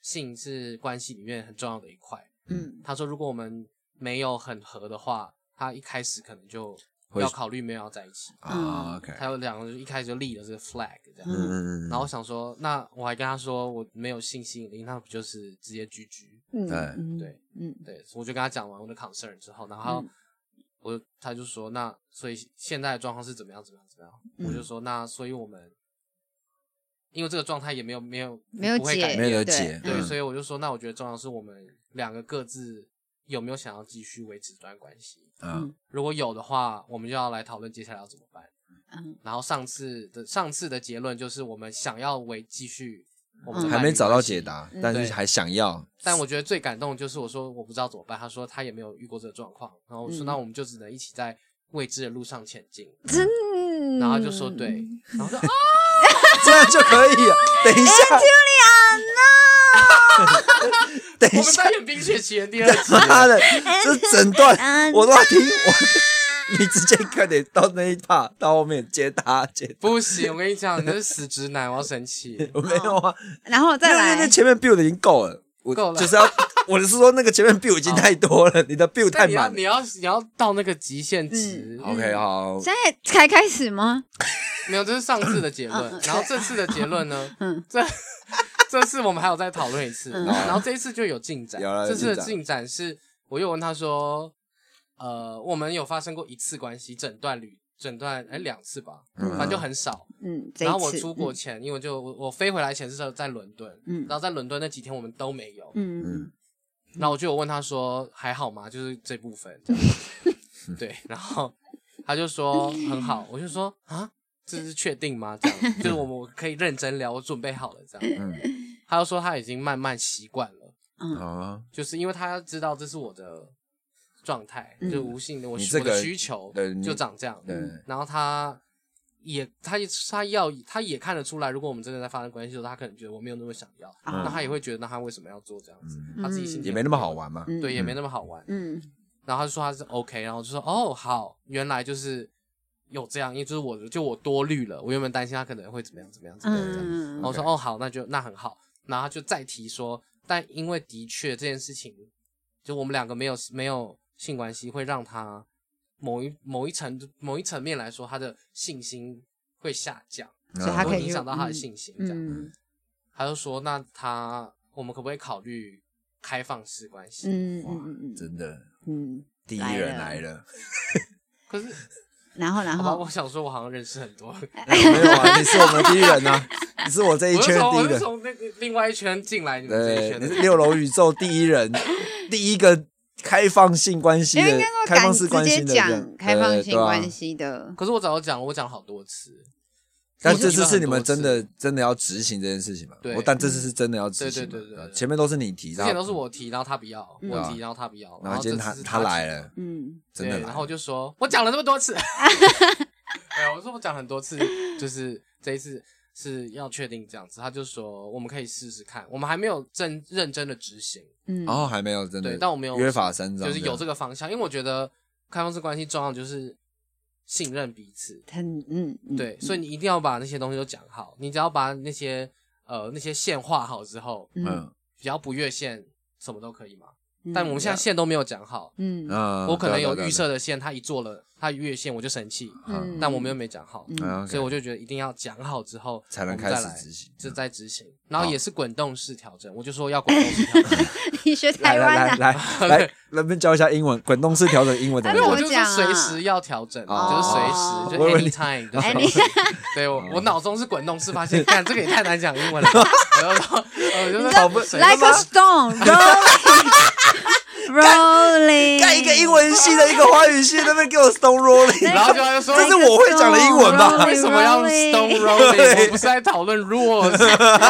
[SPEAKER 5] 性是关系里面很重要的一块。
[SPEAKER 4] 嗯
[SPEAKER 5] 他说如果我们没有很合的话，他一开始可能就
[SPEAKER 3] 会
[SPEAKER 5] 要考虑没有要在一起。
[SPEAKER 3] 啊，OK，
[SPEAKER 5] 他有两个人一开始就立了这个 flag 这样，
[SPEAKER 3] 嗯嗯，嗯
[SPEAKER 5] 然后我想说，那我还跟他说我没有性吸引力，那不就是直接拒绝？
[SPEAKER 4] 嗯，
[SPEAKER 3] 对
[SPEAKER 4] 嗯
[SPEAKER 5] 对
[SPEAKER 4] 嗯
[SPEAKER 5] 对，我就跟他讲完我的 concern 之后，然后
[SPEAKER 4] 嗯
[SPEAKER 5] 我就他就说，那所以现在的状况是怎么样怎么样怎么样？
[SPEAKER 4] 嗯
[SPEAKER 5] 我就说，那所以我们因为这个状态也没有没有
[SPEAKER 4] 没有
[SPEAKER 5] 不会改
[SPEAKER 4] 解，
[SPEAKER 3] 没
[SPEAKER 5] 变
[SPEAKER 3] 有
[SPEAKER 4] 对
[SPEAKER 3] 解
[SPEAKER 5] 对，
[SPEAKER 3] 嗯
[SPEAKER 5] 所以我就说，那我觉得重要的是我们两个各自有没有想要继续维持这段关系。
[SPEAKER 3] 啊
[SPEAKER 4] 嗯
[SPEAKER 5] 如果有的话，我们就要来讨论接下来要怎么办。
[SPEAKER 4] 嗯
[SPEAKER 5] 然后上次的上次的结论就是我们想要为继续，我们的
[SPEAKER 4] 嗯
[SPEAKER 3] 还
[SPEAKER 5] 伴侣
[SPEAKER 3] 没找到
[SPEAKER 5] 关系
[SPEAKER 3] 解。答
[SPEAKER 4] 嗯，
[SPEAKER 3] 但
[SPEAKER 5] 对
[SPEAKER 3] 是还想要，
[SPEAKER 5] 但我觉得最感动的就是我说我不知道怎么办，他说他也没有遇过这个状况，然后我说
[SPEAKER 4] 嗯
[SPEAKER 5] 那我们就只能一起在未知的路上前进，
[SPEAKER 4] 真，
[SPEAKER 5] 然后他就说对，
[SPEAKER 4] 嗯
[SPEAKER 5] 然后我说啊，
[SPEAKER 4] 哎
[SPEAKER 3] 这样就可以了。等一下， 等
[SPEAKER 5] 我
[SPEAKER 3] 一
[SPEAKER 5] 们
[SPEAKER 3] 下
[SPEAKER 5] 在，演《冰雪奇缘》第二 集，
[SPEAKER 3] 妈的，
[SPEAKER 4] 哎
[SPEAKER 3] 这整段
[SPEAKER 1] 嗯
[SPEAKER 3] 我都要听。我 你直接快点到那一趴，到后面接他接。
[SPEAKER 5] 不行，我跟你讲，你那是死直男，我要生气。
[SPEAKER 3] 我没有啊，
[SPEAKER 4] 然后再
[SPEAKER 3] 因为因为
[SPEAKER 4] 来
[SPEAKER 3] 那，前面 build 已经够了，我
[SPEAKER 5] 够了
[SPEAKER 3] 就是要 我是说那个前面 build 已经太多
[SPEAKER 4] 哦
[SPEAKER 3] 了，你的 build 太
[SPEAKER 5] 但你要
[SPEAKER 3] 满
[SPEAKER 5] 你
[SPEAKER 3] 了。
[SPEAKER 5] 要你要到那个极限值，
[SPEAKER 4] 嗯
[SPEAKER 3] OK，好，
[SPEAKER 4] 现在才开始吗？
[SPEAKER 5] 没有，这是上次的结论。 然后这次的结论呢？
[SPEAKER 4] 嗯
[SPEAKER 5] 这这次我们还有再讨论一次，
[SPEAKER 4] 嗯
[SPEAKER 5] 然后这一次就有进展。
[SPEAKER 3] 哦有了
[SPEAKER 5] 这次
[SPEAKER 3] 有
[SPEAKER 5] 的
[SPEAKER 3] 进
[SPEAKER 5] 进展是，我又问他说，呃，我们有发生过一次关系诊断旅诊断，哎，两次吧，
[SPEAKER 3] 嗯
[SPEAKER 5] 反正就很少。
[SPEAKER 4] 嗯，这一
[SPEAKER 5] 然后我
[SPEAKER 4] 次
[SPEAKER 5] 出国前，因为就我我飞回来前是在伦敦，
[SPEAKER 4] 嗯
[SPEAKER 5] 然后在伦敦那几天我们都没有，
[SPEAKER 4] 嗯嗯
[SPEAKER 3] 嗯，
[SPEAKER 5] 然后我就有问他说还好吗？就是这部分，这样 对，然后他就说很好，我就说啊，这是确定吗？这样就是我们可以认真聊，我准备好了这样。
[SPEAKER 3] 嗯
[SPEAKER 5] 他就说他已经慢慢习惯了，
[SPEAKER 4] 嗯
[SPEAKER 3] 啊，
[SPEAKER 5] 就是因为他知道这是我的状态，
[SPEAKER 4] 嗯
[SPEAKER 5] 就无性的我
[SPEAKER 3] 你
[SPEAKER 5] 需
[SPEAKER 3] 这
[SPEAKER 5] 我的
[SPEAKER 3] 个
[SPEAKER 5] 需求
[SPEAKER 3] 对你
[SPEAKER 5] 就长这样，
[SPEAKER 3] 对，
[SPEAKER 5] 然后他。也，他也他要，他也看得出来，如果我们真的在发生关系的时候，他可能觉得我没有那么想要，
[SPEAKER 4] 啊
[SPEAKER 5] 那他也会觉得，那他为什么要做这样子？
[SPEAKER 3] 嗯
[SPEAKER 5] 他自己心里
[SPEAKER 3] 也没那么好玩嘛。
[SPEAKER 4] 嗯
[SPEAKER 5] 对，也没那么好玩。
[SPEAKER 4] 嗯
[SPEAKER 5] 然后他就说他是 OK，然后我就说哦好，原来就是有这样，因为就是我就我多虑了，我原本担心他可能会怎么样怎么样怎么样这样，
[SPEAKER 4] 嗯
[SPEAKER 5] 然后我说
[SPEAKER 3] OK
[SPEAKER 5] 哦好，那就那很好，然后他就再提说，但因为的确这件事情，就我们两个没有没有性关系，会让他某一某一层某一层面来说，他的信心会下降，
[SPEAKER 4] 所以他可
[SPEAKER 5] 会
[SPEAKER 4] 以
[SPEAKER 5] 影响到他的
[SPEAKER 4] 嗯
[SPEAKER 5] 信心这样。
[SPEAKER 4] 嗯
[SPEAKER 5] 他就说那他我们可不可以考虑开放式关系？
[SPEAKER 4] 嗯
[SPEAKER 3] 哇
[SPEAKER 4] 嗯嗯
[SPEAKER 3] 真的，
[SPEAKER 4] 嗯，
[SPEAKER 3] 第一人来 了，
[SPEAKER 5] 可是
[SPEAKER 4] 然后然
[SPEAKER 3] 哦
[SPEAKER 5] 好吧，
[SPEAKER 4] 后
[SPEAKER 5] 我想说，我好像认识很多。
[SPEAKER 3] 没有啊，你是我们第一人啊，你是我这一
[SPEAKER 5] 我是
[SPEAKER 3] 圈
[SPEAKER 5] 从
[SPEAKER 3] 第
[SPEAKER 5] 我
[SPEAKER 3] 一
[SPEAKER 5] 是
[SPEAKER 3] 人，
[SPEAKER 5] 从那个另外一圈进来你们这一
[SPEAKER 3] 对，
[SPEAKER 5] 圈
[SPEAKER 3] 你
[SPEAKER 5] 的
[SPEAKER 3] 是，六楼宇宙第一人，第一个开放性关系
[SPEAKER 4] 因为应
[SPEAKER 3] 的
[SPEAKER 4] 该说，
[SPEAKER 3] 开
[SPEAKER 4] 敢
[SPEAKER 3] 放式
[SPEAKER 4] 直
[SPEAKER 3] 关系
[SPEAKER 4] 接
[SPEAKER 3] 的人
[SPEAKER 4] 讲，开放
[SPEAKER 3] 对
[SPEAKER 4] 性
[SPEAKER 3] 对啊
[SPEAKER 4] 关系的，
[SPEAKER 5] 可是我早就讲了，我讲了好多次。
[SPEAKER 3] 但
[SPEAKER 5] 我
[SPEAKER 3] 这
[SPEAKER 5] 是觉
[SPEAKER 3] 次
[SPEAKER 5] 得
[SPEAKER 3] 是
[SPEAKER 5] 很
[SPEAKER 3] 你
[SPEAKER 5] 多
[SPEAKER 3] 们真
[SPEAKER 5] 次
[SPEAKER 3] 的真的要执行这件事情嘛？
[SPEAKER 5] 对
[SPEAKER 3] 我但这次是真的要执
[SPEAKER 5] 对
[SPEAKER 3] 行嘛。啊
[SPEAKER 5] 对对对对
[SPEAKER 3] 前面都是你提，
[SPEAKER 5] 之
[SPEAKER 3] 然
[SPEAKER 5] 前
[SPEAKER 3] 后
[SPEAKER 5] 都是，我提，然后他不要；
[SPEAKER 4] 嗯
[SPEAKER 5] 我提，然后他不要。
[SPEAKER 3] 然后今天他
[SPEAKER 5] 这次是
[SPEAKER 3] 他来了，
[SPEAKER 4] 嗯
[SPEAKER 5] 提，
[SPEAKER 3] 真的
[SPEAKER 5] 对
[SPEAKER 3] 来
[SPEAKER 5] 然后我
[SPEAKER 3] 了。
[SPEAKER 5] 就说，我讲了那么多 次。哎呀，我说我讲很多次，就是这一次是要确定这样子。他就说我们可以试试看，我们还没有正认真的执行，
[SPEAKER 4] 嗯，
[SPEAKER 3] 然后哦还没有真的，
[SPEAKER 5] 对，但我们有
[SPEAKER 3] 约法三章，
[SPEAKER 5] 就是有这
[SPEAKER 3] 个。
[SPEAKER 5] 个方向，因为我觉得开放式关系重要就是信任彼此。
[SPEAKER 4] 很嗯嗯
[SPEAKER 5] 对，
[SPEAKER 4] 嗯
[SPEAKER 5] 所以你一定要把那些东西都讲好。你只要把那些呃那些线画好之后，
[SPEAKER 4] 嗯
[SPEAKER 3] 嗯
[SPEAKER 5] 只要不越线，什么都可以嘛。
[SPEAKER 4] 嗯
[SPEAKER 5] 但我们现在线都没有讲好，
[SPEAKER 4] 嗯
[SPEAKER 3] 嗯，
[SPEAKER 5] 我可能
[SPEAKER 3] 对
[SPEAKER 5] 有预，设的线，他一做了，他越线我就生气，
[SPEAKER 3] 嗯
[SPEAKER 5] 但我们又呃没讲好，
[SPEAKER 3] 对对对嗯，OK
[SPEAKER 5] 所以我就觉得一定要讲好之后
[SPEAKER 3] 才能
[SPEAKER 5] 我们再
[SPEAKER 3] 开始
[SPEAKER 5] 来
[SPEAKER 3] 执行嗯
[SPEAKER 5] 就在执行。然后也是滚动式调整，我就说要滚动式调 整，
[SPEAKER 4] 你学
[SPEAKER 3] 来
[SPEAKER 4] 台湾
[SPEAKER 3] 来
[SPEAKER 4] 啊
[SPEAKER 3] 来
[SPEAKER 4] 的，
[SPEAKER 3] 来来，那边教一下英文，滚动式调整英文怎
[SPEAKER 4] 哎
[SPEAKER 3] 么
[SPEAKER 5] 因为我
[SPEAKER 3] 讲？
[SPEAKER 5] 就
[SPEAKER 4] 怎么
[SPEAKER 5] 是
[SPEAKER 4] 讲啊
[SPEAKER 5] 随时要调整，
[SPEAKER 3] 哦
[SPEAKER 5] 就是随时就
[SPEAKER 3] 我以为你
[SPEAKER 5] anytime 的
[SPEAKER 4] 哎
[SPEAKER 5] 调
[SPEAKER 4] 你
[SPEAKER 5] 整。对我，我脑中是滚动式，发现看这个也太难讲英文了。然后呃我就
[SPEAKER 3] 跑步
[SPEAKER 5] 是
[SPEAKER 4] 来 like a stone rolling，rolling，
[SPEAKER 3] 干一个英文系的，一个华语系，那边给我 stone rolling，
[SPEAKER 5] 然后就他就说
[SPEAKER 3] 这是我会讲的英文吧
[SPEAKER 4] Rolling？
[SPEAKER 5] 为什么要 stone rolling？我不是在讨论 rules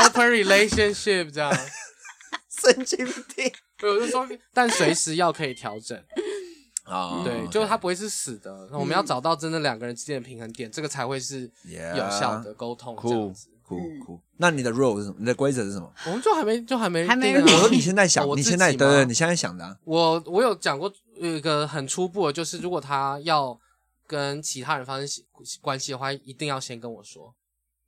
[SPEAKER 5] open relationship 这样。
[SPEAKER 3] 神经 病
[SPEAKER 5] 对，我就说，但随时要可以调整，
[SPEAKER 3] 啊
[SPEAKER 5] 哦对，就是它不会是死的。我们要找到真的两个人之间的平衡点，这个才会是
[SPEAKER 3] Yeah
[SPEAKER 5] 有效的沟通这样
[SPEAKER 3] 酷
[SPEAKER 5] 子。
[SPEAKER 4] 嗯
[SPEAKER 3] 酷酷。那你的 rule 是什么？你的规则是 什么？
[SPEAKER 5] 我们就还没就还没
[SPEAKER 4] 还没
[SPEAKER 5] 定啊
[SPEAKER 3] 哎我说你现在想
[SPEAKER 5] 哦，我
[SPEAKER 3] 你
[SPEAKER 5] 自
[SPEAKER 3] 现在
[SPEAKER 5] 己
[SPEAKER 3] 对
[SPEAKER 5] 吗
[SPEAKER 3] 对，你现在想的啊，
[SPEAKER 5] 我我有讲过有一个很初步的，就是如果他要跟其他人发生系关系的话，一定要先跟我说，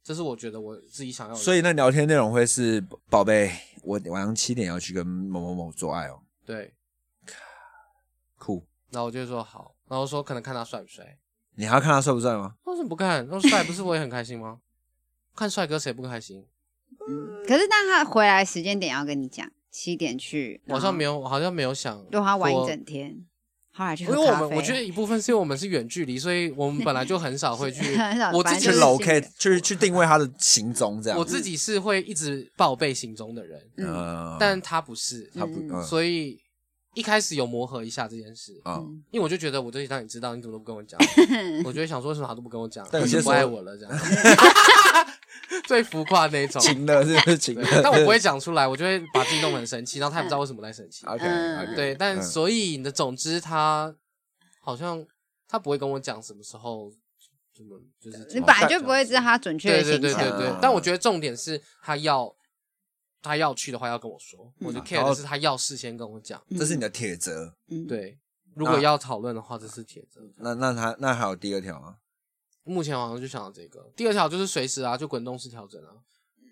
[SPEAKER 5] 这是我觉得我自己想要的。
[SPEAKER 3] 所以那聊天内容会是宝贝，我晚上七点要去跟某某某做爱哦，
[SPEAKER 5] 对，
[SPEAKER 3] 酷。
[SPEAKER 5] 然后我就说好，然后说可能看他帅不帅，
[SPEAKER 3] 你还要看他帅不帅吗？
[SPEAKER 5] 为什么不看？那帅不是我也很开心吗？看帅哥谁不开心？
[SPEAKER 4] 可是但他回来时间点要跟你讲，七点去，
[SPEAKER 5] 我好像没
[SPEAKER 4] 有，
[SPEAKER 5] 有，我好像没有想
[SPEAKER 4] 对啊他玩一
[SPEAKER 5] 过
[SPEAKER 4] 整天，后来去
[SPEAKER 5] 因
[SPEAKER 4] 喝
[SPEAKER 5] 为
[SPEAKER 4] 咖啡，。
[SPEAKER 5] 我们我觉得一部分是因为我们是远距离，所以我们本来就很少会去
[SPEAKER 4] 很少
[SPEAKER 5] 我自
[SPEAKER 4] 反
[SPEAKER 5] 己
[SPEAKER 4] 正
[SPEAKER 3] 去
[SPEAKER 4] 就是
[SPEAKER 3] locate，去去定位他的行踪这样。
[SPEAKER 5] 我自己是会一直报备行踪的人，
[SPEAKER 4] 嗯
[SPEAKER 3] 呃，
[SPEAKER 5] 但他不是，
[SPEAKER 3] 他不，
[SPEAKER 4] 嗯
[SPEAKER 3] 嗯
[SPEAKER 5] 所以一开始有磨合一下这件事，
[SPEAKER 3] 啊，
[SPEAKER 4] 嗯
[SPEAKER 5] 因为我就觉得我这里让你知道，你怎么都不跟我讲，我就会想说为什么他都不跟我讲，
[SPEAKER 3] 但有
[SPEAKER 5] 他
[SPEAKER 3] 些
[SPEAKER 5] 就
[SPEAKER 3] 时
[SPEAKER 5] 不
[SPEAKER 3] 候
[SPEAKER 5] 爱我了这样，最浮夸那一种。
[SPEAKER 3] 情了是不 是情
[SPEAKER 5] 对
[SPEAKER 3] 了？
[SPEAKER 5] 但我不会讲出来，我就会把自己弄得很生气，然后他也不知道为什么在生气。
[SPEAKER 3] OK，
[SPEAKER 4] 嗯
[SPEAKER 5] 对，但
[SPEAKER 3] 嗯
[SPEAKER 5] 所以呢，总之他好像他不会跟我讲什么时候怎么就是
[SPEAKER 4] 你本来就不会知道他准确
[SPEAKER 5] 对
[SPEAKER 4] 的
[SPEAKER 5] 对
[SPEAKER 4] 行
[SPEAKER 5] 对对
[SPEAKER 4] 程，
[SPEAKER 5] 对
[SPEAKER 3] 嗯。
[SPEAKER 5] 但我觉得重点是他要他要去的话要跟我说，我就
[SPEAKER 3] 嗯
[SPEAKER 5] care 的是他要事先跟我讲。
[SPEAKER 3] 这是你的铁则。
[SPEAKER 4] 嗯，
[SPEAKER 5] 对，如果
[SPEAKER 3] 那
[SPEAKER 5] 要讨论的话，这是铁则。
[SPEAKER 3] 那那他那还有第二条吗？
[SPEAKER 5] 目前好像就想到这个。第二条就是随时啊，就滚动式调整啊。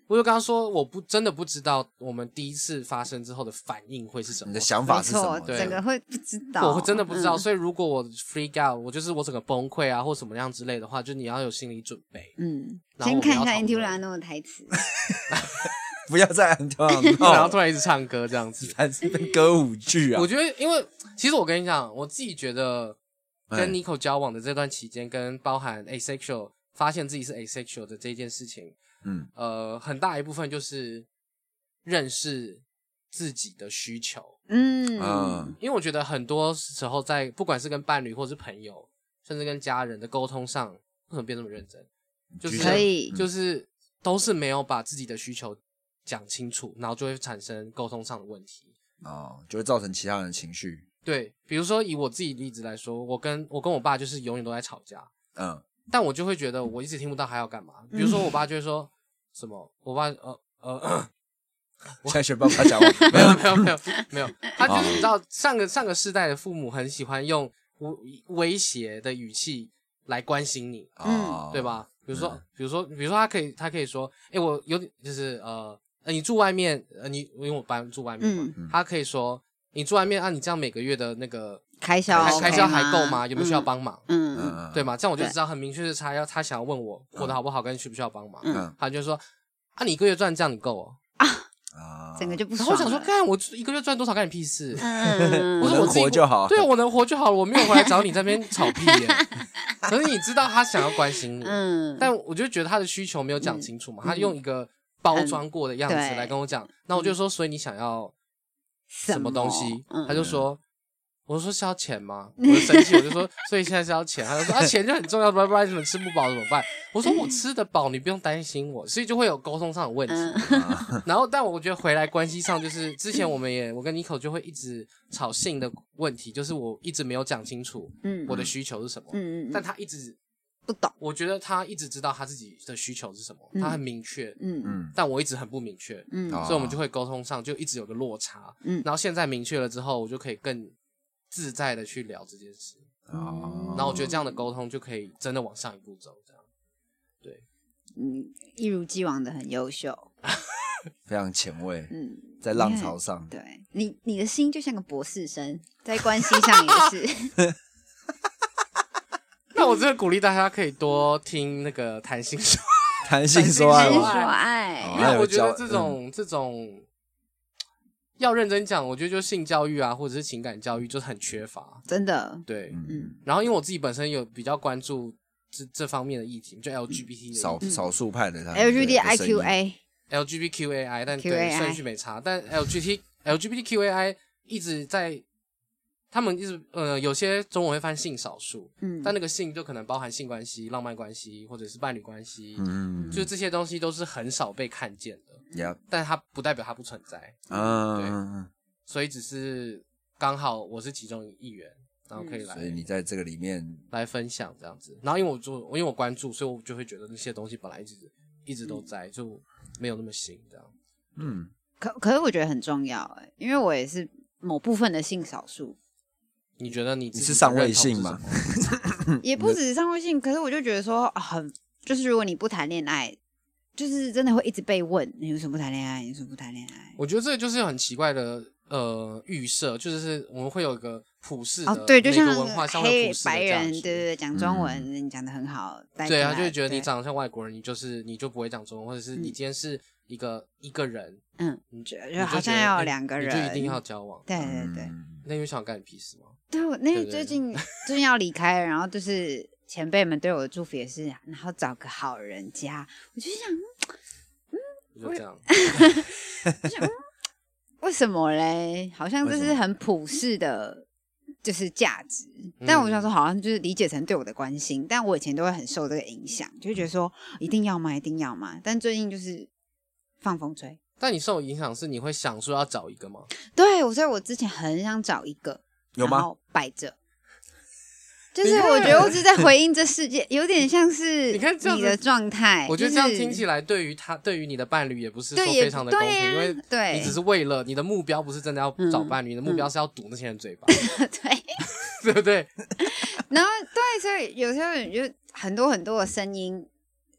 [SPEAKER 5] 我就刚刚说，我不真的不知道我们第一次发生之后的反应会是什
[SPEAKER 3] 你
[SPEAKER 5] 么
[SPEAKER 3] 的。想法
[SPEAKER 4] 没
[SPEAKER 3] 是什
[SPEAKER 4] 错
[SPEAKER 3] 么，？
[SPEAKER 5] 对
[SPEAKER 4] 整个会不知 道，
[SPEAKER 5] 我真的不知道，
[SPEAKER 4] 嗯
[SPEAKER 5] 所以如果我 freak out，我就是我整个崩溃啊，或什么样之类的话，就你要有心理准备。
[SPEAKER 4] 嗯，
[SPEAKER 5] 然后我
[SPEAKER 4] 先
[SPEAKER 5] 们
[SPEAKER 4] 看
[SPEAKER 5] 要
[SPEAKER 4] 一
[SPEAKER 5] 讨
[SPEAKER 4] 下 i n t u
[SPEAKER 5] 论
[SPEAKER 4] l a n o 的台词，
[SPEAKER 3] 不要再很跳啊
[SPEAKER 5] 然后
[SPEAKER 3] 闹，，
[SPEAKER 5] 突然一直唱歌这样子
[SPEAKER 3] 还是被歌舞剧啊
[SPEAKER 5] 我！觉得，因为其实我跟你讲，我自己觉得
[SPEAKER 3] 哎
[SPEAKER 5] 跟 Nico 交往的这段期间，跟包含 asexual 发现自己是 asexual 的这件事情，
[SPEAKER 3] 嗯，
[SPEAKER 5] 呃，很大一部分就是认识自己的需求，
[SPEAKER 4] 嗯，
[SPEAKER 3] 嗯
[SPEAKER 5] 因为我觉得很多时候在不管是跟伴侣或是朋友，甚至跟家人的沟通上，为什么变这么认真？就是
[SPEAKER 3] 举
[SPEAKER 4] 可以，
[SPEAKER 5] 就是都是没有把自己的需求讲清楚，然后就会产生沟通上的问题。
[SPEAKER 3] 哦，就会造成其他人的情绪。
[SPEAKER 5] 对，比如说以我自己例子来说，我跟我跟我爸就是永远都在吵架，
[SPEAKER 3] 嗯，
[SPEAKER 5] 但我就会觉得我一直听不到他要干嘛。比如
[SPEAKER 4] 嗯
[SPEAKER 5] 说我爸就会说什么，我爸呃呃
[SPEAKER 3] 现在学爸爸讲 话
[SPEAKER 5] 没有没有没有没 有，他就
[SPEAKER 4] 啊
[SPEAKER 3] 哦
[SPEAKER 5] 是你知道上个上个世代的父母很喜欢用威威胁的语气来关心你，
[SPEAKER 3] 哦
[SPEAKER 5] 对？吧？比如说，
[SPEAKER 4] 嗯
[SPEAKER 5] 比如说，比如说，他可以，他可以说，哎、我有点就是呃，呃你住外面，呃，你因为我搬住外面
[SPEAKER 4] 嗯
[SPEAKER 5] 嘛，他可以说，你住外面啊，你这样每个月的那个
[SPEAKER 4] 开销
[SPEAKER 5] 开
[SPEAKER 4] OK
[SPEAKER 5] 开销还够吗？
[SPEAKER 4] 吗？
[SPEAKER 5] 有没有需要帮忙？
[SPEAKER 4] 啊嗯？
[SPEAKER 3] 嗯，
[SPEAKER 5] 对嘛？这样我就
[SPEAKER 4] 对
[SPEAKER 5] 知道很明确是他要他想要问我过得好不好，跟需不需要帮忙。
[SPEAKER 4] 嗯
[SPEAKER 3] 嗯
[SPEAKER 5] 他就说，啊，你一个月赚这样你够哦？
[SPEAKER 3] 啊
[SPEAKER 4] 嗯，整个就不
[SPEAKER 5] 然
[SPEAKER 4] 爽
[SPEAKER 5] 后
[SPEAKER 4] 了。
[SPEAKER 5] 我想说，干我一个月赚多少干你屁事？
[SPEAKER 4] 嗯，
[SPEAKER 5] 我说我自己
[SPEAKER 3] 能活就好
[SPEAKER 5] 对我能活就好了，我没有回来找你这边吵屁 耶。可是你知道他想要关心你，
[SPEAKER 4] 嗯，
[SPEAKER 5] 但我就觉得他的需求没有讲清楚嘛，他用一个包装过的样子
[SPEAKER 4] 嗯对
[SPEAKER 5] 来跟我讲，那我就说，所以你想要什么东西？
[SPEAKER 4] 嗯
[SPEAKER 5] 他就说，我说是要钱 吗？我就生气，我就说，所以现在是要钱？他就说啊，钱就很重要，不然不然你们吃不饱怎么办？我 说我吃得饱，你不用担心我，所以就会有沟通上的问题。
[SPEAKER 4] 嗯
[SPEAKER 3] 嗯
[SPEAKER 5] 然后，但我觉得回来关系上，就是之前我们也，我跟 Nico 就会一直吵性的问题，就是我一直没有讲清楚
[SPEAKER 4] 嗯
[SPEAKER 5] 我的需求是什么，
[SPEAKER 4] 嗯嗯，
[SPEAKER 5] 但他一直
[SPEAKER 4] 不懂，
[SPEAKER 5] 我觉得他一直知道他自己的需求是什么，
[SPEAKER 4] 嗯
[SPEAKER 5] 他很明确，
[SPEAKER 4] 嗯
[SPEAKER 3] 嗯
[SPEAKER 5] 但我一直很不明确，
[SPEAKER 4] 嗯
[SPEAKER 3] 好
[SPEAKER 5] 所以我们就会沟通上就一直有个落差。
[SPEAKER 4] 嗯
[SPEAKER 5] 然后现在明确了之后，我就可以更自在的去聊这件事，
[SPEAKER 4] 嗯
[SPEAKER 3] 哦
[SPEAKER 5] 然后我觉得这样的沟通就可以真的往上一步走。这样，
[SPEAKER 4] 嗯，一如既往的很优秀，
[SPEAKER 3] 非常前卫，
[SPEAKER 4] 嗯，
[SPEAKER 3] 在浪潮上。
[SPEAKER 4] 对你你的心就像个博士生，在关系上 也是，
[SPEAKER 5] 那我真的鼓励大家可以多听那个谈心说，
[SPEAKER 3] 谈性说爱
[SPEAKER 4] 真
[SPEAKER 5] 谈性
[SPEAKER 4] 说
[SPEAKER 5] 说
[SPEAKER 3] 吗？
[SPEAKER 4] 爱
[SPEAKER 5] 因
[SPEAKER 3] 哦，
[SPEAKER 5] 为我觉得这种、这种。要认真讲，我觉得就性教育啊，或者是情感教育，就是很缺乏。
[SPEAKER 4] 真的，
[SPEAKER 5] 对，
[SPEAKER 3] 嗯，
[SPEAKER 5] 然后因为我自己本身有比较关注这这方面的议题，就 LGBT
[SPEAKER 3] 嗯
[SPEAKER 5] 的
[SPEAKER 3] 少少数派的他
[SPEAKER 4] 嗯 L G D I
[SPEAKER 3] 的声音
[SPEAKER 4] Q A，
[SPEAKER 5] LGBTQAI，但对
[SPEAKER 4] QAI
[SPEAKER 5] 顺序没差，但 LGBT LGBTQAI 一直在。他们一直呃，有些中文会翻性少数，
[SPEAKER 4] 嗯，
[SPEAKER 5] 但那个性就可能包含性关系、浪漫关系或者是伴侣关系，
[SPEAKER 3] 嗯，
[SPEAKER 5] 就这些东西都是很少被看见的，
[SPEAKER 3] 也
[SPEAKER 5] 但它不代表它不存在，
[SPEAKER 3] 啊，
[SPEAKER 5] 所以只是刚好我是其中一员，然后可以来、
[SPEAKER 3] 嗯所以你在这个里面，
[SPEAKER 5] 来分享这样子。然后因为我就因为我关注，所以我就会觉得那些东西本来一直一直都在，就没有那么新这样。
[SPEAKER 3] 嗯，
[SPEAKER 4] 可可是我觉得很重要哎、因为我也是某部分的性少数，
[SPEAKER 5] 你觉得你自己
[SPEAKER 3] 你是上位性
[SPEAKER 5] 的认
[SPEAKER 3] 吗
[SPEAKER 5] 同是什么？
[SPEAKER 4] 也不只是上位性，可是我就觉得说，啊很、就是如果你不谈恋爱，就是真的会一直被问你为什么不谈恋爱，你为什么不谈恋爱？
[SPEAKER 5] 我觉得这个就是很奇怪的呃预设，就是我们会有一个普世的
[SPEAKER 4] 哦，对，就
[SPEAKER 5] 每个
[SPEAKER 4] 像
[SPEAKER 5] 文化上会有
[SPEAKER 4] 黑
[SPEAKER 5] 普世的
[SPEAKER 4] 白
[SPEAKER 5] 价
[SPEAKER 4] 人，对
[SPEAKER 5] 值嗯
[SPEAKER 4] 对对，讲中文、你讲的很好，带
[SPEAKER 5] 对啊，
[SPEAKER 4] 出来
[SPEAKER 5] 就会觉得你
[SPEAKER 4] 对
[SPEAKER 5] 长得像外国人，你就是你就不会讲中文，或者是你今天是一个一个人，
[SPEAKER 4] 嗯，
[SPEAKER 5] 你
[SPEAKER 4] 就
[SPEAKER 5] 你
[SPEAKER 4] 就好
[SPEAKER 5] 觉得
[SPEAKER 4] 像要
[SPEAKER 5] 哎
[SPEAKER 4] 有两个
[SPEAKER 5] 你就一
[SPEAKER 4] 人
[SPEAKER 5] 定要交往。
[SPEAKER 4] 对对对，
[SPEAKER 3] 嗯
[SPEAKER 5] 那又想干你屁事吗？
[SPEAKER 4] 对我那
[SPEAKER 5] 对
[SPEAKER 4] 个
[SPEAKER 5] 对
[SPEAKER 4] 最近最近要离开了，然后就是前辈们对我的祝福也是，然后找个好人家，我就想
[SPEAKER 5] 就这样，
[SPEAKER 4] 为什么嘞？好像这
[SPEAKER 3] 为
[SPEAKER 4] 是
[SPEAKER 3] 什
[SPEAKER 4] 很普世的，就是价值。
[SPEAKER 5] 嗯
[SPEAKER 4] 但我想说，好像就是理解成对我的关心，但我以前都会很受这个影响，就会觉得说一定要吗？一定要吗？但最近就是放风吹。
[SPEAKER 5] 但你受影响是你会想说要找一个吗？
[SPEAKER 4] 对，我所以我之前很想找一个，
[SPEAKER 3] 有
[SPEAKER 4] 然
[SPEAKER 3] 吗？
[SPEAKER 4] 后摆着，就是我觉得我只是在回应这世界，有点像是
[SPEAKER 5] 你看这样
[SPEAKER 4] 你
[SPEAKER 5] 子
[SPEAKER 4] 的状态。
[SPEAKER 5] 我觉得这样听起
[SPEAKER 4] 来，
[SPEAKER 5] 来，对于他，对于你的伴侣也不是说
[SPEAKER 4] 哎对也
[SPEAKER 5] 非常的公
[SPEAKER 4] 对
[SPEAKER 5] 平，
[SPEAKER 4] 呀
[SPEAKER 5] 因为
[SPEAKER 4] 对嗯
[SPEAKER 5] 你只是为了你的目标不是真的要找伴侣，你的目标是要堵那些人嘴巴，
[SPEAKER 4] 对，
[SPEAKER 5] 对不对？
[SPEAKER 4] 然后对，所以有时候你就很多很多的声音，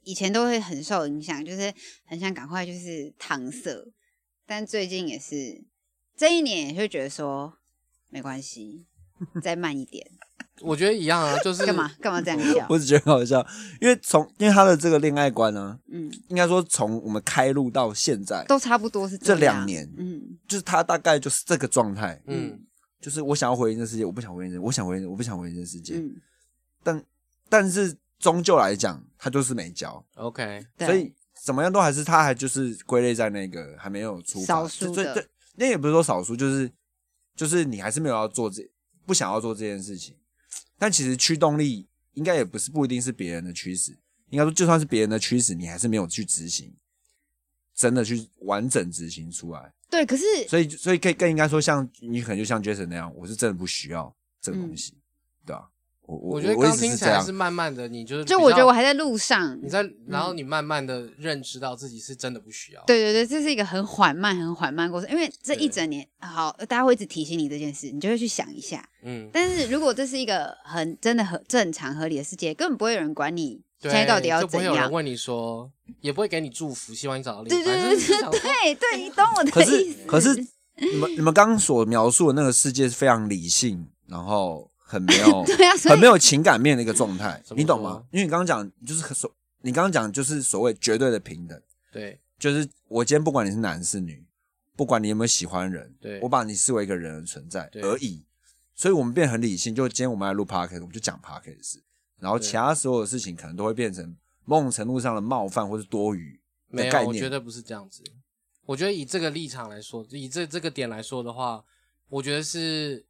[SPEAKER 4] 以前都会很受影响，就是很想赶快就是搪塞，但最近也是这一年也会觉得说没关系，再慢一 点，
[SPEAKER 5] 我觉得一样啊，就是
[SPEAKER 4] 干嘛？干嘛这样笑？
[SPEAKER 3] 我只觉得很好笑，因为从因为他的这个恋爱观呢、
[SPEAKER 4] 嗯，
[SPEAKER 3] 应该说从我们开录到现在，
[SPEAKER 4] 都差不多是
[SPEAKER 3] 这
[SPEAKER 4] 样
[SPEAKER 3] 两年
[SPEAKER 4] 嗯，
[SPEAKER 3] 就是他大概就是这个状态，
[SPEAKER 5] 嗯，
[SPEAKER 3] 就是我想要回应这世界，我不想回应这，我想回应，我不想回应这世界，
[SPEAKER 4] 嗯，
[SPEAKER 3] 但但是终究来讲，他就是没交，
[SPEAKER 5] ，OK，
[SPEAKER 4] 对
[SPEAKER 3] 所以怎么样都还是他还就是归类在那个还没有出发
[SPEAKER 4] 少数的
[SPEAKER 3] 所以对，那也不是说少数，就是就是你还是没有要做这不想要做这件事情，但其实驱动力应该也不是不一定是别人的驱使，应该说就算是别人的驱使，你还是没有去执行，真的去完整执行出来，
[SPEAKER 4] 对，可是
[SPEAKER 3] 所以所以可以更应该说像你可能就像 Jason 那样，我是真的不需要这个东
[SPEAKER 4] 嗯
[SPEAKER 3] 西，对啊，我我
[SPEAKER 5] 我觉得
[SPEAKER 3] 我一
[SPEAKER 5] 刚
[SPEAKER 3] 直
[SPEAKER 5] 听
[SPEAKER 3] 是
[SPEAKER 5] 起
[SPEAKER 3] 这
[SPEAKER 5] 来
[SPEAKER 3] 样
[SPEAKER 5] 是，慢慢的，你就是
[SPEAKER 4] 就
[SPEAKER 5] 比
[SPEAKER 4] 我觉得
[SPEAKER 5] 较
[SPEAKER 4] 我还在路上，
[SPEAKER 5] 你在，然后你慢慢的认知到自己是真的不需要，，
[SPEAKER 4] 对对对，这是一个很缓慢、很缓慢的过程，因为这一
[SPEAKER 5] 对
[SPEAKER 4] 整年，好，大家会一直提醒你这件事，你就会去想一下。
[SPEAKER 5] 嗯，
[SPEAKER 4] 但是如果这是一个很真的很正常合理的世界，根本不会有人管你现
[SPEAKER 5] 对
[SPEAKER 4] 在到底要
[SPEAKER 5] 就不
[SPEAKER 4] 怎
[SPEAKER 5] 会有人
[SPEAKER 4] 样。
[SPEAKER 5] 问你说，也不会给你祝福，希望你找到另
[SPEAKER 4] 对
[SPEAKER 5] 一
[SPEAKER 4] 对
[SPEAKER 5] 半，
[SPEAKER 4] 对
[SPEAKER 5] 就是
[SPEAKER 4] 对
[SPEAKER 5] 想
[SPEAKER 4] 对
[SPEAKER 5] 说
[SPEAKER 4] 对对，你懂我的
[SPEAKER 3] 可
[SPEAKER 4] 意
[SPEAKER 3] 是
[SPEAKER 4] 思。
[SPEAKER 3] 可是你们你们刚刚所描述的那个世界是非常理性，然后很没有
[SPEAKER 4] 对啊，所
[SPEAKER 3] 很
[SPEAKER 4] 以
[SPEAKER 3] 没有情感面的一个状态，
[SPEAKER 5] 怎么
[SPEAKER 3] 你懂
[SPEAKER 5] 说
[SPEAKER 3] 吗？因为你刚刚讲就是很所，你刚刚讲就是所谓绝对的平等，
[SPEAKER 5] 对
[SPEAKER 3] 就是我今天不管你是男是女，不管你有没有喜欢人，
[SPEAKER 5] 对
[SPEAKER 3] 我把你视为一个人的存在
[SPEAKER 5] 对
[SPEAKER 3] 而已。所以我们变得很理性，就今天我们来录 p a r k 我们就讲 p a r k 的事，然后
[SPEAKER 5] 对
[SPEAKER 3] 其他所有的事情可能都会变成某种程度上的冒犯或是多余
[SPEAKER 5] 没
[SPEAKER 3] 的
[SPEAKER 5] 有，
[SPEAKER 3] 概
[SPEAKER 5] 我觉
[SPEAKER 3] 念。
[SPEAKER 5] 得不是这样子。我觉得以这个立场来说，以这这个点来说的话，我觉得是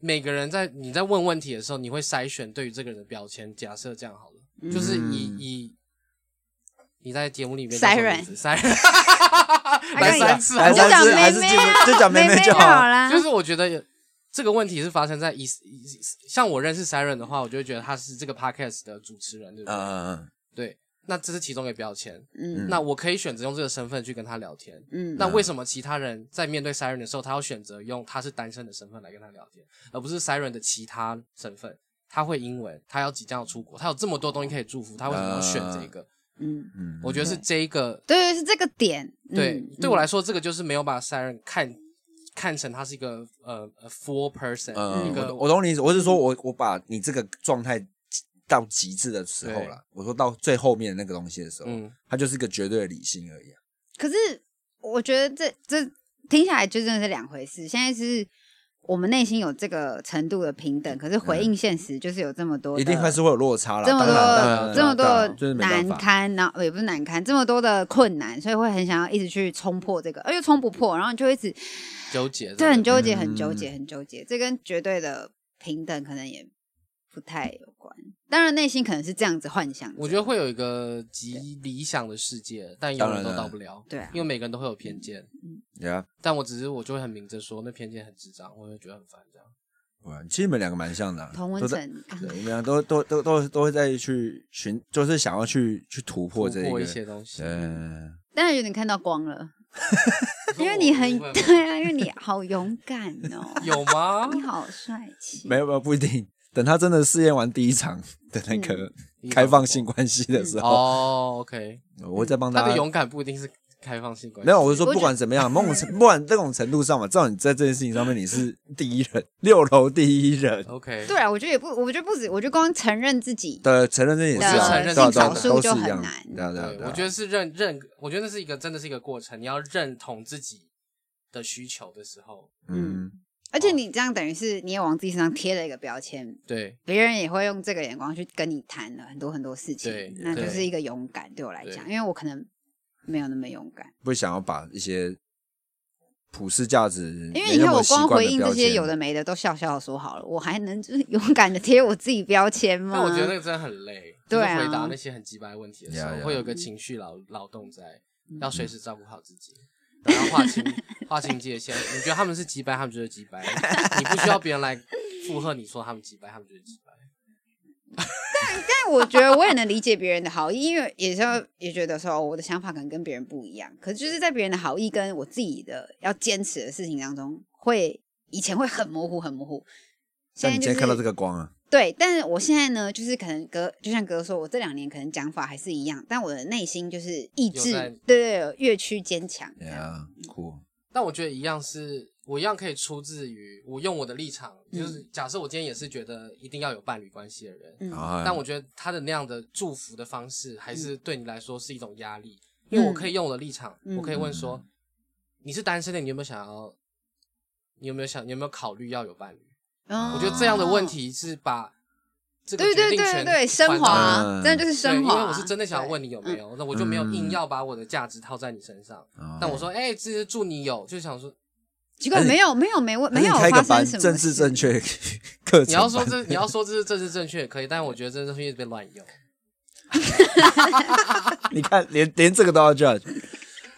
[SPEAKER 5] 每个人在你在问问题的时候，你会筛选对于这个人的标签。假设这样好了，就是以
[SPEAKER 3] 嗯
[SPEAKER 5] 以你在节目里面叫
[SPEAKER 4] 筛
[SPEAKER 5] 什么
[SPEAKER 4] 人
[SPEAKER 5] 名字 筛人，
[SPEAKER 4] 刚
[SPEAKER 5] 来
[SPEAKER 4] 也
[SPEAKER 5] 三次好
[SPEAKER 3] 来
[SPEAKER 5] 不好，
[SPEAKER 4] 就讲
[SPEAKER 3] 三次
[SPEAKER 4] 妹
[SPEAKER 3] 还是
[SPEAKER 4] 妹
[SPEAKER 3] 基本
[SPEAKER 4] 啊
[SPEAKER 3] 就讲妹
[SPEAKER 4] 妹
[SPEAKER 3] 妹就
[SPEAKER 4] 好
[SPEAKER 3] 好了
[SPEAKER 4] 啦。
[SPEAKER 5] 就是我觉得这个问题是发生在以以像我认识 Siren 的话，我就会觉得他是这个 podcast 的主持人，对不对？
[SPEAKER 3] 嗯，
[SPEAKER 5] 对，那这是其中一个标签。
[SPEAKER 4] 嗯
[SPEAKER 5] 那我可以选择用这个身份去跟他聊天。
[SPEAKER 4] 嗯，
[SPEAKER 5] 那为什么其他人在面对 Siren 的时候，他要选择用他是单身的身份来跟他聊天，而不是 Siren 的其他身份？他会英文，他要即将要出国，他有这么多东西可以祝福，他为什么要选这个？
[SPEAKER 4] 嗯，
[SPEAKER 3] 嗯
[SPEAKER 5] 我觉得是这一个
[SPEAKER 4] 对对是这个点。
[SPEAKER 5] 对，
[SPEAKER 4] 嗯
[SPEAKER 5] 对我来说，这个就是没有把 Siren 看看成他是一个呃 full person，、
[SPEAKER 3] 嗯，
[SPEAKER 5] 一
[SPEAKER 3] 我
[SPEAKER 5] 个
[SPEAKER 3] 懂我懂你意思，我是说我我把你这个状态到极致的时候
[SPEAKER 5] 对
[SPEAKER 3] 了，我说到最后面的那个东西的时候，
[SPEAKER 5] 嗯
[SPEAKER 3] 它就是一个绝对的理性而已啊、
[SPEAKER 4] 可是我觉得这这听下来就真的是两回事。现在是我们内心有这个程度的平等，可是回应现实就是有这么多的，
[SPEAKER 3] 一定还是会有落差啦。
[SPEAKER 4] 这么
[SPEAKER 3] 当然当然当
[SPEAKER 4] 多
[SPEAKER 3] 然
[SPEAKER 4] 这
[SPEAKER 3] 当然
[SPEAKER 4] 么
[SPEAKER 3] 就
[SPEAKER 4] 多
[SPEAKER 3] 是没办
[SPEAKER 4] 难
[SPEAKER 3] 法。
[SPEAKER 4] 堪，然后呃也不是难堪，这么多的困难，所以会很想要一直去冲破这个，而又冲不破，然后你就一直
[SPEAKER 5] 纠结。
[SPEAKER 4] 对很
[SPEAKER 5] 纠
[SPEAKER 4] 纠结，
[SPEAKER 3] 嗯
[SPEAKER 4] 很纠结，很纠结。这跟绝对的平等可能也不太有关。当然，内心可能是这样子幻想着。
[SPEAKER 5] 我觉得会有一个极理想的世界，但永远
[SPEAKER 3] 当
[SPEAKER 5] 都
[SPEAKER 3] 然
[SPEAKER 5] 到不了，
[SPEAKER 4] 对啊
[SPEAKER 5] 因为每个人都会有偏见。
[SPEAKER 3] 呀，
[SPEAKER 5] 但我只是我就会很明着说，那偏见很智障，我就觉得很烦这样。
[SPEAKER 3] 哇其实你们两个蛮像的啊、
[SPEAKER 4] 童文
[SPEAKER 3] 都在
[SPEAKER 4] 成，
[SPEAKER 3] 对，你们俩都都都都都会再去寻，就是想要去去突破这
[SPEAKER 5] 突破一
[SPEAKER 3] 个。
[SPEAKER 5] 些东西，
[SPEAKER 3] 嗯，
[SPEAKER 4] 当然有点看到光了，
[SPEAKER 5] 可是
[SPEAKER 4] 因为
[SPEAKER 5] 我
[SPEAKER 4] 你
[SPEAKER 5] 我
[SPEAKER 4] 很
[SPEAKER 5] 会
[SPEAKER 4] 对啊，因为你好勇敢哦，
[SPEAKER 5] 有 吗？
[SPEAKER 4] 你好帅气
[SPEAKER 3] 没。有没有，不一定。等他真的试验完第一场的那个
[SPEAKER 5] 嗯
[SPEAKER 3] 开放性关系的时候，
[SPEAKER 5] 哦，OK，
[SPEAKER 3] 我会再帮
[SPEAKER 5] 他
[SPEAKER 3] 大
[SPEAKER 5] 的
[SPEAKER 3] 家
[SPEAKER 5] 勇敢不一定是开放性关系，
[SPEAKER 3] 没有，我是说
[SPEAKER 4] 我觉
[SPEAKER 3] 不管怎么样，某种程不管这种程度上嘛，至少你在这件事情上面你是第一人，六楼第一人。
[SPEAKER 5] OK，
[SPEAKER 4] 对啊，我觉得也不，我觉得不止，我觉得光承认自己
[SPEAKER 3] 对，承认这件事
[SPEAKER 5] 我觉
[SPEAKER 3] 啊，
[SPEAKER 5] 得承认
[SPEAKER 3] 对啊
[SPEAKER 5] 性少
[SPEAKER 3] 对啊
[SPEAKER 5] 数
[SPEAKER 3] 都
[SPEAKER 4] 就是
[SPEAKER 3] 一
[SPEAKER 4] 很
[SPEAKER 3] 样
[SPEAKER 4] 难
[SPEAKER 3] 对啊对啊
[SPEAKER 5] 对，
[SPEAKER 3] 对啊
[SPEAKER 5] 我觉得是认认，我觉得那是一个真的是一个过程，你要认同自己的需求的时候，
[SPEAKER 3] 嗯，
[SPEAKER 4] 而且你这样等于是你也往自己身上贴了一个标签，
[SPEAKER 5] 对
[SPEAKER 4] 别人也会用这个眼光去跟你谈了很多很多事
[SPEAKER 5] 对
[SPEAKER 4] 情，那就
[SPEAKER 5] 对
[SPEAKER 4] 是一个勇敢对我来讲，
[SPEAKER 5] 对
[SPEAKER 4] 因为我可能没有那么勇敢，
[SPEAKER 3] 不想要把一些普世价值，
[SPEAKER 4] 因为你看我光回应这些有的，没的都笑笑地说好了，我还能就是勇敢的贴我自己标签吗？
[SPEAKER 5] 但我觉得那个真的很累，
[SPEAKER 4] 对
[SPEAKER 5] 就是
[SPEAKER 4] 啊嗯
[SPEAKER 5] 回答那些很鸡掰问题的时候
[SPEAKER 3] 呀呀
[SPEAKER 5] 会有个情绪劳劳动在，要随时照顾好自己，然后划清划清界限。你觉得他们是鸡掰，他们就是鸡掰，你不需要别人来附和你说他们几百，他们就是几百。
[SPEAKER 4] 但我觉得我也能理解别人的好意，因为也是要也觉得说、哦我的想法可能跟别人不一样，可是就是在别人的好意跟我自己的要坚持的事情当中，会以前会很模糊很模糊，
[SPEAKER 3] 像
[SPEAKER 4] 现在
[SPEAKER 3] 你今
[SPEAKER 4] 就是
[SPEAKER 3] 天看到这个光啊，
[SPEAKER 4] 对，但是我现在呢，就是可能哥，就像哥说，我这两年可能讲法还是一样，但我的内心就是意
[SPEAKER 5] 有
[SPEAKER 4] 志
[SPEAKER 5] 在，
[SPEAKER 4] 对对，越趋坚强。这样
[SPEAKER 3] 呀，酷，
[SPEAKER 5] 但我觉得一样是，我一样可以出自于我用我的立场，就是假设我今天也是觉得一定要有伴侣关系的人，
[SPEAKER 4] 嗯
[SPEAKER 3] 啊，
[SPEAKER 5] 但我觉得他的那样的祝福的方式，还是对你来说是一种压力，因为我可以用我的立场，
[SPEAKER 4] 嗯
[SPEAKER 5] 我可以问说，你是单身的，你有没有想要，你有没有想，你有没有考虑要有伴侣？
[SPEAKER 4] 嗯
[SPEAKER 5] 我觉得这样的问，题是把这个
[SPEAKER 4] 对
[SPEAKER 5] 决
[SPEAKER 4] 对
[SPEAKER 5] 定
[SPEAKER 4] 对
[SPEAKER 5] 权
[SPEAKER 4] 对，升
[SPEAKER 5] 还到
[SPEAKER 4] 华啊
[SPEAKER 3] 嗯，
[SPEAKER 4] 真的就是
[SPEAKER 5] 对，
[SPEAKER 4] 升
[SPEAKER 5] 因
[SPEAKER 4] 华。
[SPEAKER 5] 为我是真的想要问你有没有，那我就没有硬
[SPEAKER 3] 嗯
[SPEAKER 5] 要把我的价值套在你身上。
[SPEAKER 3] 哦
[SPEAKER 5] 但我说，哎、这是祝你有，就想说，
[SPEAKER 4] 对，结果
[SPEAKER 3] 还是
[SPEAKER 4] 没有没有没问没有
[SPEAKER 3] 哎还是你开
[SPEAKER 4] 发
[SPEAKER 3] 个班
[SPEAKER 4] 生什么
[SPEAKER 3] 政治
[SPEAKER 4] 事
[SPEAKER 3] 正确课程班，
[SPEAKER 5] 你要说 这，你要说这是政治正确也可以，但我觉得政治正确被乱用。
[SPEAKER 3] 你看连连这个都要 judge，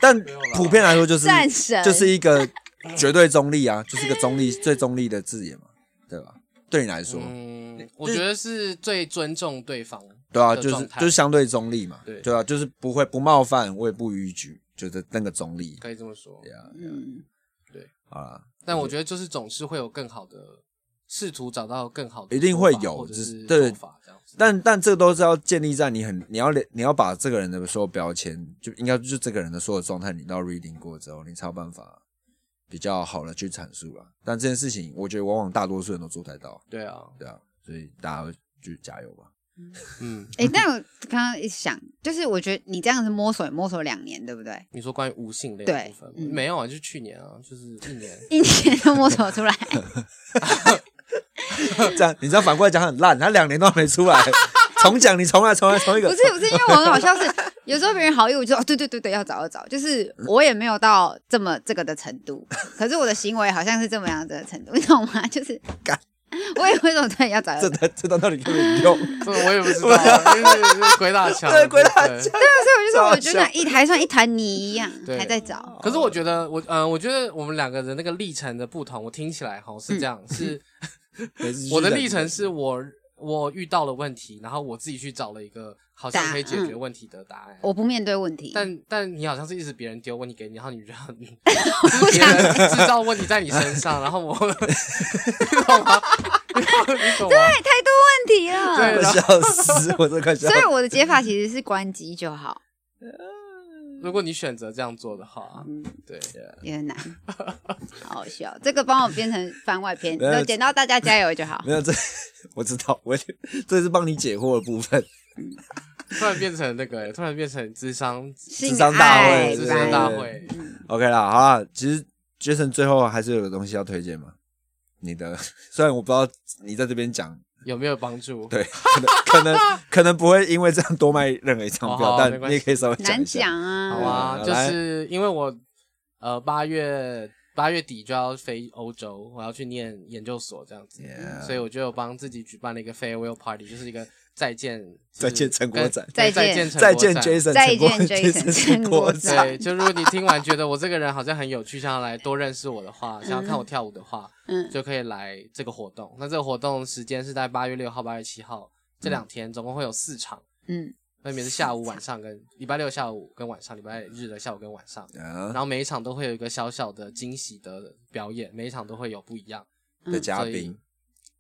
[SPEAKER 3] 但
[SPEAKER 5] 有啦
[SPEAKER 3] 普遍来说就是
[SPEAKER 4] 战神
[SPEAKER 3] 就是一个绝对中立啊，就是一个中立最中立的字眼嘛，对吧？对你来说，
[SPEAKER 5] 嗯，我觉得是最尊重对方的
[SPEAKER 3] 对啊，就是
[SPEAKER 5] 状态
[SPEAKER 3] 就是相对中立嘛，
[SPEAKER 5] 对
[SPEAKER 3] 对啊，就是不会不冒犯，我也不逾矩，就是那个中立。
[SPEAKER 5] 可以这么说。
[SPEAKER 3] 对啊，
[SPEAKER 4] 嗯，
[SPEAKER 3] 好啦，
[SPEAKER 5] 但我觉得就是总是会有更好的，试图找到更好的做法，
[SPEAKER 3] 一定会有
[SPEAKER 5] 或者
[SPEAKER 3] 只
[SPEAKER 5] 是
[SPEAKER 3] 是对
[SPEAKER 5] 做法这样子。
[SPEAKER 3] 但但这都是要建立在你很你要你要把这个人的所有标签，就应该就是这个人的所有状态，你到 reading 过之后，你才有办法比较好的去阐述啦。但这件事情，我觉得往往大多数人都做不太到，
[SPEAKER 5] 对啊，
[SPEAKER 3] 对啊，所以大家就加油吧。
[SPEAKER 5] 嗯，
[SPEAKER 4] 哎，但我刚刚一想，就是我觉得你这样子摸索也摸索两年，对不对？
[SPEAKER 5] 你说关于无性类的
[SPEAKER 4] 对
[SPEAKER 5] 部分吗，
[SPEAKER 4] 嗯
[SPEAKER 5] 没有啊，就去年啊，就是 一年。
[SPEAKER 4] 一年都摸索出来，
[SPEAKER 3] 这样你知道反过来讲很烂，他两年都还没出来， 重讲你重来重来重一个，
[SPEAKER 4] 不是不是，因为 我很好 笑是，有时候别人好意，我就说哦，对对对对，要找要找，就是
[SPEAKER 5] 嗯
[SPEAKER 4] 我也没有到这么这个的程度，可是我的行为好像是这么样子的程度， 你懂吗？就是
[SPEAKER 3] 干，
[SPEAKER 4] 我也会说对要找要
[SPEAKER 3] 这
[SPEAKER 4] 找，但
[SPEAKER 3] 段这段到底有没有用？
[SPEAKER 5] 这我也不知道啊，就是鬼打墙，
[SPEAKER 3] 对，鬼打
[SPEAKER 5] 对
[SPEAKER 3] 墙。
[SPEAKER 4] 是我就说我就
[SPEAKER 3] 超好
[SPEAKER 4] 像一还像一团泥一样，
[SPEAKER 5] 对哦
[SPEAKER 4] 还在找，
[SPEAKER 5] 可是我觉得我，嗯、我觉得我们两个人那个历程的不同，我听起来哈是这样，
[SPEAKER 4] 嗯
[SPEAKER 5] 是我的历 程是我我遇到了问题，然后我自己去找了一个好像可以解决问题的答案。
[SPEAKER 4] 我不面对问题，
[SPEAKER 5] 但但你好像是一直别人丢问题给你，然后你让就是别人 制造问题在你身上，然后我， 你懂吗？你懂你懂吗？
[SPEAKER 4] 太太多问题 了，
[SPEAKER 5] 对
[SPEAKER 3] 我笑死，我真的快笑
[SPEAKER 4] 所。以我的解法其实是关机就好，
[SPEAKER 5] 如果你选择这样做的话，
[SPEAKER 4] 嗯，
[SPEAKER 5] 对，
[SPEAKER 4] 也很难，好好笑，这个帮我变成番 外篇，
[SPEAKER 3] 没有
[SPEAKER 4] 就捡到大家加油就好
[SPEAKER 3] 没。有这，我知道，我这是帮你解惑的部分。
[SPEAKER 5] 突然变成那个、突然变成 智商
[SPEAKER 4] 性
[SPEAKER 3] 智商大会
[SPEAKER 4] 爱
[SPEAKER 5] 智
[SPEAKER 3] 智
[SPEAKER 5] 商大
[SPEAKER 4] 拜
[SPEAKER 5] 会。
[SPEAKER 3] OK 啦，好啦，其实 Jason 最后还是有个东西要推荐嘛。你的虽然我不知道你在这边讲，
[SPEAKER 5] 有没有帮助？
[SPEAKER 3] 对，可能可能可能不会因为这样多卖任何一张
[SPEAKER 5] 哦
[SPEAKER 3] 票，
[SPEAKER 5] 好
[SPEAKER 3] 但
[SPEAKER 5] 没关
[SPEAKER 3] 你
[SPEAKER 5] 系
[SPEAKER 3] 也可以稍微讲
[SPEAKER 4] 难
[SPEAKER 3] 一下。
[SPEAKER 4] 讲啊，
[SPEAKER 5] 好啊，
[SPEAKER 3] 嗯
[SPEAKER 5] 就
[SPEAKER 3] 来
[SPEAKER 5] 是因为我呃八月八月底就要飞欧洲，我要去念研究所这样子
[SPEAKER 3] Yeah
[SPEAKER 5] 所以我就有帮自己举办了一个 farewell party，就是一个再见
[SPEAKER 3] 再见陈国展
[SPEAKER 5] 再
[SPEAKER 4] 再
[SPEAKER 5] 再
[SPEAKER 4] 见
[SPEAKER 5] 见 陈
[SPEAKER 3] 再
[SPEAKER 5] 国
[SPEAKER 3] 见
[SPEAKER 5] 展
[SPEAKER 3] Jason，
[SPEAKER 4] 再
[SPEAKER 3] 陈国
[SPEAKER 4] 见
[SPEAKER 3] 陈国
[SPEAKER 4] Jason，陈国
[SPEAKER 3] 展
[SPEAKER 4] 展。
[SPEAKER 5] 对，就如果你听完觉得我这个人好像很有趣，想要来多认识我的话，想要看我跳舞的 话，
[SPEAKER 4] 嗯
[SPEAKER 5] 就可以来这个活动。那这个活动时间是在八月六号、八月七号这
[SPEAKER 3] 嗯
[SPEAKER 5] 两天，总共会有四场，
[SPEAKER 4] 嗯，
[SPEAKER 5] 分别是下午、晚上跟礼拜六下午跟晚上，礼拜日的下午跟晚上。
[SPEAKER 3] 啊
[SPEAKER 5] 然后每一场都会有一个小小的惊喜的表演，每一场都会有不一样，
[SPEAKER 3] 的嘉
[SPEAKER 5] 所以
[SPEAKER 3] 宾，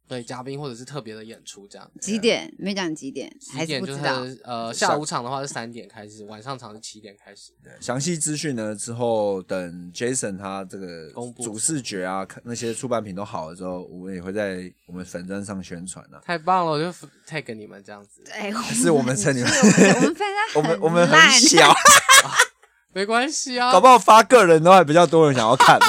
[SPEAKER 5] 对嘉宾或者是特别的演出这样。
[SPEAKER 4] 几点？没讲几点，还
[SPEAKER 5] 一
[SPEAKER 4] 是
[SPEAKER 5] 点
[SPEAKER 4] 不
[SPEAKER 5] 就
[SPEAKER 4] 知道。
[SPEAKER 5] 是呃下午场的话是三点开始，晚上场是七点开始。
[SPEAKER 3] 详细资讯呢之后等 Jason 他这个
[SPEAKER 5] 公布
[SPEAKER 3] 主视觉啊，看那些出版品都好了之后，我们也会在我们粉砖上宣传 啊。
[SPEAKER 5] 太棒了，我就 tag 你们这样子，
[SPEAKER 4] 哎，我
[SPEAKER 3] 是我们趁你们
[SPEAKER 4] 是 我们非常
[SPEAKER 3] 我们我们很
[SPEAKER 4] 烂
[SPEAKER 3] 小，
[SPEAKER 5] 没关系啊。
[SPEAKER 3] 搞不好发个人的话比较多人想要 看。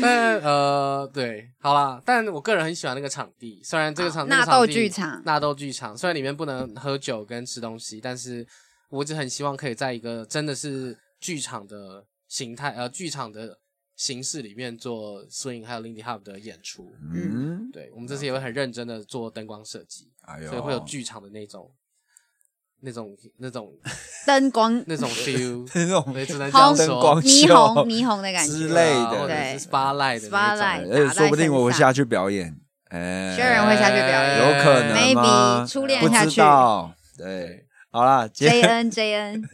[SPEAKER 5] 但呃对，好啦，但我个人很喜欢那个场地，虽然这个场地
[SPEAKER 4] 纳
[SPEAKER 5] 这个场
[SPEAKER 4] 豆
[SPEAKER 5] 地
[SPEAKER 4] 剧
[SPEAKER 3] 嗯
[SPEAKER 4] 场
[SPEAKER 5] 纳豆剧场，虽然里面不能喝酒跟吃东西，但是我只很希望可以在一个真的是剧场的形态，呃，剧场的形式里面做 swing 还有 Lindy Hop 的演出。
[SPEAKER 3] 嗯，
[SPEAKER 5] 对，我们这次也会很认真的做灯光设计，
[SPEAKER 3] 哎
[SPEAKER 5] 所以
[SPEAKER 3] 呦，
[SPEAKER 5] 会有剧场的那种那种那种
[SPEAKER 4] 灯光
[SPEAKER 5] 那种 feel，
[SPEAKER 3] 那种
[SPEAKER 5] 对，只能这样
[SPEAKER 4] 红
[SPEAKER 3] 灯光
[SPEAKER 5] 说。
[SPEAKER 4] 霓
[SPEAKER 3] 秀
[SPEAKER 4] 虹霓虹的感
[SPEAKER 3] 之
[SPEAKER 4] 觉，
[SPEAKER 3] 类
[SPEAKER 5] 啊
[SPEAKER 3] 的
[SPEAKER 5] 或者是
[SPEAKER 4] 对
[SPEAKER 5] spotlight 的那种
[SPEAKER 4] spotlight
[SPEAKER 3] 而且说不定我会
[SPEAKER 4] 打在身上
[SPEAKER 3] 下去表演，哎，
[SPEAKER 4] 啊有人会下去表演，
[SPEAKER 3] 有可 能吗
[SPEAKER 4] Maybe，初恋
[SPEAKER 3] 不
[SPEAKER 4] 下
[SPEAKER 3] 知
[SPEAKER 4] 去
[SPEAKER 3] 道，对，好啦，今
[SPEAKER 4] J
[SPEAKER 3] 天
[SPEAKER 4] N J N，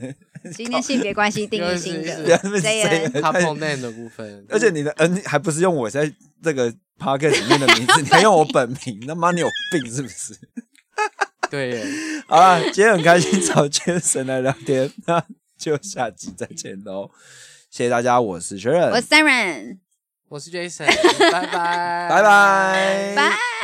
[SPEAKER 4] 今天性别关系定义新
[SPEAKER 5] 又是
[SPEAKER 3] 不要
[SPEAKER 4] 的
[SPEAKER 3] 那么
[SPEAKER 4] J
[SPEAKER 3] 这
[SPEAKER 4] N，
[SPEAKER 3] 个
[SPEAKER 5] 他碰 n 的部分，
[SPEAKER 3] 哎而且你的 N 还不是用我在这个 p o c k e t 里面的名字，你还用我本名，他妈你有病是不是？
[SPEAKER 5] 对耶，
[SPEAKER 3] 好啦，今天很开 心找 Jason 来聊天，那就下集再见喽，谢谢大家，我是学仁
[SPEAKER 4] 我，是 Saren，
[SPEAKER 5] 我是 Jason，拜拜，
[SPEAKER 3] 拜拜，
[SPEAKER 4] 拜。